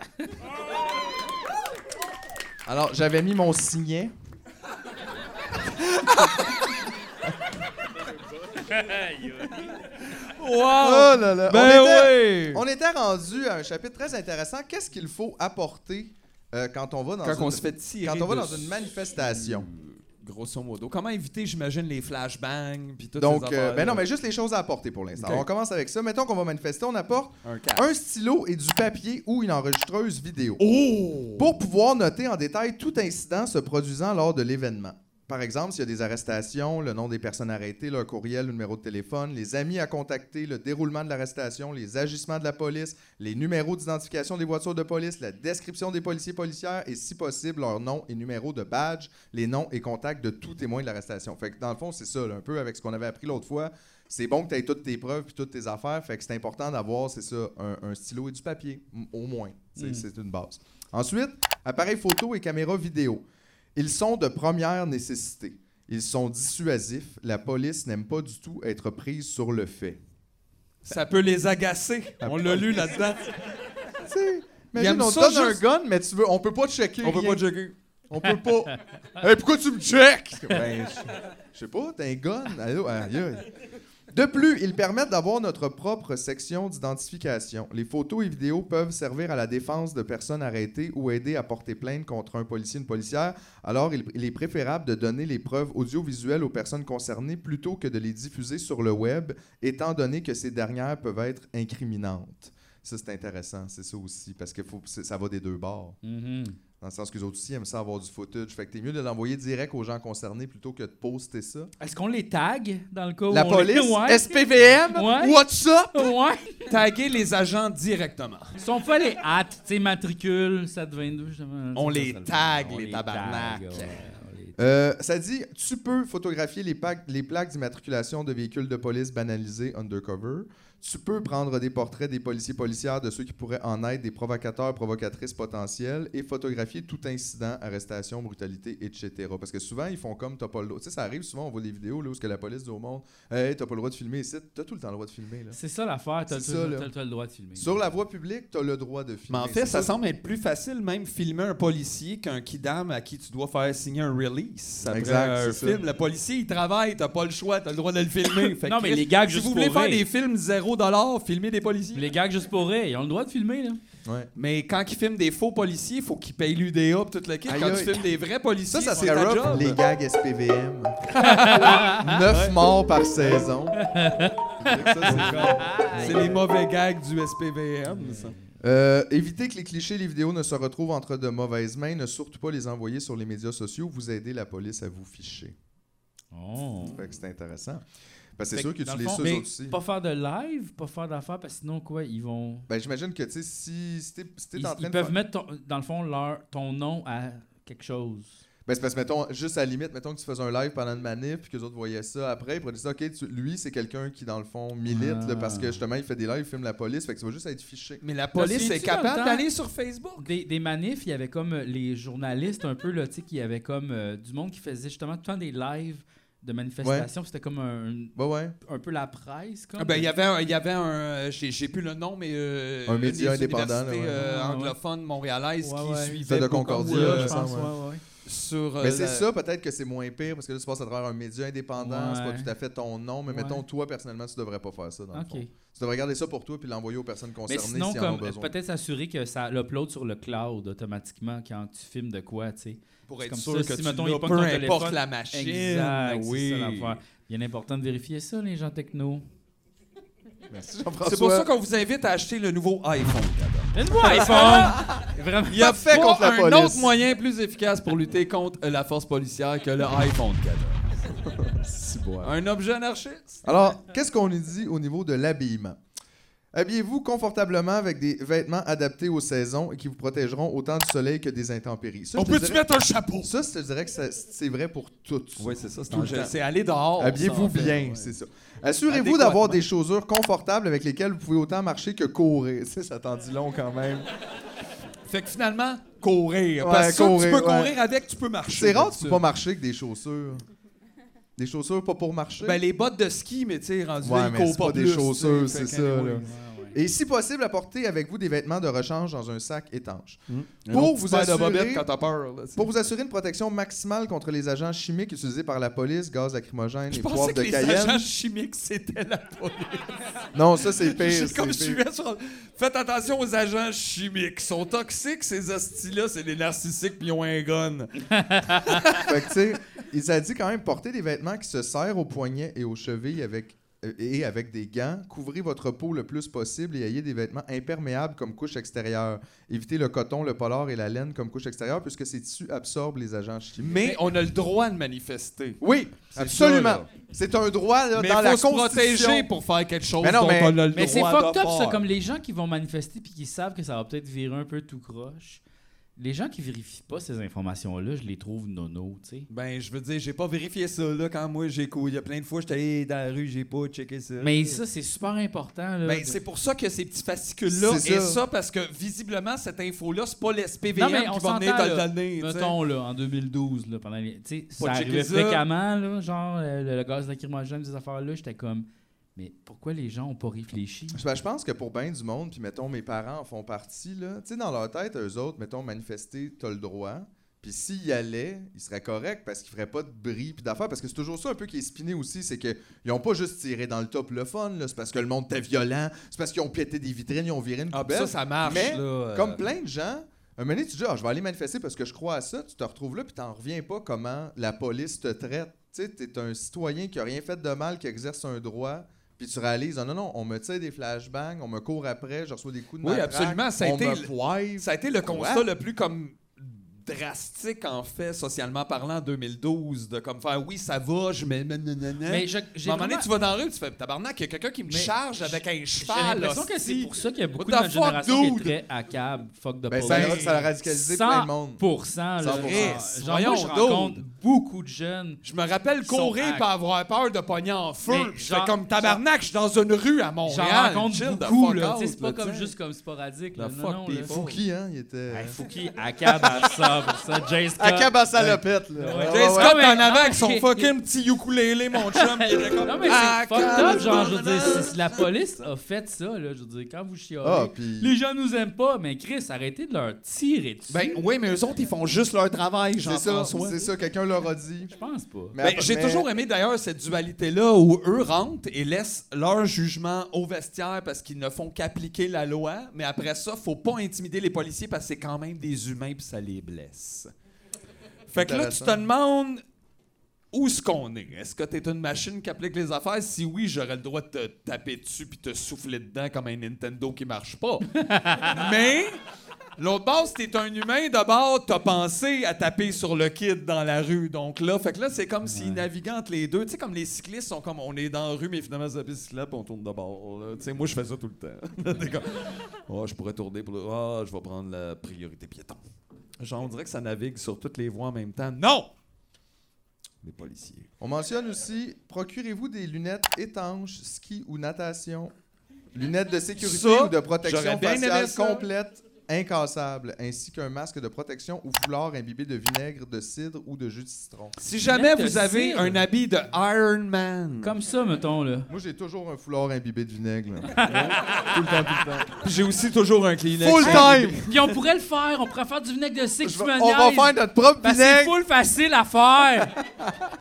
C: Alors, j'avais mis mon signet.
I: Oh
B: Wow
C: là là!
B: Ben
C: Oh! on, était,
B: oui
C: on était rendu à un chapitre très intéressant. Qu'est-ce qu'il faut apporter euh, quand on va dans
B: Quand
C: une...
B: on se fait tirer.
C: quand on va dans
B: dessus.
C: une manifestation.
B: Grosso modo. Comment éviter, j'imagine, les flashbangs puis tout
C: Donc, euh, ben non, mais juste les choses à apporter pour l'instant.
B: Ok.
C: Alors, On commence avec ça. Mettons qu'on va manifester, on apporte
B: Un cadre.
C: un stylo et du papier ou une enregistreuse vidéo
B: Oh!
C: pour pouvoir noter en détail tout incident se produisant lors de l'événement. Par exemple, s'il y a des arrestations, le nom des personnes arrêtées, leur courriel, le numéro de téléphone, les amis à contacter, le déroulement de l'arrestation, les agissements de la police, les numéros d'identification des voitures de police, la description des policiers et policières et, si possible, leur nom et numéro de badge, les noms et contacts de tout témoin de l'arrestation. Fait que dans le fond, c'est ça, là, un peu avec ce qu'on avait appris l'autre fois. C'est bon que tu aies toutes tes preuves puis toutes tes affaires. Fait que c'est important d'avoir, c'est ça, un, un stylo et du papier, m- au moins. C'est c'est une base. Ensuite, appareil photo et caméra vidéo. Ils sont de première nécessité. Ils sont dissuasifs. La police n'aime pas du tout être prise sur le fait.
B: Ça peut les agacer. On l'a lu là-dedans.
C: Imagine,
B: aiment
C: on te
B: ça
C: donne un
B: juste-
C: gun, mais tu veux, on peut pas te checker.
B: On peut
C: rien.
B: pas jogger.
C: On peut pas. hey, pourquoi tu me checkes? (laughs) Ben, je- je sais pas, t'as un gun. Allô, aïe, aïe. De plus, ils permettent d'avoir notre propre section d'identification. Les photos et vidéos peuvent servir à la défense de personnes arrêtées ou aider à porter plainte contre un policier ou une policière. Alors, il, il est préférable de donner les preuves audiovisuelles aux personnes concernées plutôt que de les diffuser sur le web, étant donné que ces dernières peuvent être incriminantes. Ça, c'est intéressant, c'est ça aussi, parce que faut- c'est- ça va des deux bords.
A: Mhm.
C: Dans le sens que les autres aussi aiment ça avoir du footage. Fait que t'es mieux de l'envoyer direct aux gens concernés plutôt que de poster ça.
A: Est-ce qu'on les tag dans le cas où
C: La
A: on
C: police,
A: les... Ouais.
B: SPVM,
A: Ouais.
B: what's up?
A: Ouais.
B: Taguer les agents directement.
A: Si on fait les hâtes, tu sais, matricule, 722, justement. Ah,
B: On
A: ça, ça,
B: les
A: ça,
B: tag,
A: on
B: les
A: tag,
B: tabarnak.
A: ouais, on les-
C: Euh, ça dit, tu peux photographier les, pa- les plaques d'immatriculation de véhicules de police banalisés undercover. Tu peux prendre des portraits des policiers policières de ceux qui pourraient en être des provocateurs, provocatrices potentiels et photographier tout incident, arrestation, brutalité, etc. Parce que souvent, ils font comme t'as pas le droit. Tu sais, ça arrive souvent, on voit des vidéos là, où ce que la police dit au monde Hey, t'as pas le droit de filmer ici. T'as tout le temps le droit de filmer. Là.
A: C'est ça l'affaire, t'as
C: C'est
A: t'as-
C: ça, là.
A: t'as- t'as le droit de filmer.
C: Sur la voie publique, t'as le droit de
B: Mais
C: filmer.
B: en fait,
C: C'est
B: ça semble être plus facile même filmer un policier qu'un kidam à qui tu dois faire signer un release. Après
C: Exact,
B: un
C: c'est ça.
B: film, le policier, il travaille, t'as pas le choix, t'as le droit de
A: (laughs)
B: le filmer. Fait que
A: Non, mais
B: Chris,
A: les gags
B: si
A: juste
B: vous voulez
A: pour
B: faire
A: rire.
B: des films 0$, filmer des policiers.
A: Les gars, juste pour rire, ils ont le droit de filmer, là.
C: Ouais.
B: Mais quand ils filment des faux policiers, il faut qu'ils payent l'UDA pis toute le kit.
C: Aïe,
B: Quand
C: aïe.
B: tu filmes des vrais
C: Ça,
B: policiers,
C: ça
B: c'est
C: serait
B: ta
C: rough,
B: job.
C: les
A: (laughs)
C: gags SPVM. 9 morts par saison. Ça, c'est rough.
B: C'est les mauvais gags du SPVM, ça.
C: Euh, évitez que les clichés et les vidéos ne se retrouvent entre de mauvaises mains. Ne surtout pas les envoyer sur les médias sociaux. Vous aidez la police à vous ficher.
A: Oh.
C: Fait que c'est intéressant. Parce que
A: Fait
C: c'est sûr
A: que
C: que
A: dans
C: tu
A: le
C: les
A: fond,
C: ça eux
A: mais
C: autres aussi.
A: Pas faire de live, pas faire d'affaires, parce que sinon, quoi, ils vont.
C: Ben, j'imagine que, tu sais, si, si t'es si t'es
A: Ils,
C: en train
A: ils
C: de
A: peuvent
C: faire-
A: mettre, ton- dans le fond, leur, ton nom à quelque chose.
C: Ben, c'est parce que, mettons, juste à la limite, mettons que tu faisais un live pendant une manif, puis que les autres voyaient ça après, ils pourraient dire ça, OK, tu- lui, c'est quelqu'un qui, dans le fond, milite, là,
A: Ah.
C: parce que justement, il fait des lives, il filme la police, fait que ça va juste être fiché.
B: Mais la
A: Parce
B: police
A: que
B: est
A: tu dans le temps-
B: capable d'aller sur Facebook.
A: Des, des manifs, il y avait comme euh, les journalistes un peu, là, tu sais, qui avaient comme euh, du monde qui faisait justement tout le temps des lives de manifestations, puis c'était comme un,
C: Ben ouais.
A: un peu la presse, comme.
B: Ah Ben, il y avait un, il y avait un j'ai j'ai plus le nom, mais. euh,
C: Un
B: une
C: média
B: des
C: indépendant,
B: universités,
C: là, ouais.
B: euh,
A: Ah, ouais.
B: anglophone, montréalaise,
A: Ouais,
B: qui
A: ouais.
B: suivait.
C: Celle de
B: beaucoup,
C: Concordia,
B: euh,
A: je pense,
C: ouais.
A: ouais, ouais.
B: Sur, euh,
C: Mais c'est
B: la-
C: ça, peut-être que c'est moins pire parce que là, tu passes à travers un média indépendant, c'est
A: Ouais.
C: pas tout à fait ton nom, mais
A: Ouais.
C: mettons, toi, personnellement, tu devrais pas faire ça. Dans
A: OK.
C: le fond. Tu devrais garder ça pour toi puis l'envoyer aux personnes
A: Mais
C: concernées
A: sinon,
C: si en ont
A: comme,
C: besoin.
A: peut-être s'assurer que ça l'upload sur le cloud automatiquement quand tu filmes de quoi, tu sais.
B: Pour
A: C'est
B: être
A: comme
B: sûr
A: ça,
B: que
A: si,
B: tu
A: mettons,
B: l'as,
A: il pogne
B: peu
A: ton
B: importe
A: téléphone.
B: la machine.
A: Exact,
B: oui.
A: c'est ça l'affaire.
C: Ah,
A: Bien important de vérifier ça, les gens techno.
C: Merci, Jean-François.
B: C'est pour ça qu'on vous invite à acheter le nouveau iPhone.
A: Une voix iPhone! (laughs) Vraiment.
B: Il y a
C: fait
B: pas
C: contre la
B: un
C: police.
B: autre moyen plus efficace pour lutter contre la force policière que le iPhone. Kadra.
C: C'est bon.
B: Un objet anarchiste.
C: Alors, qu'est-ce qu'on nous dit au niveau de l'habillement? Habillez-vous confortablement avec des vêtements adaptés aux saisons et qui vous protégeront autant du soleil que des intempéries. Ça,
B: On
C: je te
B: peut-tu
C: dirais-
B: mettre un chapeau?
C: Ça, je te dirais que ça- c'est vrai pour toutes.
B: c'est ça.
C: tout le temps.
B: C'est aller dehors.
C: Habillez-vous
B: Oh, ça, en fait.
C: bien,
B: Ouais.
C: c'est ça. Assurez-vous d'avoir des chaussures confortables avec lesquelles vous pouvez autant marcher que courir. (laughs) Ça, ça t'en dit long quand même.
B: Fait que finalement, courir.
C: Ouais,
B: Parce que ça, tu
C: courir,
B: peux
C: ouais.
B: courir avec, tu peux marcher.
C: C'est rare, tu
B: là-dessus.
C: peux pas marcher avec des chaussures. Des chaussures pas pour marcher.
B: Ben, les bottes de ski, mais tu sais, rendu
C: Ouais,
B: là, ils
C: mais
B: courent
C: c'est pas des
B: plus,
C: chaussures,
B: tu sais.
C: c'est
B: Fait que,
C: ça,
B: anyway.
C: là. Et si possible, apportez avec vous des vêtements de rechange dans un sac étanche.
B: Un
C: Pour
B: autre
C: vous
B: petit paire
C: assurer-
B: de bobettes quand t'as peur. là, tu sais.
C: Pour vous assurer une protection maximale contre les agents chimiques utilisés par la police, gaz lacrymogène
B: Je
C: et
B: pensais
C: poivre
B: que
C: de
B: les
C: Cayenne.
B: agents chimiques, c'était la police.
C: Non, ça c'est pire.
B: (laughs) Je-
C: c'est
B: comme je
C: pire.
B: suivais sur- Faites attention aux agents chimiques. Ils sont toxiques, ces hosties-là. C'est des narcissiques, puis ils ont un gun.
C: Fait que, tu sais, il a dit quand même porter des vêtements qui se serrent aux poignets et aux chevilles avec euh, et avec des gants, couvrez votre peau le plus possible et ayez des vêtements imperméables comme couche extérieure. Évitez le coton, le polar et la laine comme couche extérieure puisque ces tissus absorbent les agents chimiques.
B: Mais on a le droit de manifester.
C: Oui,
B: ça,
C: absolument.
B: là.
C: C'est un droit là,
B: Mais
C: dans
B: faut
C: la
B: se
C: Constitution.
B: protéger pour faire quelque chose
C: Mais non,
B: dont
C: mais-
B: on a le
A: Mais c'est
B: droit
A: fucked
B: de
A: up, ça,
B: faire.
A: comme les gens qui vont manifester puis qui savent que ça va peut-être virer un peu tout croche. Les gens qui vérifient pas ces informations-là, je les trouve nono, tu sais.
B: Ben, je veux dire, j'ai pas vérifié ça, là, quand moi, j'ai cou- Il y a plein de fois, j'étais allé dans la rue, j'ai pas checké ça.
A: Mais ça, c'est super important, là.
B: Ben, c'est pour ça que ces petits fascicules-là,
C: C'est
B: et
C: ça.
B: ça, parce que visiblement, cette info-là, c'est pas
A: Non, mais
B: l'SPVM
A: on
B: qui va venir te
A: s'entend,
B: le
A: là.
B: donner. tu sais.
A: Mettons, là, en 2012, là, pendant les... Tu sais, ça
B: checker
A: arrivait
B: ça.
A: fréquemment, là, genre, euh, le, le gaz lacrymogène, ces affaires-là, j'étais comme... Mais pourquoi les gens ont pas réfléchi?
B: Hein?
C: Je- ben, je pense que pour bien du monde, puis mettons, mes parents en font partie, là, tu sais, dans leur tête, eux autres, mettons, manifester, t'as le droit. Puis s'ils y allaient, ils seraient corrects parce qu'ils feraient pas de bris puis d'affaires. Parce que c'est toujours ça un peu qui est spiné aussi, c'est qu'ils ont pas juste tiré dans le top le fun, là, c'est parce que le monde était violent, c'est parce qu'ils ont pété des vitrines, ils ont viré une
B: Ah, ben,
C: poubelle.
B: ça, ça marche,
C: Mais,
B: là. euh,
C: Comme plein de gens, un moment donné, tu dis, Ah, je vais aller manifester parce que je crois à ça, tu te retrouves là, puis t'en reviens pas comment la police te traite. Tu sais, t'es un citoyen qui a rien fait de mal, qui exerce un droit, puis tu réalises, Ah non, non, on me tire des flashbangs, on me court après, je reçois des coups de
B: Oui,
C: matraque,
B: absolument, ça a
C: on
B: été
C: me
B: le-
C: poivre.
B: Ça a été le
C: Quoi?
B: constat le plus comme drastique en fait socialement parlant en 2012 de comme faire oui ça va je mets nanana.
A: Mais je- j'ai
B: à un moment donné
A: vraiment-
B: tu vas dans la rue tu fais tabarnak il y a quelqu'un qui me
A: Mais
B: charge avec un
A: J'ai
B: cheval
A: l'impression que c'est
B: hostie.
A: pour ça qu'il y a beaucoup de
B: What
A: ma
B: the fuck,
A: génération qui est
B: dude?
A: très à cab, fuck de
C: Ben,
A: police.
C: ça, ça a radicalisé plein de monde.
A: 100%, là.
C: 100%.
A: Genre, moi, je
B: Voyons donc.
A: rencontre beaucoup de jeunes.
B: je me rappelle
A: sont
B: courir
A: à-
B: pas avoir peur de pogner en feu
A: Mais
B: Puis je
A: genre-
B: fais comme tabarnak je suis dans une rue à Montréal
A: J'en
B: Chill
A: rencontre
B: the
A: beaucoup,
B: fuck
A: là.
B: out,
A: Tu sais, C'est pas
B: là,
A: comme
B: t'sais.
A: juste comme sporadique,
B: The
A: là.
B: fuck
A: Non, non,
B: people.
A: là.
C: Fouki, hein, il était...
A: Hey, Fouki, à cab à ça, pour ça. Jay Scott.
C: À cabasalopette, là.
A: Ouais.
C: Ouais, Ah,
B: Jay
C: ouais, ouais.
B: Scott
A: ouais.
B: en avant
A: Non,
B: avec
A: (laughs)
B: son
A: mais-
B: fucking petit ukulélé mon
A: (laughs)
B: chum puis il était comme,
A: Non, mais
B: Ah,
A: c'est fucked up,
B: calme,
A: genre, je veux dire, si la police a fait ça, là, je veux dire, quand vous chiolez,
C: Ah, puis-
A: les gens nous aiment pas, mais Chris, arrêtez de leur tirer dessus.
B: Ben oui, mais eux autres, ils font juste leur travail,
C: C'est ça,
B: Jean-François.
C: c'est ça, quelqu'un leur a dit.
A: je pense pas.
C: Mais
B: Ben,
C: après-
B: J'ai
C: mais-
B: toujours aimé d'ailleurs cette dualité-là où eux rentrent et laissent leur jugement au vestiaire parce qu'ils ne font qu'appliquer la loi, mais après ça, faut pas intimider les policiers parce que c'est quand même des humains puis ça les blesse. Fait que là, tu
C: Intéressant.
B: te demandes où est-ce qu'on est. Est-ce que t'es une machine qui applique les affaires? Si oui, j'aurais le droit de te taper dessus puis te souffler dedans comme un Nintendo qui marche pas. Mais l'autre bord, si t'es un humain, d'abord, t'as pensé à taper sur le kid dans la rue. Donc là, fait que là, c'est comme s'ils naviguaient entre les deux. Tu sais, comme les cyclistes sont comme on est dans la rue, mais finalement, c'est la piste cyclable, puis on tourne de bord. là. Tu sais, moi, je fais ça tout le temps. (laughs) T'es comme, oh, je pourrais tourner pour le. Ah, je vais prendre la priorité piéton. Genre, on dirait que ça navigue sur toutes les voies en même temps. Non! Les policiers.
C: On mentionne aussi, procurez-vous des lunettes étanches, ski ou natation. Lunettes de sécurité
B: Ça,
C: ou de
B: j'aurais
C: protection
B: bien aimé
C: faciale
B: ça.
C: complète, incassable, ainsi qu'un masque de protection ou foulard imbibé de vinaigre, de cidre ou de jus de citron.
B: Si jamais
A: Lunettes
B: vous
A: de
B: avez
A: cire.
B: un habit de Iron Man,
A: Comme ça, mettons, là.
C: Moi, j'ai toujours un foulard imbibé de vinaigre. là. (laughs)
B: j'ai aussi toujours un Kleenex.
C: Full time!
A: Puis on pourrait le faire, on pourrait faire du vinaigre de six
C: Je vais- on va faire notre propre
A: Parce que c'est
C: vinaigre.
A: full facile à faire.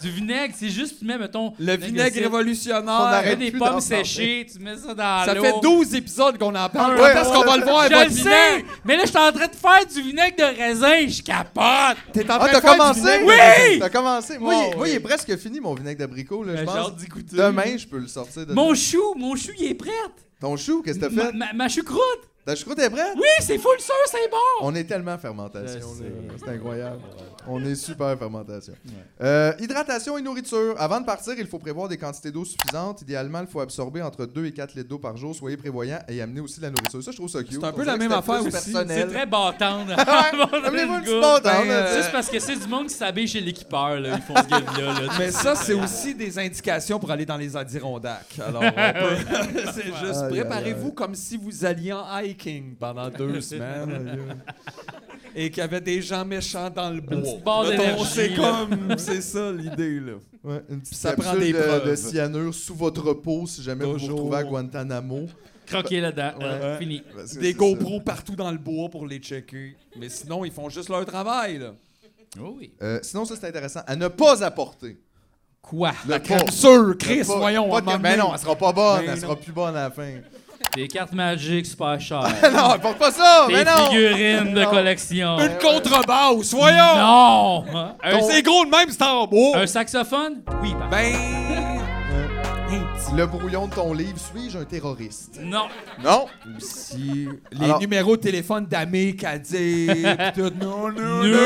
A: du vinaigre, c'est juste, tu mets, mettons,
B: Le vinaigre
A: de cidre,
C: On
B: révolutionnaire.
A: tu mets
C: arrête
A: des
C: plus
A: pommes
C: d'en parler.
A: séchées, tu mets ça dans
B: Ça
A: l'eau.
B: fait 12 épisodes qu'on en parle. Quand
C: Ouais,
B: est-ce qu'on va le voir,
A: Je
B: votre
A: le sais,
B: vinaigre?
A: mais là, je suis en train de faire du vinaigre de raisin, je capote.
C: (laughs)
B: T'es en train
C: Ah,
B: de
C: t'as
B: faire du
C: commencé?
B: vinaigre?
A: Oui!
C: T'as commencé. Moi,
B: Wow,
C: il, moi,
B: ouais.
C: il est presque fini, mon vinaigre d'abricot. là, je
A: Ben, j'ai
C: pense.
A: hâte d'y goûter.
C: Demain, je peux le sortir de
A: Mon chou, mon chou, il est prêt.
C: Ton chou, qu'est-ce que t'as
A: Ma,
C: fait?
A: ma, ma choucroute.
C: Ta choucroute est prête?
A: Oui, c'est full sûr, c'est bon.
C: On est tellement fermentation.
A: Je
C: là. C'est incroyable. On est super fermentation. Euh, hydratation et nourriture. Avant de partir, il faut prévoir des quantités d'eau suffisantes. Idéalement, il faut absorber entre 2 et 4 litres d'eau par jour. Soyez prévoyants et amenez aussi de la nourriture. Ça, je trouve ça cute.
B: C'est un peu
C: On
B: la
C: dirait que
B: même
C: c'était
B: affaire
C: plus
B: aussi.
C: personnel.
A: C'est très (laughs)
C: (laughs)
A: bâtande.
C: Amenez-moi une petite bâtande,
A: Ben,
C: là,
A: ça,
C: tu sais.
A: c'est parce que c'est du monde qui s'habille chez l'équipeur, là. Ils font ce game-là,
C: (laughs)
A: là.
B: Mais ça, c'est aussi des indications pour aller dans les Adirondacks.
A: (laughs)
B: Alors, on peut- (laughs) c'est juste,
C: Aïe,
B: préparez-vous comme si vous alliez en hiking pendant deux semaines. Et qu'il y avait des gens méchants dans le bois.
A: petite barre
B: Mettons,
A: d'énergie,
B: C'est
A: là.
B: comme, c'est ça l'idée, là.
C: Ouais, une petite
B: Ça prend
C: capsule
B: des
C: de,
B: preuves.
C: de cyanure sous votre peau si jamais vous vous
B: Toujours.
C: retrouvez à Guantanamo.
A: Croquer là-dedans. Euh,
B: Ouais.
A: Fini.
C: Parce que
B: Des
C: c'est
B: GoPros partout dans le bois pour les checker. Mais sinon, ils font juste leur travail, là.
A: Oh oui.
C: ça. Euh, sinon, ça, c'est intéressant. À ne pas apporter.
A: Quoi?
C: Le pot.
B: Capsule,
C: Le
B: Chris,
C: pot.
B: voyons,
C: Pas
B: à
C: de-
B: un moment
C: Ben
B: donné.
C: non, elle sera pas bonne.
B: Ben
C: elle sera
B: non.
C: plus bonne à la fin. (laughs)
A: Des cartes magiques super chères.
C: non, elle porte pas ça.
A: Des
C: Mais (laughs) non.
A: figurines de
C: Non.
A: collection.
B: Une contrebasse, voyons!
A: Non! Un,
B: C'est gros de même, c'est en bois!
A: un saxophone? Oui, par
B: Ben. Un petit
C: le brouillon de ton livre, suis-je un terroriste?
A: Non.
C: Non.
B: Aussi, les
C: Alors-
B: numéros de téléphone d'Amé, Cadir,
C: (laughs)
B: pis tout. Non, non, non.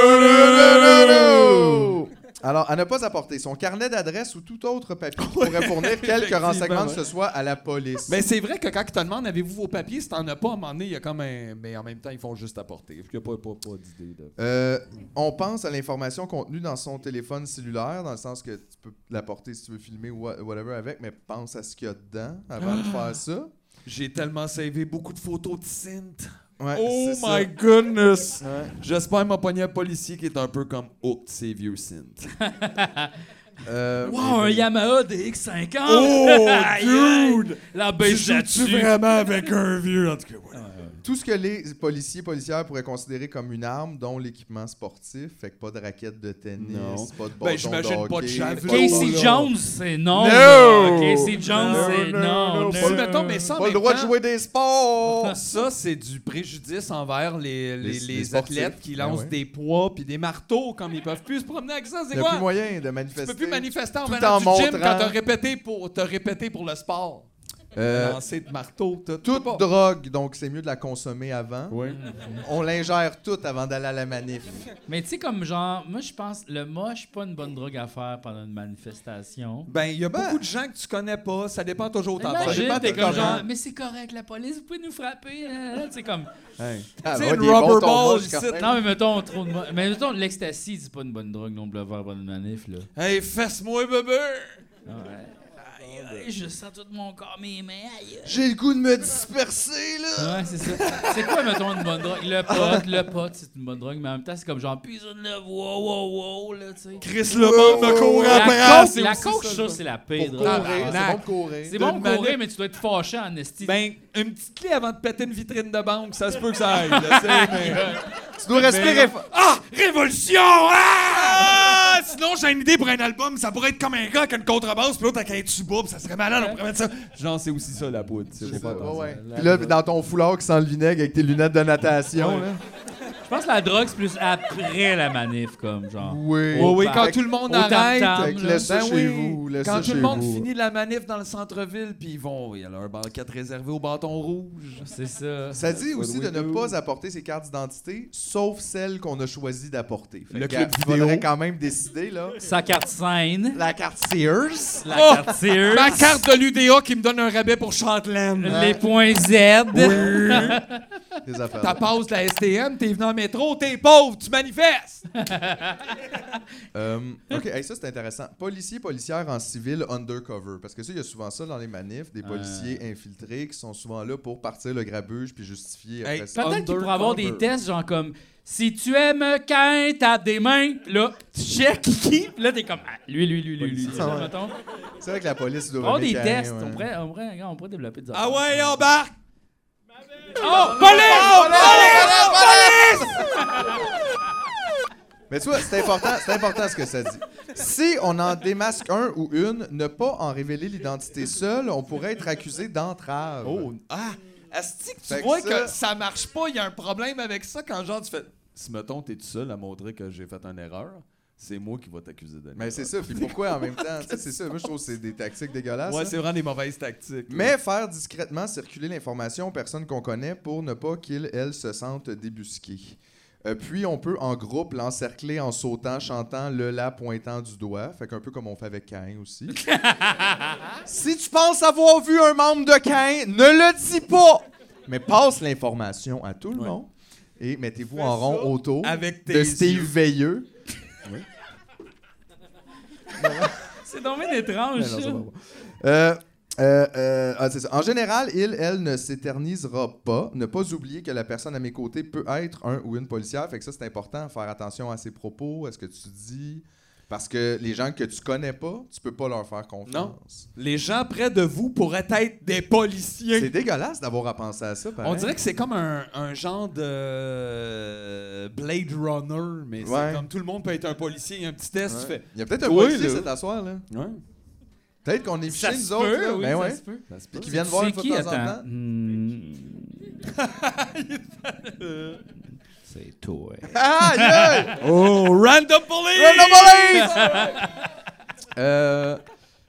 C: Alors, à ne pas apporter son carnet d'adresse ou tout autre papier qui pourrait
B: (laughs)
C: fournir quelques
B: effectivement,
C: renseignements que
B: ouais.
C: ce soit à la police.
B: Mais c'est vrai que quand ils te demandent avez-vous vos papiers, si t'en as pas, à un moment donné, il y a comme un. Mais en même temps, ils font juste apporter. Il n'y a pas, pas, pas d'idée de.
C: Euh, on pense à l'information contenue dans son téléphone cellulaire, dans le sens que tu peux la porter si tu veux filmer ou wha- whatever avec, mais pense à ce qu'il y a dedans avant
B: Ah.
C: de faire ça.
B: J'ai tellement sauvé beaucoup de photos de Synth.
C: Ouais,
B: oh my
C: c'est ça.
B: goodness!
C: Ouais.
B: J'espère m'a pogné un policier qui est un peu comme Oh, c'est vieux Synth.
C: Euh,
A: Wow, un Yamaha DX50!
C: Oh,
A: Aïe, aïe.
B: dude!
A: La bêche
B: joues-tu
A: là-dessus!
B: vraiment avec un vieux? En tout cas, voilà.
C: Tout ce que les policiers policières pourraient considérer comme une arme, dont l'équipement sportif, fait que pas de raquette de tennis,
B: Non.
C: pas de bâton
B: Ben, j'imagine
C: de
B: pas de
C: hockey.
B: javelot.
A: Casey
B: Voilà.
A: Jones, c'est non!
C: No!
A: là. Casey Jones,
C: No,
A: c'est
C: no,
A: non!
C: no,
A: non.
B: Si, mettons, mais ça, en
C: Pas le
B: même
C: droit de
B: temps,
C: jouer des sports!
B: Ça, (laughs) c'est du préjudice envers les, les,
C: Les-
B: les
C: les sportifs.
B: athlètes qui lancent
C: Ben ouais.
B: des poids puis des marteaux comme ils peuvent plus se promener avec ça. C'est
C: Il n'y a
B: quoi?
C: plus moyen de
B: tu
C: manifester.
B: peux plus manifester en
C: Tout
B: venant
C: en
B: du gym
C: montrant.
B: quand t'as répété pour, t'as répété pour le sport.
C: Euh,
B: Lancer de marteau, t'as
C: toute
B: pas.
C: drogue, donc c'est mieux de la consommer avant.
B: Ouais.
C: On l'ingère toute avant d'aller à la manif.
A: Mais tu sais, comme genre, moi je pense, le moche, pas une bonne drogue à faire pendant une manifestation.
B: Ben, il y a
C: Ben.
B: beaucoup de gens que tu connais pas, ça dépend toujours de ta
A: Imagine,
C: dépend
A: t'es
C: de
A: comme
C: comment.
A: genre, mais c'est correct, la police, vous pouvez nous frapper. là, là, là. C'est comme,
C: Ah,
B: C'est
C: ouais,
B: une
C: des bons
B: rubber
C: tombages
B: ball,
C: quand
B: ici.
C: même.
A: non, mais mettons, trop de mo- Mais mettons, l'ecstasy, c'est pas une bonne drogue non plus à faire pendant une manif, là.
B: Hey, fesse-moi, bébé!
A: Aïe, aïe, je sens tout mon corps, mes mains, aïe.
C: J'ai le goût de me disperser, là!
A: Ouais, c'est ça. C'est quoi, mettons, une bonne drogue? Le pot, le pot, c'est une bonne drogue, mais en même temps, c'est comme genre, puisine-le, wow, wow, wow, là, tu sais.
B: Chris le
C: Oh,
B: monde me court
A: La
B: après!
A: coke,
B: c'est
A: la
B: aussi
A: coke,
B: ça,
A: ça,
B: ça.
A: c'est la
C: Pour
A: pire drogue.
C: courir, c'est bon
B: tabarnak.
C: de courir.
A: C'est bon
B: D'une
A: de courir,
B: manip-
A: mais tu dois être fâché en esti.
B: Ben, une petite clé avant de péter une vitrine de banque, ça se peut que ça aille, là, tu sais, (laughs) mais...
C: Tu dois respirer fort.
B: Ah! Révolution! Ah! Sinon, j'ai une idée pour un album. Ça pourrait être comme un gars qui a une contrebasse, puis l'autre avec un tuba, puis ça serait malade, on pourrait mettre ça. Genre, c'est aussi ça, la poudre.
C: C'est ça, ouais, ouais. Puis là, dans ton foulard qui sent le vinaigre avec tes lunettes de natation, là.
A: Je pense que la drogue, c'est plus après la manif, comme genre.
C: Oui.
B: Oui, oui, quand
C: Fait que-
B: tout le monde
A: au
B: arrête.
A: tam-tam.
C: fait que laisse ça
B: Ben
C: chez
B: oui,
C: vous. laisse
B: quand
C: ça
B: tout
C: chez
B: le monde
C: vous.
B: finit la manif dans le centre-ville, puis ils vont, il y a leur banquette réservée au bâton rouge.
A: C'est ça.
C: Ça dit aussi de
B: What do
C: ne
B: we do?
C: pas apporter ses cartes d'identité, sauf celles qu'on a choisi d'apporter. Fait
B: Le
C: que,
B: clip
C: il
B: vidéo.
C: faudrait quand même
A: (laughs)
C: décider, là.
A: Sa carte saine.
C: La carte Sears.
A: La
B: Oh!
A: carte Sears.
B: Ma carte de l'UDA qui me donne un rabais pour Chantelaine.
A: Les points Z.
C: Des affaires.
B: (laughs) Ta passe de la STM, t'es venu en métro, t'es pauvre, tu manifestes!
C: Euh, OK, hey, ça c'est intéressant. Policiers, policières en civil undercover. Parce que ça, il y a souvent ça dans les manifs,
A: Euh.
C: des policiers infiltrés qui sont souvent là pour partir le grabuge puis justifier. après
B: Hey,
C: ça.
A: Peut-être qu'il pourrait avoir des
B: Undercover.
A: tests, genre comme si tu aimes qu'un, tape des mains. Puis Là, tu check qui. Puis Là, t'es comme ah, lui, lui, lui, lui, lui.
C: Policier.
A: Ça,
C: Ouais.
A: mettons.
C: C'est vrai que la police doit
A: Avoir des
C: remettre un,
A: tests.
C: ouais.
A: On, pourrait, on, pourrait, regarde, on pourrait développer des
B: Ah
A: affaires.
B: ouais, embarque!
A: Oh, police!
C: Mais tu vois, c'est important, c'est important ce que ça dit. Si on en démasque un ou une, ne pas en révéler l'identité seule, on pourrait être accusé d'entrave.
B: Oh, ah! Asti, que tu
C: Fait que
B: vois que ça...
C: ça-
B: marche pas, il y a un problème avec ça quand genre tu fais. Si mettons, t'es tout seul à montrer que j'ai fait une erreur, c'est moi qui vais t'accuser de
C: Mais c'est ça, puis pourquoi en même temps? Tu sais, C'est ça, moi je trouve que c'est des tactiques dégueulasses.
B: Ouais,
C: là.
B: c'est vraiment des mauvaises tactiques.
C: Mais faire discrètement circuler l'information aux personnes qu'on connaît pour ne pas qu'ils, elles, se sentent débusquées. Euh, puis on peut en groupe l'encercler en sautant, chantant le la pointant du doigt. Fait qu'un peu comme on fait avec Cain
B: (laughs)
C: aussi. si tu penses avoir vu un membre de Cain, ne le dis pas! Mais passe l'information à tout le
B: Ouais.
C: monde. Et mettez-vous en rond autour
B: avec tes
C: de Steve
B: yeux.
C: Veilleux.
A: C'est dommage
C: Ben,
A: étrange, ça.
C: Euh, euh, euh, ah, c'est ça. En général, il, elle ne s'éternisera pas. Ne pas oublier que la personne à mes côtés peut être un ou une policière. Fait que ça, c'est important. Faire attention à ses propos, à ce que tu dis. Parce que les gens que tu connais pas, tu peux pas leur faire confiance.
B: Les gens près de vous pourraient être des policiers.
C: C'est dégueulasse d'avoir à penser à ça. pareil.
B: On dirait que c'est comme un, un genre de Blade Runner, mais
C: Ouais.
B: c'est comme tout le monde peut être un policier, il y a un petit test, tu
C: Ouais.
B: fais.
C: Il y a peut-être un
B: Toi,
C: policier
B: là.
C: cet asseoir, là.
B: Ouais.
C: Peut-être qu'on est fichés,
A: Ça
C: nous
A: se
C: autres.
A: peut,
C: là.
A: oui,
C: Ben
A: ça
C: ouais.
A: se peut.
B: Ça se peut.
C: Puis qui viennent voir
A: C'est
C: une fois
A: qui,
C: de temps en
A: attends?
C: temps.
A: Hmm. C'est toi.
C: Ah, yeah!
B: (laughs) Oh, random police!
C: Run the police! Euh,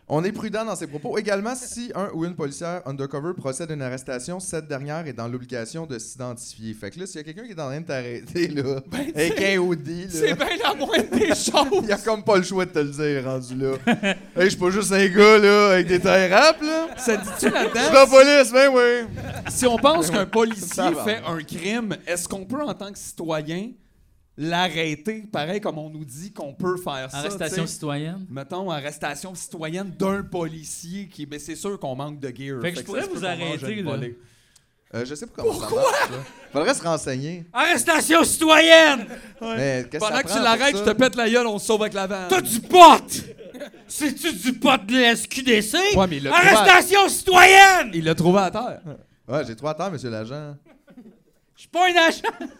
C: On est prudent dans ses propos. Également, si un ou une policière undercover procède à une arrestation, cette dernière est dans l'obligation de s'identifier. Fait que là, s'il y a quelqu'un qui est en train de t'arrêter, là,
B: (laughs) Ben,
C: et qu'un
B: C'est
C: OD, là,
B: bien la moindre
C: (laughs)
B: des
C: il a
B: choses.
C: comme pas le choix de te le dire, rendu là. hey, je suis pas juste un gars, là, avec des terres rap, là.
B: Ça dit-tu
C: Je suis la
B: là-dedans?
C: police, ben oui.
B: Si on pense
C: (laughs)
B: qu'un
C: Ça
B: policier
C: va.
B: fait un crime, est-ce qu'on peut, en tant que citoyen, l'arrêter? Pareil comme on nous dit qu'on peut faire ça.
A: Arrestation
B: tu sais.
A: citoyenne.
B: Mettons, arrestation citoyenne d'un policier qui. Mais c'est sûr qu'on manque de gear.
A: Fait que je pourrais
B: ça se
A: vous
B: peut qu'on mange
A: arrêter,
B: une
A: là.
B: volée.
C: Euh, je sais pas comment ça marche, là. Faudrait se renseigner.
A: Arrestation citoyenne!
C: Mais qu'est-ce
B: Pendant
C: ça
B: que
C: prend pour
B: tu l'arrêtes,
C: ça?
B: je te pète la gueule, on se sauve avec la vanne.
A: T'as du pot! C'est-tu du pot de la SQDC?
B: Ouais, mais il l'a trouvé à-
A: Arrestation citoyenne!
B: Il l'a trouvé à terre.
C: Ouais, j'ai trois temps, monsieur l'agent.
A: Je suis pas un agent!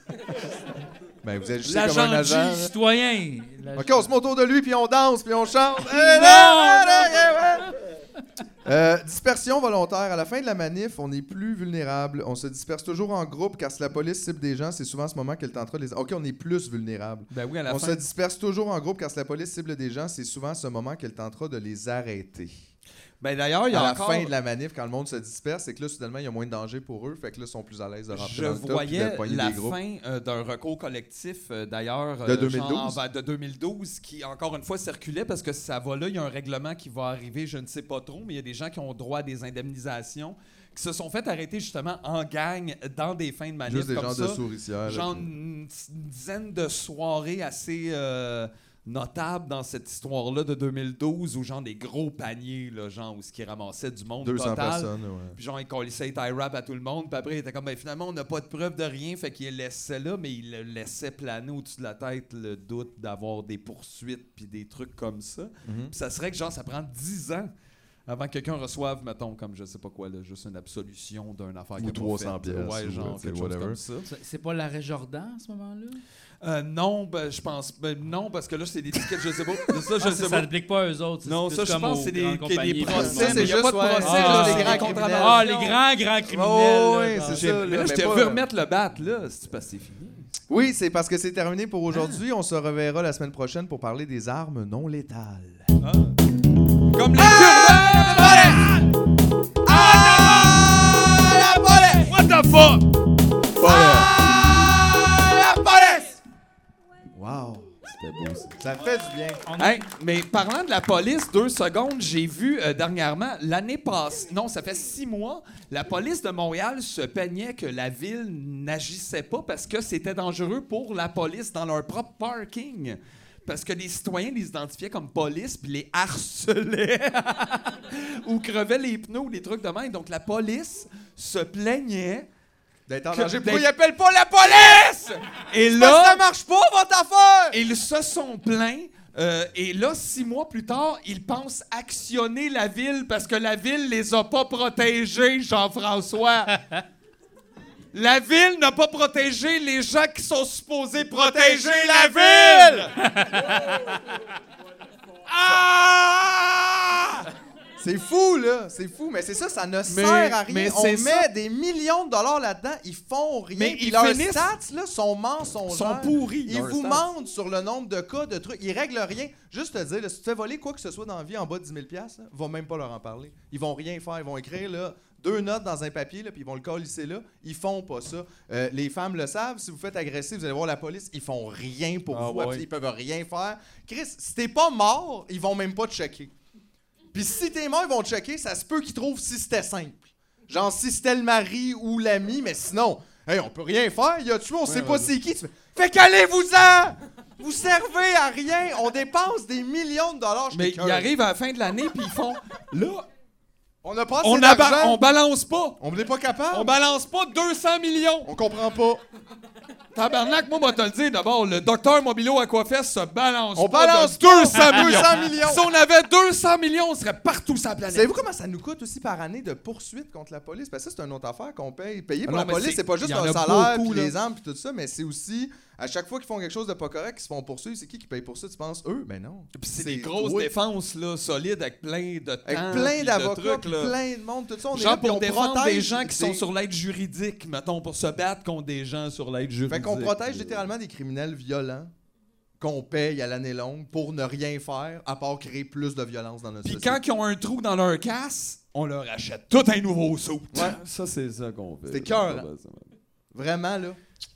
C: Ben, vous êtes juste comme un
A: L'agent
C: agent.
A: G,
C: là.
A: citoyen.
C: Ok, on se met autour de lui, puis on danse, puis on chante. Eh, Euh, dispersion volontaire. À la fin de la manif, on est plus vulnérable. On se disperse toujours en groupe, car si la police cible des gens, c'est souvent à ce moment qu'elle tentera de les... Ok, on est plus vulnérable.
B: Ben oui, à la
C: On se
B: fin.
C: disperse toujours en groupe, car si la police cible des gens, c'est souvent à ce moment qu'elle tentera de les arrêter.
B: Ben d'ailleurs,
C: À
B: il y a
C: la
B: encore.
C: fin de la manif, quand le monde se disperse, c'est que là, soudainement, il y a moins de danger pour eux, fait que là, ils sont plus à l'aise de rentrer
B: Je
C: dans le tas, puis de
B: voyais
C: pogner
B: la
C: des groupes.
B: fin euh, d'un recours collectif, euh, d'ailleurs,
C: De
B: euh, genre
C: 2012?
B: en- de 2012, qui encore une fois circulait parce que ça va là, il y a un règlement qui va arriver, je ne sais pas trop, mais il y a des gens qui ont droit à des indemnisations, qui se sont fait arrêter justement en gang dans des fins de manif
C: Juste des
B: comme
C: gens
B: ça.
C: de souricières. là,
B: genre
C: puis-
B: une, une dizaine de soirées assez euh, notables dans cette histoire-là de 2012 où genre des gros paniers, là, genre où ce qui ramassait du monde
C: 200
B: total.
C: personnes, ouais.
B: Puis genre, il collissait tie rap à tout le monde. Puis après, il était comme, ben finalement, on n'a pas de preuve de rien. Fait qu'il le laissait là, mais il le laissait planer au-dessus de la tête le doute d'avoir des poursuites puis des trucs comme ça.
C: Mhm.
B: Puis ça serait que genre, ça prend 10 ans avant que quelqu'un reçoive, mettons, comme je sais pas quoi, là, juste une absolution d'une affaire
C: Ou
B: qu'il a pas
C: 300
B: faite.
C: pièces,
B: Ouais,
C: ou,
B: genre,
C: tu sais,
B: quelque chose
C: whatever.
B: comme ça.
A: C'est pas l'arrêt Jordan à ce moment-là?
B: Euh, non, ben, je pense. ben, non, parce que là, c'est des tickets, je sais pas. (laughs) Ça, je
A: Ah,
B: sais
A: ça
B: pas.
A: n'applique pas à eux autres.
B: Non,
A: plus
B: ça, je
A: comme
B: pense
A: aux
B: que c'est
A: grandes
B: des, qu'il y a des
A: compagnies.
B: procès.
C: Ça,
B: mais
C: c'est
B: il n'y a pas
C: juste,
B: de
C: ouais,
B: procès,
C: c'est
B: juste
C: juste
B: des
C: des grands
B: contraventions.
C: criminels.
A: Ah, les grands, grands criminels.
C: Oh,
A: là,
C: ouais,
A: genre.
C: c'est ça.
B: Mais là, je
C: mais
B: t'ai
C: pas-
B: vu remettre le bat, là. C'est parce que c'est fini.
C: Oui, c'est parce que c'est terminé pour aujourd'hui. On se reverra la semaine prochaine pour parler des armes non létales.
B: Comme les Ah! hein? Ah, Ah,
C: Wow, c'était beau ça. Ça fait du bien.
B: Hey, mais parlant de la police, deux secondes, j'ai vu euh, dernièrement, l'année passée, non, ça fait six mois, la police de Montréal se peignait que la ville n'agissait pas parce que c'était dangereux pour la police dans leur propre parking. Parce que les citoyens les identifiaient comme police puis les harcelaient (laughs) ou crevaient les pneus ou des trucs de même. Donc la police se plaignait.
C: D'être en
B: que-
C: danger.
B: d'être-
C: Pourquoi ils appellent pas la police?
B: Et
C: Parce que
B: là,
C: ça marche pas, votre affaire!
B: ils se sont plaints. euh, et là, six mois plus tard, ils pensent actionner la ville parce que la ville les a pas
C: (laughs)
B: protégés, Jean-François. La ville n'a pas protégé les gens qui sont supposés protéger la ville. (laughs) ah!
C: C'est fou, là. C'est fou. Mais c'est ça, ça ne sert à rien.
B: mais
C: On
B: c'est
C: met
B: ça.
C: des millions de dollars là-dedans. Ils font rien.
B: Mais
C: Puis
B: ils
C: leurs
B: finissent-
C: stats, là, sont mensongères.
B: Sont pourris,
C: Ils
B: leurs
C: vous
B: stats.
C: mentent sur le nombre de cas, de trucs. Ils règlent rien. Juste te dire, là, si tu te fais voler quoi que ce soit dans la vie en bas de 10 000 là, va même pas leur en parler. Ils vont rien faire. Ils vont écrire, là, deux notes dans un papier, là, puis ils vont le colisser là. Ils font pas ça. Euh, les femmes le savent. Si vous faites agresser, vous allez voir la police. Ils font rien pour
B: Ah
C: vous.
B: ouais.
C: Après, Ils peuvent rien faire. Chris, si t'es pas mort, ils vont même pas te checker. Puis si t'es mort, ils vont te checker, ça se peut qu'ils trouvent si c'était simple. Genre si c'était le mari ou l'ami, mais sinon, hey, on peut rien faire, il a tué, on sait pas c'est qui. Tu fais, fait qu'allez-vous-en! Vous servez à rien, on dépense des millions de dollars. je
B: Mais
C: t'écoeure.
B: ils arrivent à la fin de l'année puis ils font (laughs) là,
C: On n'a pas assez
B: on, aba- on
C: d'argent,
B: balance pas,
C: on n'est pas capable,
B: on
C: on...
B: balance pas 200 millions.
C: comprend pas.
B: Tabarnak, moi, moi, te le dire d'abord, le docteur Mobilo Aquafest se balance.
C: On
B: pas
C: balance
B: de 200
C: 200
B: millions.
C: millions!
B: Si on avait 200 millions, on serait partout sur la planète.
C: Savez-vous comment ça nous coûte aussi par année de poursuites contre la police? Parce que ça, c'est une autre affaire qu'on paye. Payer pour
B: Ah non,
C: la
B: mais
C: police,
B: c'est-
C: c'est pas juste
B: il y en
C: un
B: a
C: salaire,
B: beaucoup,
C: puis
B: là.
C: les armes, puis tout ça, mais c'est aussi, à chaque fois qu'ils font quelque chose de pas correct, qu'ils se font poursuivre, c'est qui qui paye pour ça? Tu penses, eux? Ben non.
B: Puis c'est des
C: C'est
B: grosses
C: toi.
B: défenses, là, solides, avec plein de temps.
C: Avec
B: puis
C: plein
B: de
C: d'avocats,
B: trucs,
C: puis
B: là.
C: plein de monde, tout ça. On est là,
B: Genre
C: puis
B: pour
C: on
B: défendre
C: protège
B: des gens qui sont
C: des-
B: sur l'aide juridique, mettons, pour se battre contre des gens sur l'aide juridique.
C: Fait qu'on protège littéralement des criminels violents qu'on paye à l'année longue pour ne rien faire, à part créer plus de violence dans notre
B: Puis
C: société.
B: quand ils ont un trou dans leur casse, on leur achète tout un nouveau saut.
C: Ouais.
B: Ça, c'est ça qu'on fait.
C: C'était cœur, hein? Vraiment, là,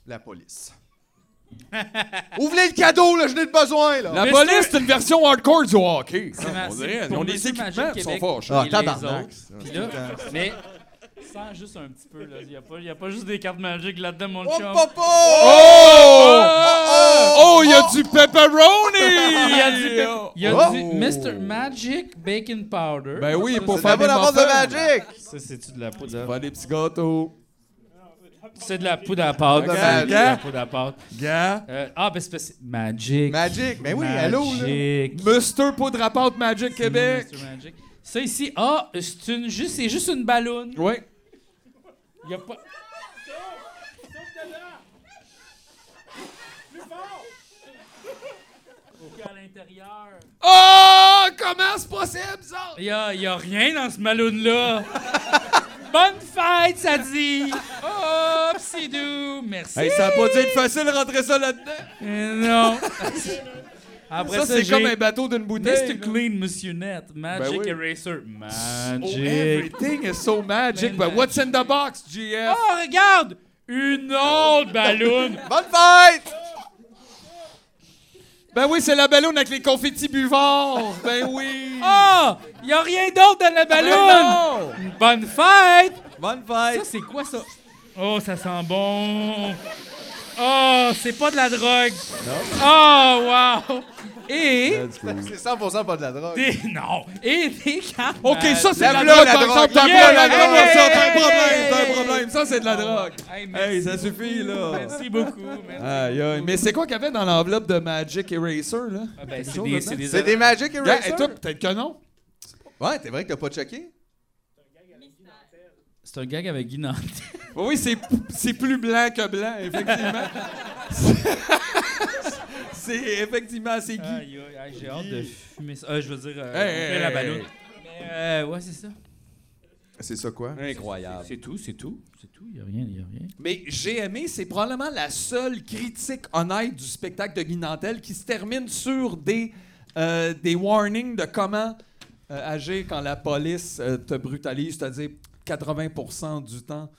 C: la police. Ouvrez le cadeau, là, je n'ai de besoin, là!
B: La
A: Monsieur-
B: police, c'est une version hardcore du hockey.
A: C'est ma-
B: on
A: c'est
B: dirait,
A: pour
B: on les
A: Monsieur Magic
B: équipements sont
A: Québec.
B: forts.
A: Ah,
C: Ah,
A: les
C: tabarnak!
A: autres. Puis là, mais sans juste un petit peu, là. Il n'y a, pas- y a pas juste des cartes magiques là-dedans, mon
C: Oh,
A: chum.
C: papa!
B: Oh!
C: Oh!
B: Oh, il y a du pepperoni!
A: Il y a du, il y a
C: Oh!
A: du Mr. Magic Baking Powder.
B: Ben oui, pour
C: C'est la
B: faire des
C: bonne avance de
B: muffins.
C: Magic!
A: Ça, c'est-tu de la poudre à...
B: Pas des petits gâteaux.
A: C'est de la poudre à pâte.
C: Ok.
A: C'est de la poudre à pâte.
B: Gars.
A: Euh, ah, ben c'est parce que... Magic.
C: Magic! Ben oui, allô, là!
A: Magic.
B: Mr. Poudre à pâte Magic Québec.
A: Mr. Magic. Ça ici, ah, c'est une, juste, c'est juste une ballonne.
B: Oui.
A: Il y a pas. à l'intérieur.
B: Oh! Comment c'est possible, ça?
A: Il y a, y a rien dans ce maloune là. (laughs) Bonne fête, ça dit. Oh, Psydou, merci.
B: Hey, ça a pas dû être facile de rentrer ça là-dedans.
A: Euh,
B: (laughs)
A: non. Après
B: Ça,
A: ça,
B: c'est
A: j'ai
B: comme un bateau d'une bouteille.
A: Mr. Clean, Monsieur Net, Magic
B: Ben oui.
A: Eraser,
B: Oh,
A: Magic.
B: everything is so magic, but what's in the box, GF?
A: Oh, regarde, une autre ballonne.
C: Ah! Bonne fête!
B: Ben oui, c'est la ballonne avec les confettis buvards. Ben
A: (laughs)
B: oui.
A: Ah! Y a rien d'autre dans la ballonne!
B: Ben non.
A: Bonne fête!
C: Bonne
A: Ça,
C: fête!
A: c'est quoi ça? Oh, ça sent bon! Oh, c'est pas de la drogue! Oh, wow!
B: (laughs)
A: Et.
C: C'est 100% pas de la drogue.
A: Des... Non! Et des cartes.
B: OK, ça, c'est de la
C: Lave-la, Euh, la
B: drogue, par
C: drogue,
B: exemple. T'as
A: lave-la,
B: la
A: la
B: drogue,
A: drogue.
B: ça. T'as un
A: Hey,
B: problème,
A: hey,
B: t'as un
A: hey.
B: problème. Ça, c'est de la
C: Ah,
B: drogue.
A: Hey, merci,
B: Hey, ça Ah, suffit, là.
A: merci beaucoup, merci.
B: Aïe, aïe. Mais c'est quoi qu'il y avait dans l'enveloppe de Magic Eraser, là?
A: Ah, ben, c'est
B: Quelque
A: des.
B: chose
A: C'est des.
C: C'est des Magic
B: Gars, et
C: Eraser?
B: toi, peut-être que non.
C: Ouais, t'es vrai que t'as pas checké?
A: C'est un gag avec Guy Nantel.
B: Bah Oui, c'est, c'est plus blanc que blanc, effectivement. (laughs) c'est effectivement assez gui.
A: Aïe, aïe, aïe, j'ai hâte de fumer ça. Euh, je veux dire, euh,
B: Hey,
A: on fait
B: hey,
A: la
B: hey,
A: ballonne.
B: hey.
A: Mais, euh, ouais, c'est ça.
C: C'est ça quoi?
B: Incroyable.
A: C'est tout, c'est tout. C'est tout, y a rien, y a rien.
B: Mais j'ai aimé, c'est probablement la seule critique honnête du spectacle de Guy Nantel qui se termine sur des, euh, des warnings de comment euh, agir quand la police euh, te brutalise, c'est-à-dire 80 du temps.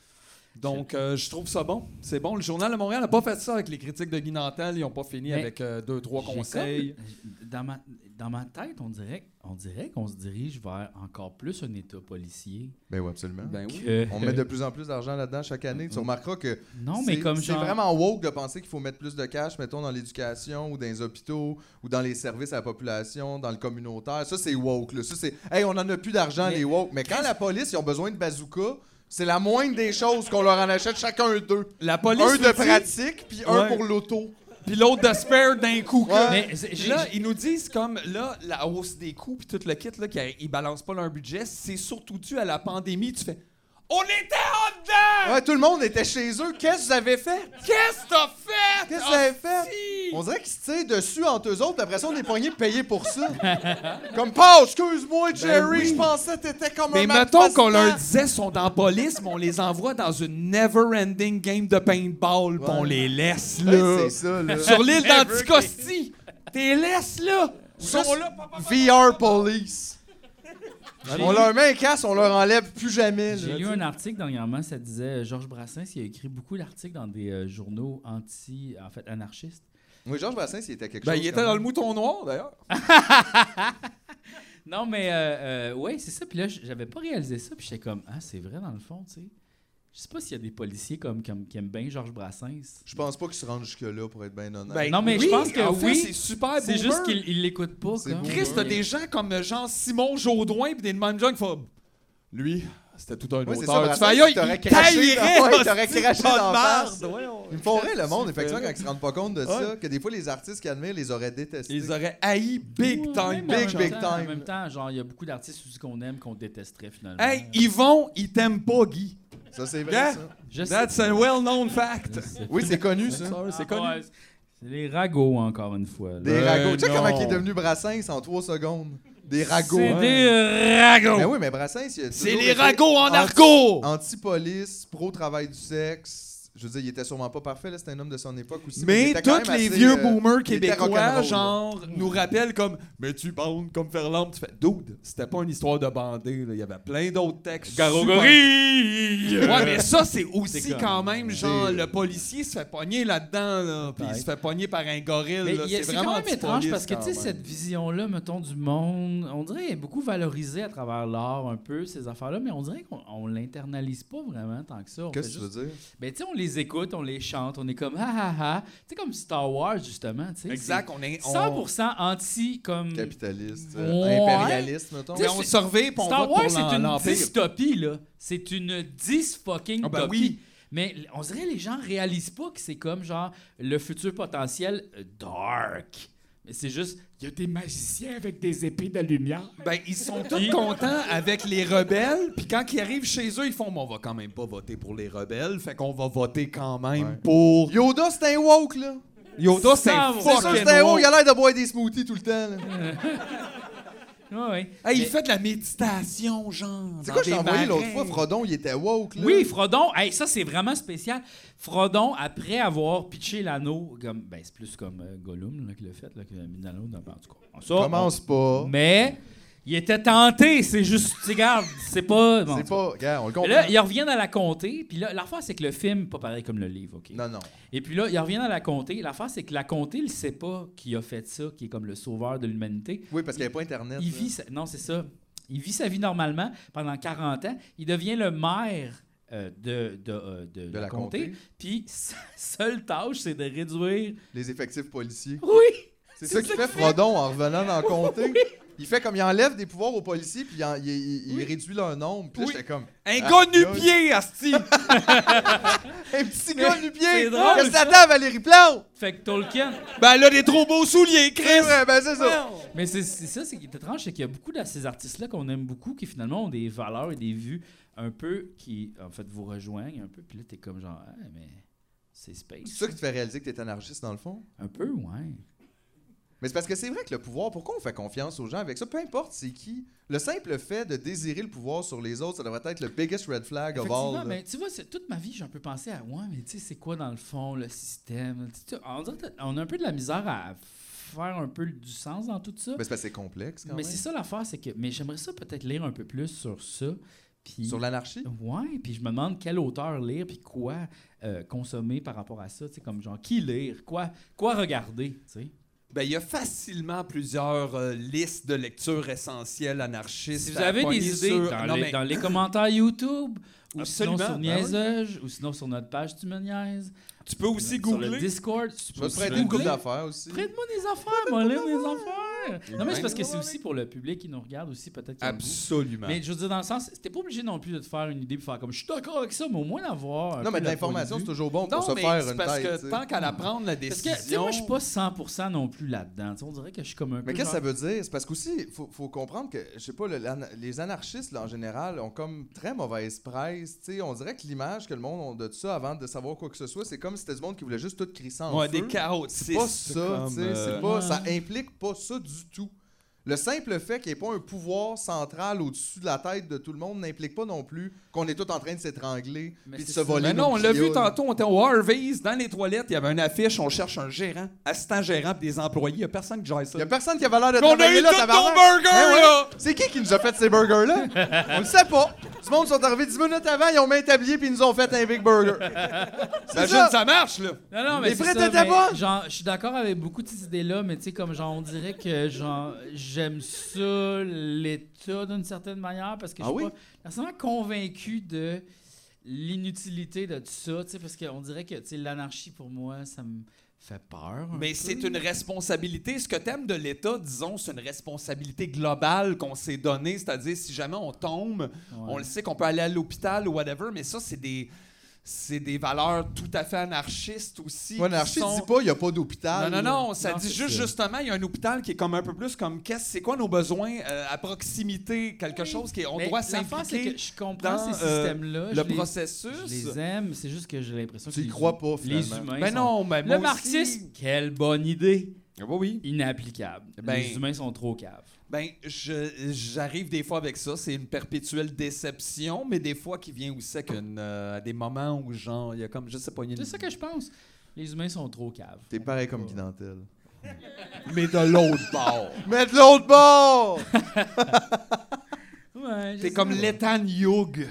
B: Donc, euh, je trouve ça bon. C'est bon. Le Journal de Montréal n'a pas fait ça avec les critiques de Guy Nantel. Ils n'ont pas fini
A: Mais
B: avec euh, deux, trois
A: J'ai
B: conseils.
A: comme- dans, ma, dans ma tête, on dirait, on dirait qu'on se dirige vers encore plus un État policier.
C: Ben oui, absolument.
B: Ben oui.
A: que-
C: On met de plus en plus d'argent là-dedans chaque année. Tu remarqueras que
A: euh, Mm. Non,
C: c'est
A: mais comme
C: c'est
A: genre...
C: vraiment woke de penser qu'il faut mettre plus de cash, mettons, dans l'éducation ou dans les hôpitaux ou dans les services à la population, dans le communautaire. Ça, c'est woke. Là. Ça, c'est Hey, on en a plus d'argent,
A: Mais-
C: les woke. Mais quand la police, ils ont besoin de bazooka, c'est la moindre des choses qu'on leur en achète chacun deux.
B: La police.
C: Un
B: nous
C: de
B: dit-
C: pratique, puis un
B: Ouais.
C: pour l'auto.
B: Puis l'autre de spare d'un coup. que-
C: Ouais.
A: Mais c'est- j'ai-
B: Là,
A: j'ai-
B: ils nous disent comme là, la hausse des coûts puis tout le kit là, qu'ils ils balancent pas leur budget, c'est surtout dû à la pandémie. Tu fais On était en dedans!
C: Ouais, tout le monde était chez eux. Qu'est-ce que vous avez fait?
B: Qu'est-ce que t'as fait?
C: Qu'est-ce que vous avez fait?
B: Hostie!
C: On dirait qu'ils se tirent dessus entre eux autres, puis après ça, on est poigné payé pour
B: (laughs)
C: ça. comme, pas, excuse-moi, Jerry, je pensais que t'étais comme un
B: Ben Mais mettons
C: manifestant.
B: qu'on leur disait sont dans police, mais on les envoie dans une never-ending game de paintball, pis on les laisse là.
C: Hey, c'est ça, là.
B: Sur l'île d'Anticosti! T'es laisse là! Ils sont là, papa.
C: VR Police.
A: j'ai
C: On
A: lu-
C: leur met un casse, on leur enlève plus jamais. là,
A: J'ai
C: tu
A: lu
C: sais.
A: un article dernièrement, ça disait euh, Georges Brassens, il a écrit beaucoup d'articles dans des euh, journaux anti, en fait, anarchistes.
C: Oui, Georges Brassens, il était quelque
B: Ben,
C: chose.
B: il était
C: quand
B: dans le
C: même.
B: mouton noir d'ailleurs.
A: Non, mais euh, euh, ouais, c'est ça. Puis là, j- j'avais pas réalisé ça. Puis j'étais comme, ah, c'est vrai dans le fond, tu sais. Je sais pas s'il y a des policiers comme, comme- qui aiment bien Georges Brassens.
C: Je pense pas qu'ils se rendent jusque-là, pour être bien honnête.
B: Ben,
A: Non, mais je
B: oui,
A: pense que
B: en fait,
A: oui.
B: c'est super
A: C'est
B: Ah, boomer.
A: juste qu'ils ils l'écoutent pas.
C: C'est
A: comme.
C: boomer.
B: Christ, t'as des gens comme euh, genre Simon Jaudoin puis des même gens qui font lui, c'était tout un
C: Ouais, c'est ça,
B: auteur.
C: Brassens,
B: aïe, aïe,
C: il t'aurait
B: il
C: craché dans-
B: taillerait,
C: ouais, il t'aurait
B: hostie,
C: craché
B: pas de
C: dans la face.
B: merde.
C: Ils me font rire, le monde, effectivement, quand
B: Super.
C: ils se rendent pas compte de ça,
B: Ouais.
C: que des fois, les artistes qu'ils admirent les auraient détestés.
B: Ils auraient haï big
A: Ouais,
B: time.
A: mais en
C: big,
A: même
C: big
A: temps-
C: time.
A: En même temps, genre, il y a beaucoup d'artistes aussi qu'on aime, qu'on détesterait finalement.
B: Hey, Yvon, il t'aime pas, Guy.
C: Ça, c'est vrai,
B: Gars.
C: ça.
A: Je sais-
B: That's a well-known fact.
A: je sais
C: Oui, c'est connu, ça.
B: Ça, C'est
A: Ah, ouais, c'est- c'est les ragots, encore une fois. là.
C: Des
B: Ben
C: ragots. Tu sais
B: non.
C: comment il est devenu Brassens en 3 secondes? Des ragots.
A: C'est
C: hein.
A: des euh, ragots.
C: Ben oui, mais Brassens, il a
B: C'est
C: toujours
B: les
C: été
B: ragots en
C: anti-
B: argot.
C: Anti-police, pro-travail du sexe, Je veux dire, il était sûrement pas parfait, là, c'était un homme de son époque aussi. il
B: Mais
C: était quand
B: tous
C: même
B: les
C: assez,
B: vieux
C: euh,
B: boomers
C: il était
B: québécois,
C: rock'n'roll,
B: genre, nous rappellent comme Mais tu bandes comme Ferland. Tu fais Dude, c'était pas une histoire de bandé. là. Il y avait plein d'autres textes. super- Ouais, mais ça, c'est aussi
A: C'est comme-
B: quand même, genre,
C: C'est-
B: le policier se fait pogner là-dedans, là, puis il se fait pogner par un gorille.
A: Mais
B: là.
A: il y a- c'est
B: vraiment
A: quand même étrange
B: anti-police
A: parce que tu
B: quand
A: sais
B: même.
A: cette vision-là, mettons, du monde, on dirait elle est beaucoup valorisée à travers l'art un peu, ces affaires-là, mais on dirait qu'on on l'internalise pas vraiment tant que ça. On
C: Qu'est-ce
A: fait
C: que tu
A: juste-
C: veux dire?
A: Ben, tu sais, on les écoute, on les chante, on est comme ah ah ah. Tu sais, comme Star Wars, justement. tu sais,
B: Exact, on est.
A: c'est
B: On,
A: 100% anti
B: Mm.
A: comme.
C: Capitaliste,
A: Ouais.
C: euh, impérialiste, mettons.
A: Tu sais,
B: mais on surveille, puis on
A: Star
B: vote
A: Wars,
B: pour
A: c'est
B: l'en-
A: une
B: l'empire.
A: dystopie, là. C'est une dis-fucking-topie.
B: Ah ben oui.
A: Mais l- on dirait les gens réalisent pas que c'est comme, genre, le futur potentiel euh, dark. Mais c'est juste, il y a des magiciens avec des épées de lumière.
B: Ben,
A: (laughs)
B: ils sont tous contents avec les rebelles, puis quand ils arrivent chez eux, ils font Bon, on va quand même pas voter pour les rebelles, fait qu'on va voter quand même
C: Ouais.
B: pour.
C: Yoda, c'est un woke, là.
B: Yoda, c'est
A: Ça,
B: fucking
A: c'est
C: C'est sûr, c'est un woke,
B: woke.
C: il a l'air de boire des smoothies tout le temps. là.
A: Ouais, Ah ouais.
B: Hey, il
A: Mais-
B: fait de la méditation, genre.
C: C'est quoi, je t'ai
B: dans des
C: envoyé l'autre
B: marais.
C: fois, Frodon, il était woke, là.
A: Oui, Frodon, hey, ça c'est vraiment spécial. Frodon, après avoir pitché l'anneau, comme, ben, c'est plus comme euh, Gollum là, qui l'a fait, là, qui a mis l'anneau dans en tout cas. Ça,
C: Commence
A: on-
C: pas.
A: Mais il était tenté, c'est juste, tu sais, regarde, c'est pas. bon, en
C: C'est
A: tout cas.
C: pas... Regarde, on le
A: Mais
C: comprend.
A: Là, ils reviennent à la comté, puis là, l'affaire, c'est que le film, pas pareil comme le livre, OK?
C: Non, non.
A: Et puis là, ils reviennent à la comté. L'affaire, c'est que la comté, il sait pas qui a fait ça, qui est comme le sauveur de l'humanité.
C: Oui, parce qu'il n'y avait pas Internet.
A: Il
C: là.
A: vit sa... Non, c'est ça. Il vit sa vie normalement pendant 40 ans. Il devient le maire euh, de, de, euh, de la,
C: la
A: comté.
C: comté.
A: Puis (laughs) sa seule tâche, c'est de réduire.
C: Les effectifs policiers.
A: Oui!
C: C'est
A: C'est
C: ça qui
A: ça
C: fait
A: qu'il fait.
C: Frodon
A: (laughs)
C: en revenant dans le comté. Il fait comme il enlève des pouvoirs aux policiers, puis il, en- il- il- il réduit leur nombre. Puis là,
B: Oui.
C: j'étais comme.
B: Un
C: Ah,
B: gars
C: oui.
B: nu-pied, Asti!
C: Ah, Un petit gars du pied!
A: C'est drôle,
C: Qu'est-ce que
A: ça.
C: t'attends, Valérie Plante?
A: Fait que Tolkien.
B: ben là, des trop beaux souliers, Chris!
C: Ouais, ben ah. c'est ça.
A: Mais c'est c'est ça, c'est qui est étrange, c'est qu'il y a beaucoup de ces artistes-là qu'on aime beaucoup qui finalement ont des valeurs et des vues un peu qui, en fait, vous rejoignent un peu. Puis là, t'es comme genre, ah, mais c'est
C: C'est
A: space.
C: ça qui te fait réaliser que t'es anarchiste, dans le fond?
A: Un peu, ouais.
C: Mais c'est parce que c'est vrai que le pouvoir, pourquoi on fait confiance aux gens avec ça? Peu importe c'est qui. Le simple fait de désirer le pouvoir sur les autres, ça devrait être le biggest red flag of
A: Effectivement,
C: all. là.
A: mais tu vois, c'est- toute ma vie, j'ai un peu pensé à ouais, mais tu sais, c'est quoi dans le fond le système? Tu sais, on, dirait que on a un peu de la misère à faire un peu du sens dans tout ça.
C: Mais c'est parce que Ben, c'est complexe quand
A: mais
C: même.
A: c'est ça l'affaire, c'est que. Mais j'aimerais ça peut-être lire un peu plus sur ça. Puis,
C: Sur l'anarchie?
A: Ouais, puis je me demande quel auteur lire, puis quoi euh, consommer par rapport à ça. Tu sais, comme genre, qui lire, quoi, quoi regarder, tu sais.
B: Ben, il y a facilement plusieurs euh, listes de lectures essentielles anarchistes.
A: Si vous
B: à
A: avez
B: pogner
A: des idées
B: sur-
A: dans,
B: Non,
A: les,
B: mais-
A: dans les commentaires YouTube, ou sinon
B: Absolument,
A: sur
B: ben
A: Niaiseuge, ou sinon sur notre page Tu me niaises,
B: tu peux aussi
A: sur le
B: googler.
A: Discord, tu
C: Je
A: peux
C: vais te prêter
A: googler.
C: une coupe d'affaires aussi.
A: Prête-moi des affaires, moi, lire des affaires. Non, mais c'est parce que c'est aussi pour le public qui nous regarde aussi, peut-être. qu'il y a un goût.
B: Absolument.
A: Mais je veux dire, dans le sens, t'es pas obligé non plus de te faire une idée et faire comme je suis d'accord avec ça, mais au moins d'avoir. un
C: Non,
A: peu
C: mais
A: le
C: de
A: point
C: l'information,
A: vue.
C: c'est toujours bon
B: non,
C: pour se
B: mais
C: faire
B: c'est
C: une
B: parce
C: tête.
B: que
C: tu sais.
B: tant qu'à la prendre, la
A: Parce
B: décision...
A: que, tu sais, moi, je suis pas 100% non plus là-dedans. Tu sais, On dirait que je suis comme un peu.
C: Mais qu'est-ce que ça
A: genre-
C: veut dire? C'est parce qu'aussi, il faut, faut comprendre que, je sais pas, le- l'ana- les anarchistes, là, en général, ont comme très mauvaise presse. tu sais. on dirait que l'image que le monde a de ça avant de savoir quoi que ce soit, c'est comme si c'était du monde qui voulait juste tout crisser en
B: Ouais,
C: feu.
B: des chaotistes.
C: C'est pas ça,
B: comme,
C: tu sais, c'est
B: euh,
C: pas- ça implique pas ça du tout. Le simple fait qu'il n'y ait pas un pouvoir central au-dessus de la tête de tout le monde n'implique pas non plus qu'on est tous en train de s'étrangler
A: Mais
C: puis de
A: c'est
C: se
A: ça.
C: voler.
B: Mais
C: nos
B: non, on l'a vu
C: guillaumes.
B: tantôt, on était au Harvey's, dans les toilettes, il y avait une affiche, on cherche un gérant, assistant gérant pis des employés, il y a personne qui gère
C: Il
B: ça.
C: n'y a personne qui avait l'air de
B: On a
C: travailler
B: eu
C: là,
B: tous nos
C: tabarnak.
B: burgers,
C: Ben ouais.
B: là!
C: C'est qui qui nous a fait ces burgers-là? On le sait pas. Du monde sont arrivés 10 minutes avant, ils ont mis un tablier puis ils nous ont fait un Big Burger. C'est
B: Imagine,
C: ça.
B: ça marche, là!
A: Non, non, mais
C: Les
A: c'est
C: vrais
A: ça,
C: étaient
A: mais
C: bonnes.
A: Genre, je suis d'accord avec beaucoup de ces idées-là, mais tu sais, comme genre, on dirait que genre, j'aime ça, l'État, d'une certaine manière, parce que je
C: Ah
A: suis
C: oui?
A: pas forcément convaincu de l'inutilité de tout ça, tu sais, parce qu'on dirait que, tu sais, l'anarchie, pour moi, ça me fait peur. un
B: Mais
A: peu.
B: c'est une responsabilité. Ce que t'aimes de l'État, disons, c'est une responsabilité globale qu'on s'est donnée. C'est-à-dire, si jamais on tombe, on le sait qu'on peut aller à l'hôpital ou whatever, mais ça, c'est des, c'est des valeurs tout à fait anarchistes aussi.
C: Moi,
B: qui
C: l'anarchie
B: sont-
C: dit pas, il n'y a pas d'hôpital.
B: Non, non, non, ça
A: Non,
B: dit
A: c'est
B: juste,
A: ça.
B: justement, il y a un hôpital qui est comme un peu plus comme qu'est-ce, c'est quoi nos besoins euh, à proximité, quelque chose qui est- on
A: Mais
B: doit
A: l'affaire, c'est
B: s'impliquer
A: que je comprends
B: dans,
A: ces
B: euh,
A: systèmes-là.
B: le
A: je les-
B: processus.
A: Je les aime, c'est juste que j'ai l'impression que
C: Tu y
A: les-
C: crois pas,
A: les
C: finalement.
A: humains.
B: Ben
A: sont-
B: non, ben
A: Le
B: moi aussi.
A: marxisme, Eh, quelle bonne idée.
B: Ah bah oui.
A: Inapplicable.
B: Ben-
A: les humains sont trop caves.
B: Ben, je- j'arrive des fois avec ça. C'est une perpétuelle déception, mais des fois qui vient aussi avec une, euh, à des moments où, genre, il y a comme, je sais pas, il y a une-
A: C'est ça que je pense. Les humains sont trop caves.
C: T'es pareil comme Guinantel.
B: Mais de l'autre bord.
C: Mais de l'autre bord!
A: Ouais, je
B: T'es
A: sais
B: comme
A: pas.
B: l'Ethan Youg.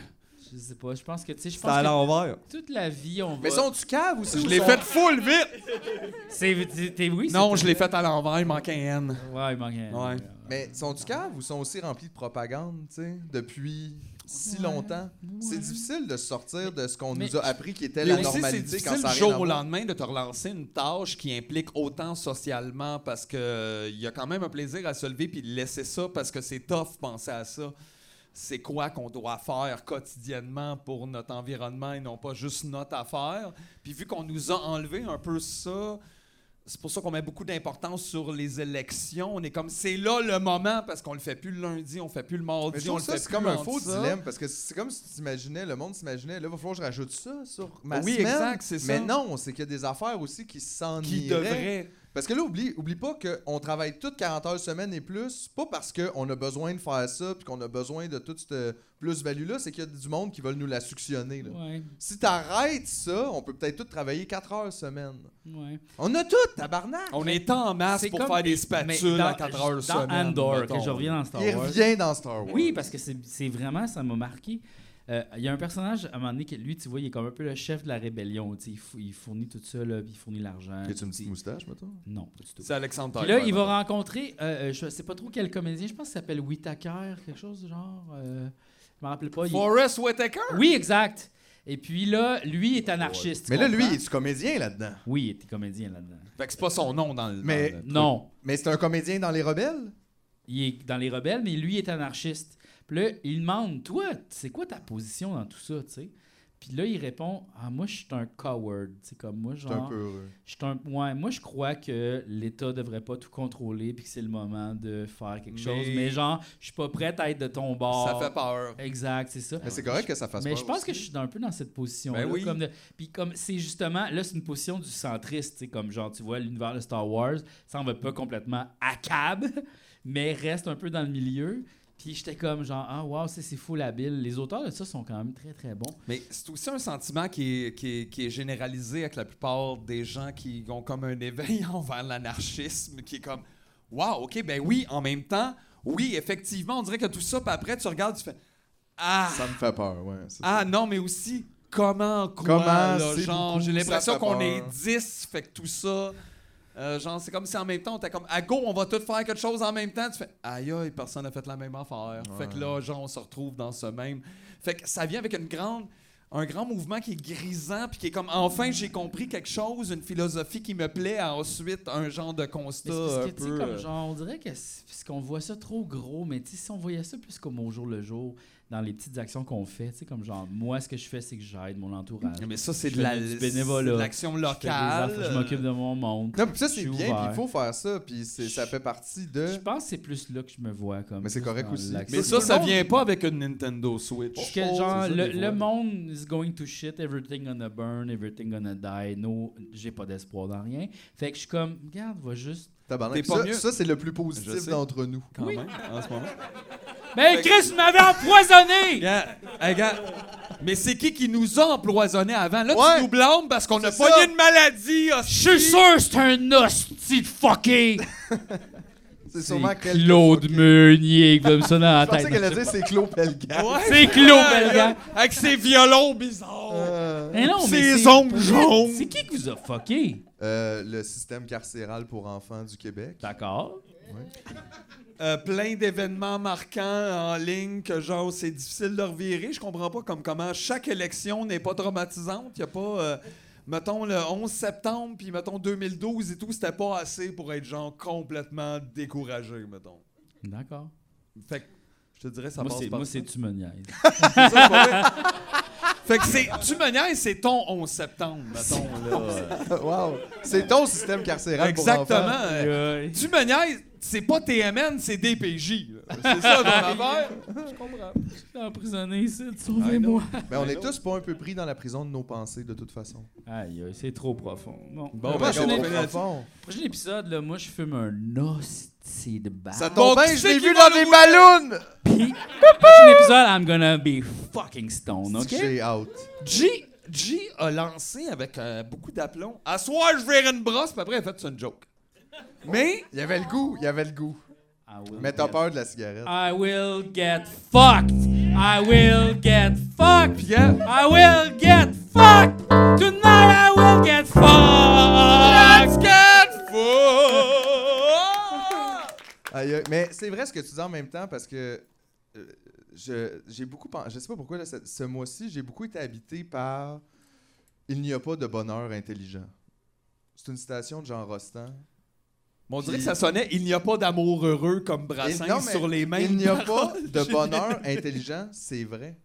A: Je sais pas. Je pense que, tu sais, je
E: C'est à
A: pense que
E: l'envers.
A: toute la vie, on va.
B: Mais sont du cave aussi?
C: Je
B: ou
C: l'ai
B: sont-
C: fait full vite!
A: C'est. c'est- t'es- Oui,
B: Non, je l'ai fait à l'envers, il manque un N.
A: c'est- Ouais, il manque un.
B: Ouais.
C: Mais sont du cave ou sont aussi remplis de propagande, tu sais, depuis si longtemps? C'est difficile de sortir de ce qu'on
A: Mais-
C: nous a appris qui était
B: Mais
C: la
B: aussi, c'est
C: normalité quand ça
B: difficile du
C: arrive.
B: jour au lendemain de te relancer une tâche qui implique autant socialement parce que euh, il y a quand même un plaisir à se lever puis de laisser ça parce que c'est tough penser à ça. C'est quoi qu'on doit faire quotidiennement pour notre environnement et non pas juste notre affaire. Puis vu qu'on nous a enlevé un peu ça, c'est pour ça qu'on met beaucoup d'importance sur les élections. On est comme c'est là le moment parce qu'on le fait plus le lundi, on fait plus le
C: Mais je
B: mardi,
C: trouve
B: on le
C: ça,
B: fait
C: c'est
B: plus
C: comme un
B: entre
C: faux
B: ça.
C: dilemme parce que c'est comme si tu t'imaginais, le monde s'imaginait, là, il va falloir que je rajoute ça sur ma
B: Oui,
C: semaine.
B: exact, c'est ça.
C: Mais non, c'est qu'il y a des affaires aussi qui s'en
B: Qui
C: iraient.
B: devrait
C: Parce que là, oublie, oublie pas qu'on travaille toutes 40 heures semaine et plus, pas parce qu'on a besoin de faire ça puis qu'on a besoin de toute cette plus-value-là, c'est qu'il y a du monde qui veulent nous la succionner. là.
A: Ouais,
C: Si t'arrêtes ça, on peut peut-être tous travailler 4 heures semaine.
A: ouais.
C: On a tout, tabarnak!
B: On est en masse
A: C'est
B: pour
A: comme-
B: faire des
A: Mais
B: spatules
A: dans-
B: à 4 heures
A: dans
B: semaine.
A: Andor,
B: mettons.
A: que je reviens dans
B: Ah
A: Star
C: Il
A: Wars.
C: revient dans Star Wars.
B: ben-
A: Oui, parce que c'est c'est vraiment, ça m'a marqué. Euh, Il y a un personnage, à un moment donné, que lui, tu vois, il est comme un peu le chef de la rébellion. tu sais, Il, fou- il fournit tout ça, là, puis il fournit l'argent.
C: Y a-tu une petite moustache, mettons?
A: Non, pas du tout.
B: C'est Alexandre
A: Puis
B: Taylor,
A: là, il va
B: mettons.
A: rencontrer, euh, euh, je sais pas trop quel comédien, je pense qu'il s'appelle Whitaker, quelque chose du genre. euh, je me rappelle pas. il-
B: Forrest Whitaker!
A: Oui, exact. Et puis là, lui est anarchiste. tu
C: Mais là, lui,
A: comprends?
C: il est comédien là-dedans.
A: Oui, il était comédien là-dedans.
B: Fait que c'est pas son nom dans le.
C: Mais-
B: dans le-
A: Non,
C: Mais c'est un comédien dans Les Rebelles?
A: il est dans les rebelles, mais lui est anarchiste. Puis là, il demande, toi, c'est quoi ta position dans tout ça, tu sais? Puis là, il répond, ah, moi, je suis un coward, tu sais, comme moi,
C: J'étais un
A: genre...
C: peu euh, heureux.
A: Je suis un- ouais, moi, je crois que l'État devrait pas tout contrôler puis que c'est le moment de faire quelque chose.
B: Mais-
A: Mais genre, je suis pas prête à être de ton bord.
B: Ça fait peur.
A: Exact, c'est ça.
C: Mais c'est correct que ça fasse
A: Mais
C: peur
A: je pense
C: aussi.
A: que je suis un peu dans cette position. là
B: Ben oui.
A: comme de- Puis comme c'est justement, là, c'est une position du centriste, tu sais, comme genre, tu vois, l'univers de Star Wars, ça en va pas complètement à cab, (laughs) mais reste un peu dans le milieu. Puis j'étais comme genre, ah, wow, c'est, c'est full habile. Les auteurs de ça sont quand même très, très bons.
B: Mais c'est aussi un sentiment qui est, qui, est, qui est généralisé avec la plupart des gens qui ont comme un éveil (laughs) envers l'anarchisme, qui est comme Waouh, ok, ben oui, en même temps, oui, effectivement, on dirait que tout ça, puis après, tu regardes, tu fais Ah!
C: Ça me fait peur, ouais. c'est
B: Ah
C: ça.
B: non, mais aussi comment quoi
C: Comment,
B: là,
C: c'est
B: genre
C: beaucoup,
B: j'ai
C: ça
B: l'impression
C: fait
B: qu'on
C: peur.
B: est 10 fait que tout ça euh, genre c'est comme si en même temps on était comme à go on va tout faire quelque chose en même temps tu fais aïe aïe personne n'a fait la même affaire fait que là genre on se retrouve dans ce même fait que ça vient avec une grande un grand mouvement qui est grisant puis qui est comme enfin j'ai compris quelque chose une philosophie qui me plaît à ensuite un genre de constat
A: Mais c'est parce
B: un
A: que, tu sais,
B: peu
A: comme
B: euh,
A: genre, on dirait que c'est- parce qu'on voit ça trop gros, mais tu sais, si on voyait ça plus comme au jour le jour, dans les petites actions qu'on fait, tu sais, comme genre, moi, ce que je fais, c'est que j'aide mon entourage.
B: mais euh. ça c'est
A: Je
B: de la
A: fais du
B: c'est
A: bénévolat.
B: de l'action
A: Je fais des
B: locale
A: affaires, je m'occupe de mon monde.
C: Non, puis ça,
A: Je
C: c'est
A: suis
C: bien, puis
A: ouvert.
C: il faut faire ça, puis c'est- ça fait partie
A: Je
C: de...
A: pense que c'est plus là que je me vois comme.
C: Mais c'est
A: plus
C: correct
A: dans
C: aussi.
A: l'action.
B: euh. mais ça
C: tout
B: ça
C: le monde-
B: vient pas avec une Nintendo Switch
A: Parce que
B: Oh,
A: genre
B: c'est ça,
A: le,
B: des
A: le
B: fois.
A: monde is going to shit, everything gonna burn, everything gonna die. No, j'ai pas d'espoir dans rien. Fait que je suis comme regarde, va juste.
C: Tabarnak.
B: T'es
C: Puis
B: pas
C: Ça,
B: mieux.
C: ça, c'est le plus
B: Je
C: positif
B: sais.
C: d'entre nous.
B: quand même, en ce moment.
A: Mais Ben, Chris, vous m'avez empoisonné.
B: Gars, hey, gars, mais c'est qui qui nous a empoisonnés avant? Là,
C: Ouais.
B: tu nous blâmes parce qu'on a
C: C'est
B: pogné
C: ça.
B: une maladie, oh,
A: Je suis sûr, que c'est un hostie de fucké.
C: C'est
A: C'est
C: sûrement quelqu'un-
A: Claude Meunier qui va me sonner dans la
C: (laughs) Je pensais
A: tête.
C: qu'elle allait dire c'est Claude Pelgan.
A: (laughs) C'est Claude Belgan.
B: Avec ses violons bizarres.
C: Euh,
A: Mais Eh non, mais
B: ses
A: c'est-
B: ongles jaunes.
A: C'est qui qui vous a fucké?
C: euh, le système carcéral pour enfants
A: (laughs)
C: du Québec.
A: D'accord.
B: Euh, plein d'événements marquants en ligne que, genre, c'est difficile de revirer. Je comprends pas comme comment chaque élection n'est pas traumatisante. Il a pas... euh, Mettons le 11 septembre, puis mettons 2012 et tout, c'était pas assez pour être genre complètement découragé, mettons.
A: D'accord.
B: Fait que je te dirais, ça
A: Moi,
B: passe
A: c'est-
B: par
A: moi,
B: ça.
A: c'est tu me niaises.
B: C'est ça, pour vrai. Fait que c'est. Tu me niaises, c'est ton 11 septembre, mettons, là.
C: Wow! C'est ton système carcéral pour enfants.
A: (laughs)
B: Exactement.
A: Aïe, aïe.
B: Tu me niaises, c'est pas TMN, c'est DPJ. là. C'est ça ton affaire.
A: Je suis emprisonné ici, sauvez-moi.
C: Ben, on est tous pas un peu pris dans la prison de nos pensées, de toute façon.
A: Aïe, aïe, c'est trop profond. Bon,
B: Bon,
A: le
B: ben,
A: prochain,
B: on Ah.
A: épi-
B: fait la-
A: prochain épisode, là, moi, je fume un hostie de bas.
C: Ça
B: Bon,
C: tombe bien,
B: qui
C: je
B: c'est
C: l'ai
B: qui
C: vu
B: va
C: dans des
B: nous-
C: ballons!
A: Puis, prochain épisode, I'm gonna be fucking stone, OK?
C: J'ai out.
B: G, G a lancé avec euh, beaucoup d'aplomb. À soir, je vais une brosse, puis après, elle a fait ça une joke. Mais,
C: Il y avait le goût, il y avait le goût.
A: I will
C: Mais t'as
A: get-
C: peur de la
B: Ah,
C: cigarette.
A: I will get fucked. I will get fucked.
B: Pierre,
A: I will get fucked. Tonight I will get fucked. Let's get fucked.
C: Aïe, aïe. Mais c'est vrai ce que tu dis en même temps parce que euh, je j'ai beaucoup pen- je sais pas pourquoi là, ce, ce mois-ci j'ai beaucoup été habité par il n'y a pas de bonheur intelligent. C'est une citation de Jean Rostand.
B: on dirait que ça sonnait Il n'y a pas d'amour heureux comme Brassens
C: Il- non, mais
B: sur les mains.
C: Il n'y a pas de bonheur intelligent, c'est vrai.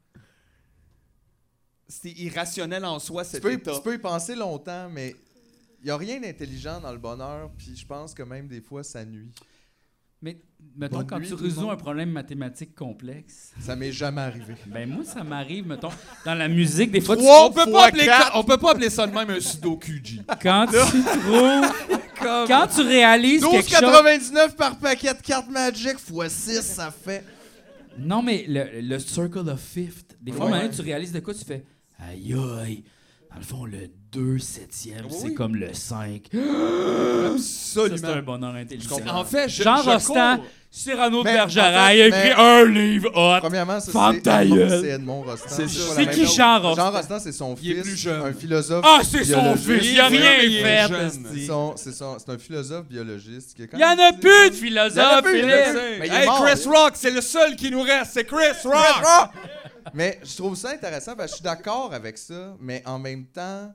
B: C'est irrationnel en soi,
C: Tu
B: cet
C: peux,
B: état.
C: tu peux y penser longtemps, mais il n'y a rien d'intelligent dans le bonheur, puis je pense que même des fois, ça nuit.
A: Mais mettons,
C: Bonne
A: quand
C: nuit,
A: tu
C: tout le
A: résous
C: monde.
A: un problème mathématique complexe,
C: Ça m'est jamais arrivé.
A: ben moi, ça m'arrive, mettons, dans la musique, des fois, tu-
B: Trois, on, peut
C: fois
B: pas appeler
C: quatre.
B: ça- on peut pas appeler ça de même un sudoku, G.
A: quand tu trouves, quand tu réalises quelque chose...
C: 12,99 par paquet de cartes Magic x 6, ça fait.
A: Non, mais le, le circle of fifth. Des fois, à
C: Ouais.
A: un moment donné, tu réalises de quoi, tu fais aïe aïe. Dans le fond, le 2 septième, c'est
B: oui.
A: comme le 5. Ça, c'est
B: Absolument.
A: un bonheur intelligent.
B: En fait, je,
A: Jean
B: je
A: Rostand,
B: cours.
A: Cyrano de
C: Mais,
A: Bergerac,
C: en fait,
A: il a écrit
C: mais-
A: un livre hot.
C: Premièrement, ça,
A: Ferme
C: c'est
A: ta
C: Edmond-
A: gueule.
C: c'est Edmond Rostand.
B: C'est ça.
C: pas la
A: C'est
C: même
A: qui
C: chose.
A: Jean Rostand?
C: Jean Rostand, c'est son
B: Il est
C: fils.
B: plus jeune.
C: Un philosophe.
A: Ah, c'est son
C: biologiste.
A: fils, il a
B: Oui,
A: rien
B: mais il est
A: fait.
B: jeune.
A: esti.
C: C'est son- C'est son- c'est un philosophe biologiste. Qui est quand
A: Il y en a
C: même-
A: plus de
C: Il y en a
A: philosophe,
C: plus,
A: Philippe.
C: je sais. Mais il est
B: Hey,
C: mort.
B: Chris Rock, c'est le seul qui nous reste. C'est Chris Rock.
C: Mais je trouve ça intéressant parce que je suis d'accord avec ça, mais en même temps,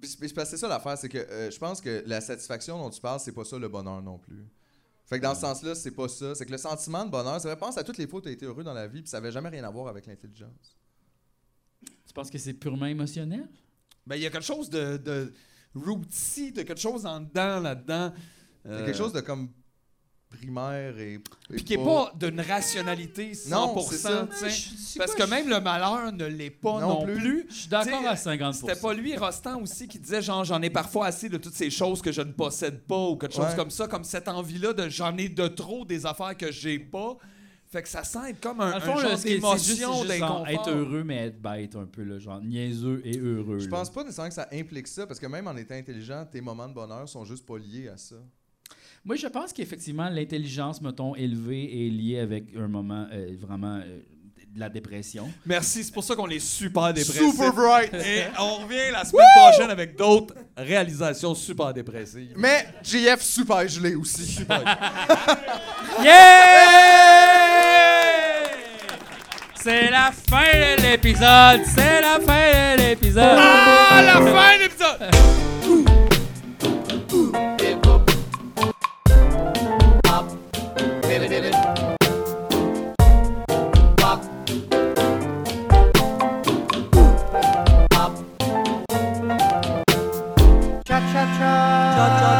C: puis c'est parce que c'est ça l'affaire, c'est que euh, je pense que la satisfaction dont tu parles, c'est pas ça le bonheur non plus. Fait que dans ce sens-là, c'est pas ça. C'est que le sentiment de bonheur, c'est vrai, pense à toutes les fois où t'as été heureux dans la vie, puis ça avait jamais rien à voir avec l'intelligence.
A: Tu penses que c'est purement émotionnel?
B: Ben, il y a quelque chose de, de rootsy, de quelque chose en dedans, là-dedans.
C: C'est
B: Euh,
C: quelque chose de comme primaire et. et
B: Puis qui n'est pas d'une rationalité 100%.
C: Non, c'est ça.
B: tu sais.
A: Je- c'est
B: Parce
A: quoi,
B: que même le malheur ne l'est pas non,
C: Non
B: plus.
C: plus.
A: Je suis d'accord
B: T'sais,
A: à 50
B: C'était pas lui, Rostand aussi, qui disait genre j'en ai parfois assez de toutes ces choses que je ne possède pas ou quelque chose
C: Ouais.
B: comme ça, comme cette envie-là de j'en ai de trop des affaires que j'ai pas. Fait que ça sent être comme un,
A: Dans le
B: un
A: fond,
B: genre
A: là, ce qui est- c'est juste- c'est
B: d'émotion,
A: juste genre
B: d'inconfort.
A: être heureux, mais être bête un peu, là, genre niaiseux et heureux.
C: Je
A: là.
C: pense pas nécessairement que ça implique ça, parce que même en étant intelligent, tes moments de bonheur sont juste pas liés à ça.
A: Moi, je pense qu'effectivement, l'intelligence, mettons, élevée est liée avec un moment euh, vraiment euh, de la dépression.
B: Merci, c'est pour ça qu'on est super dépressifs.
C: Super bright!
B: Et on revient la semaine prochaine avec d'autres réalisations super dépressives.
C: Mais JF super gelé aussi.
A: Yeah! C'est la fin de l'épisode! C'est la fin de l'épisode!
B: À la fin de l'épisode!
G: Cha-cha-cha.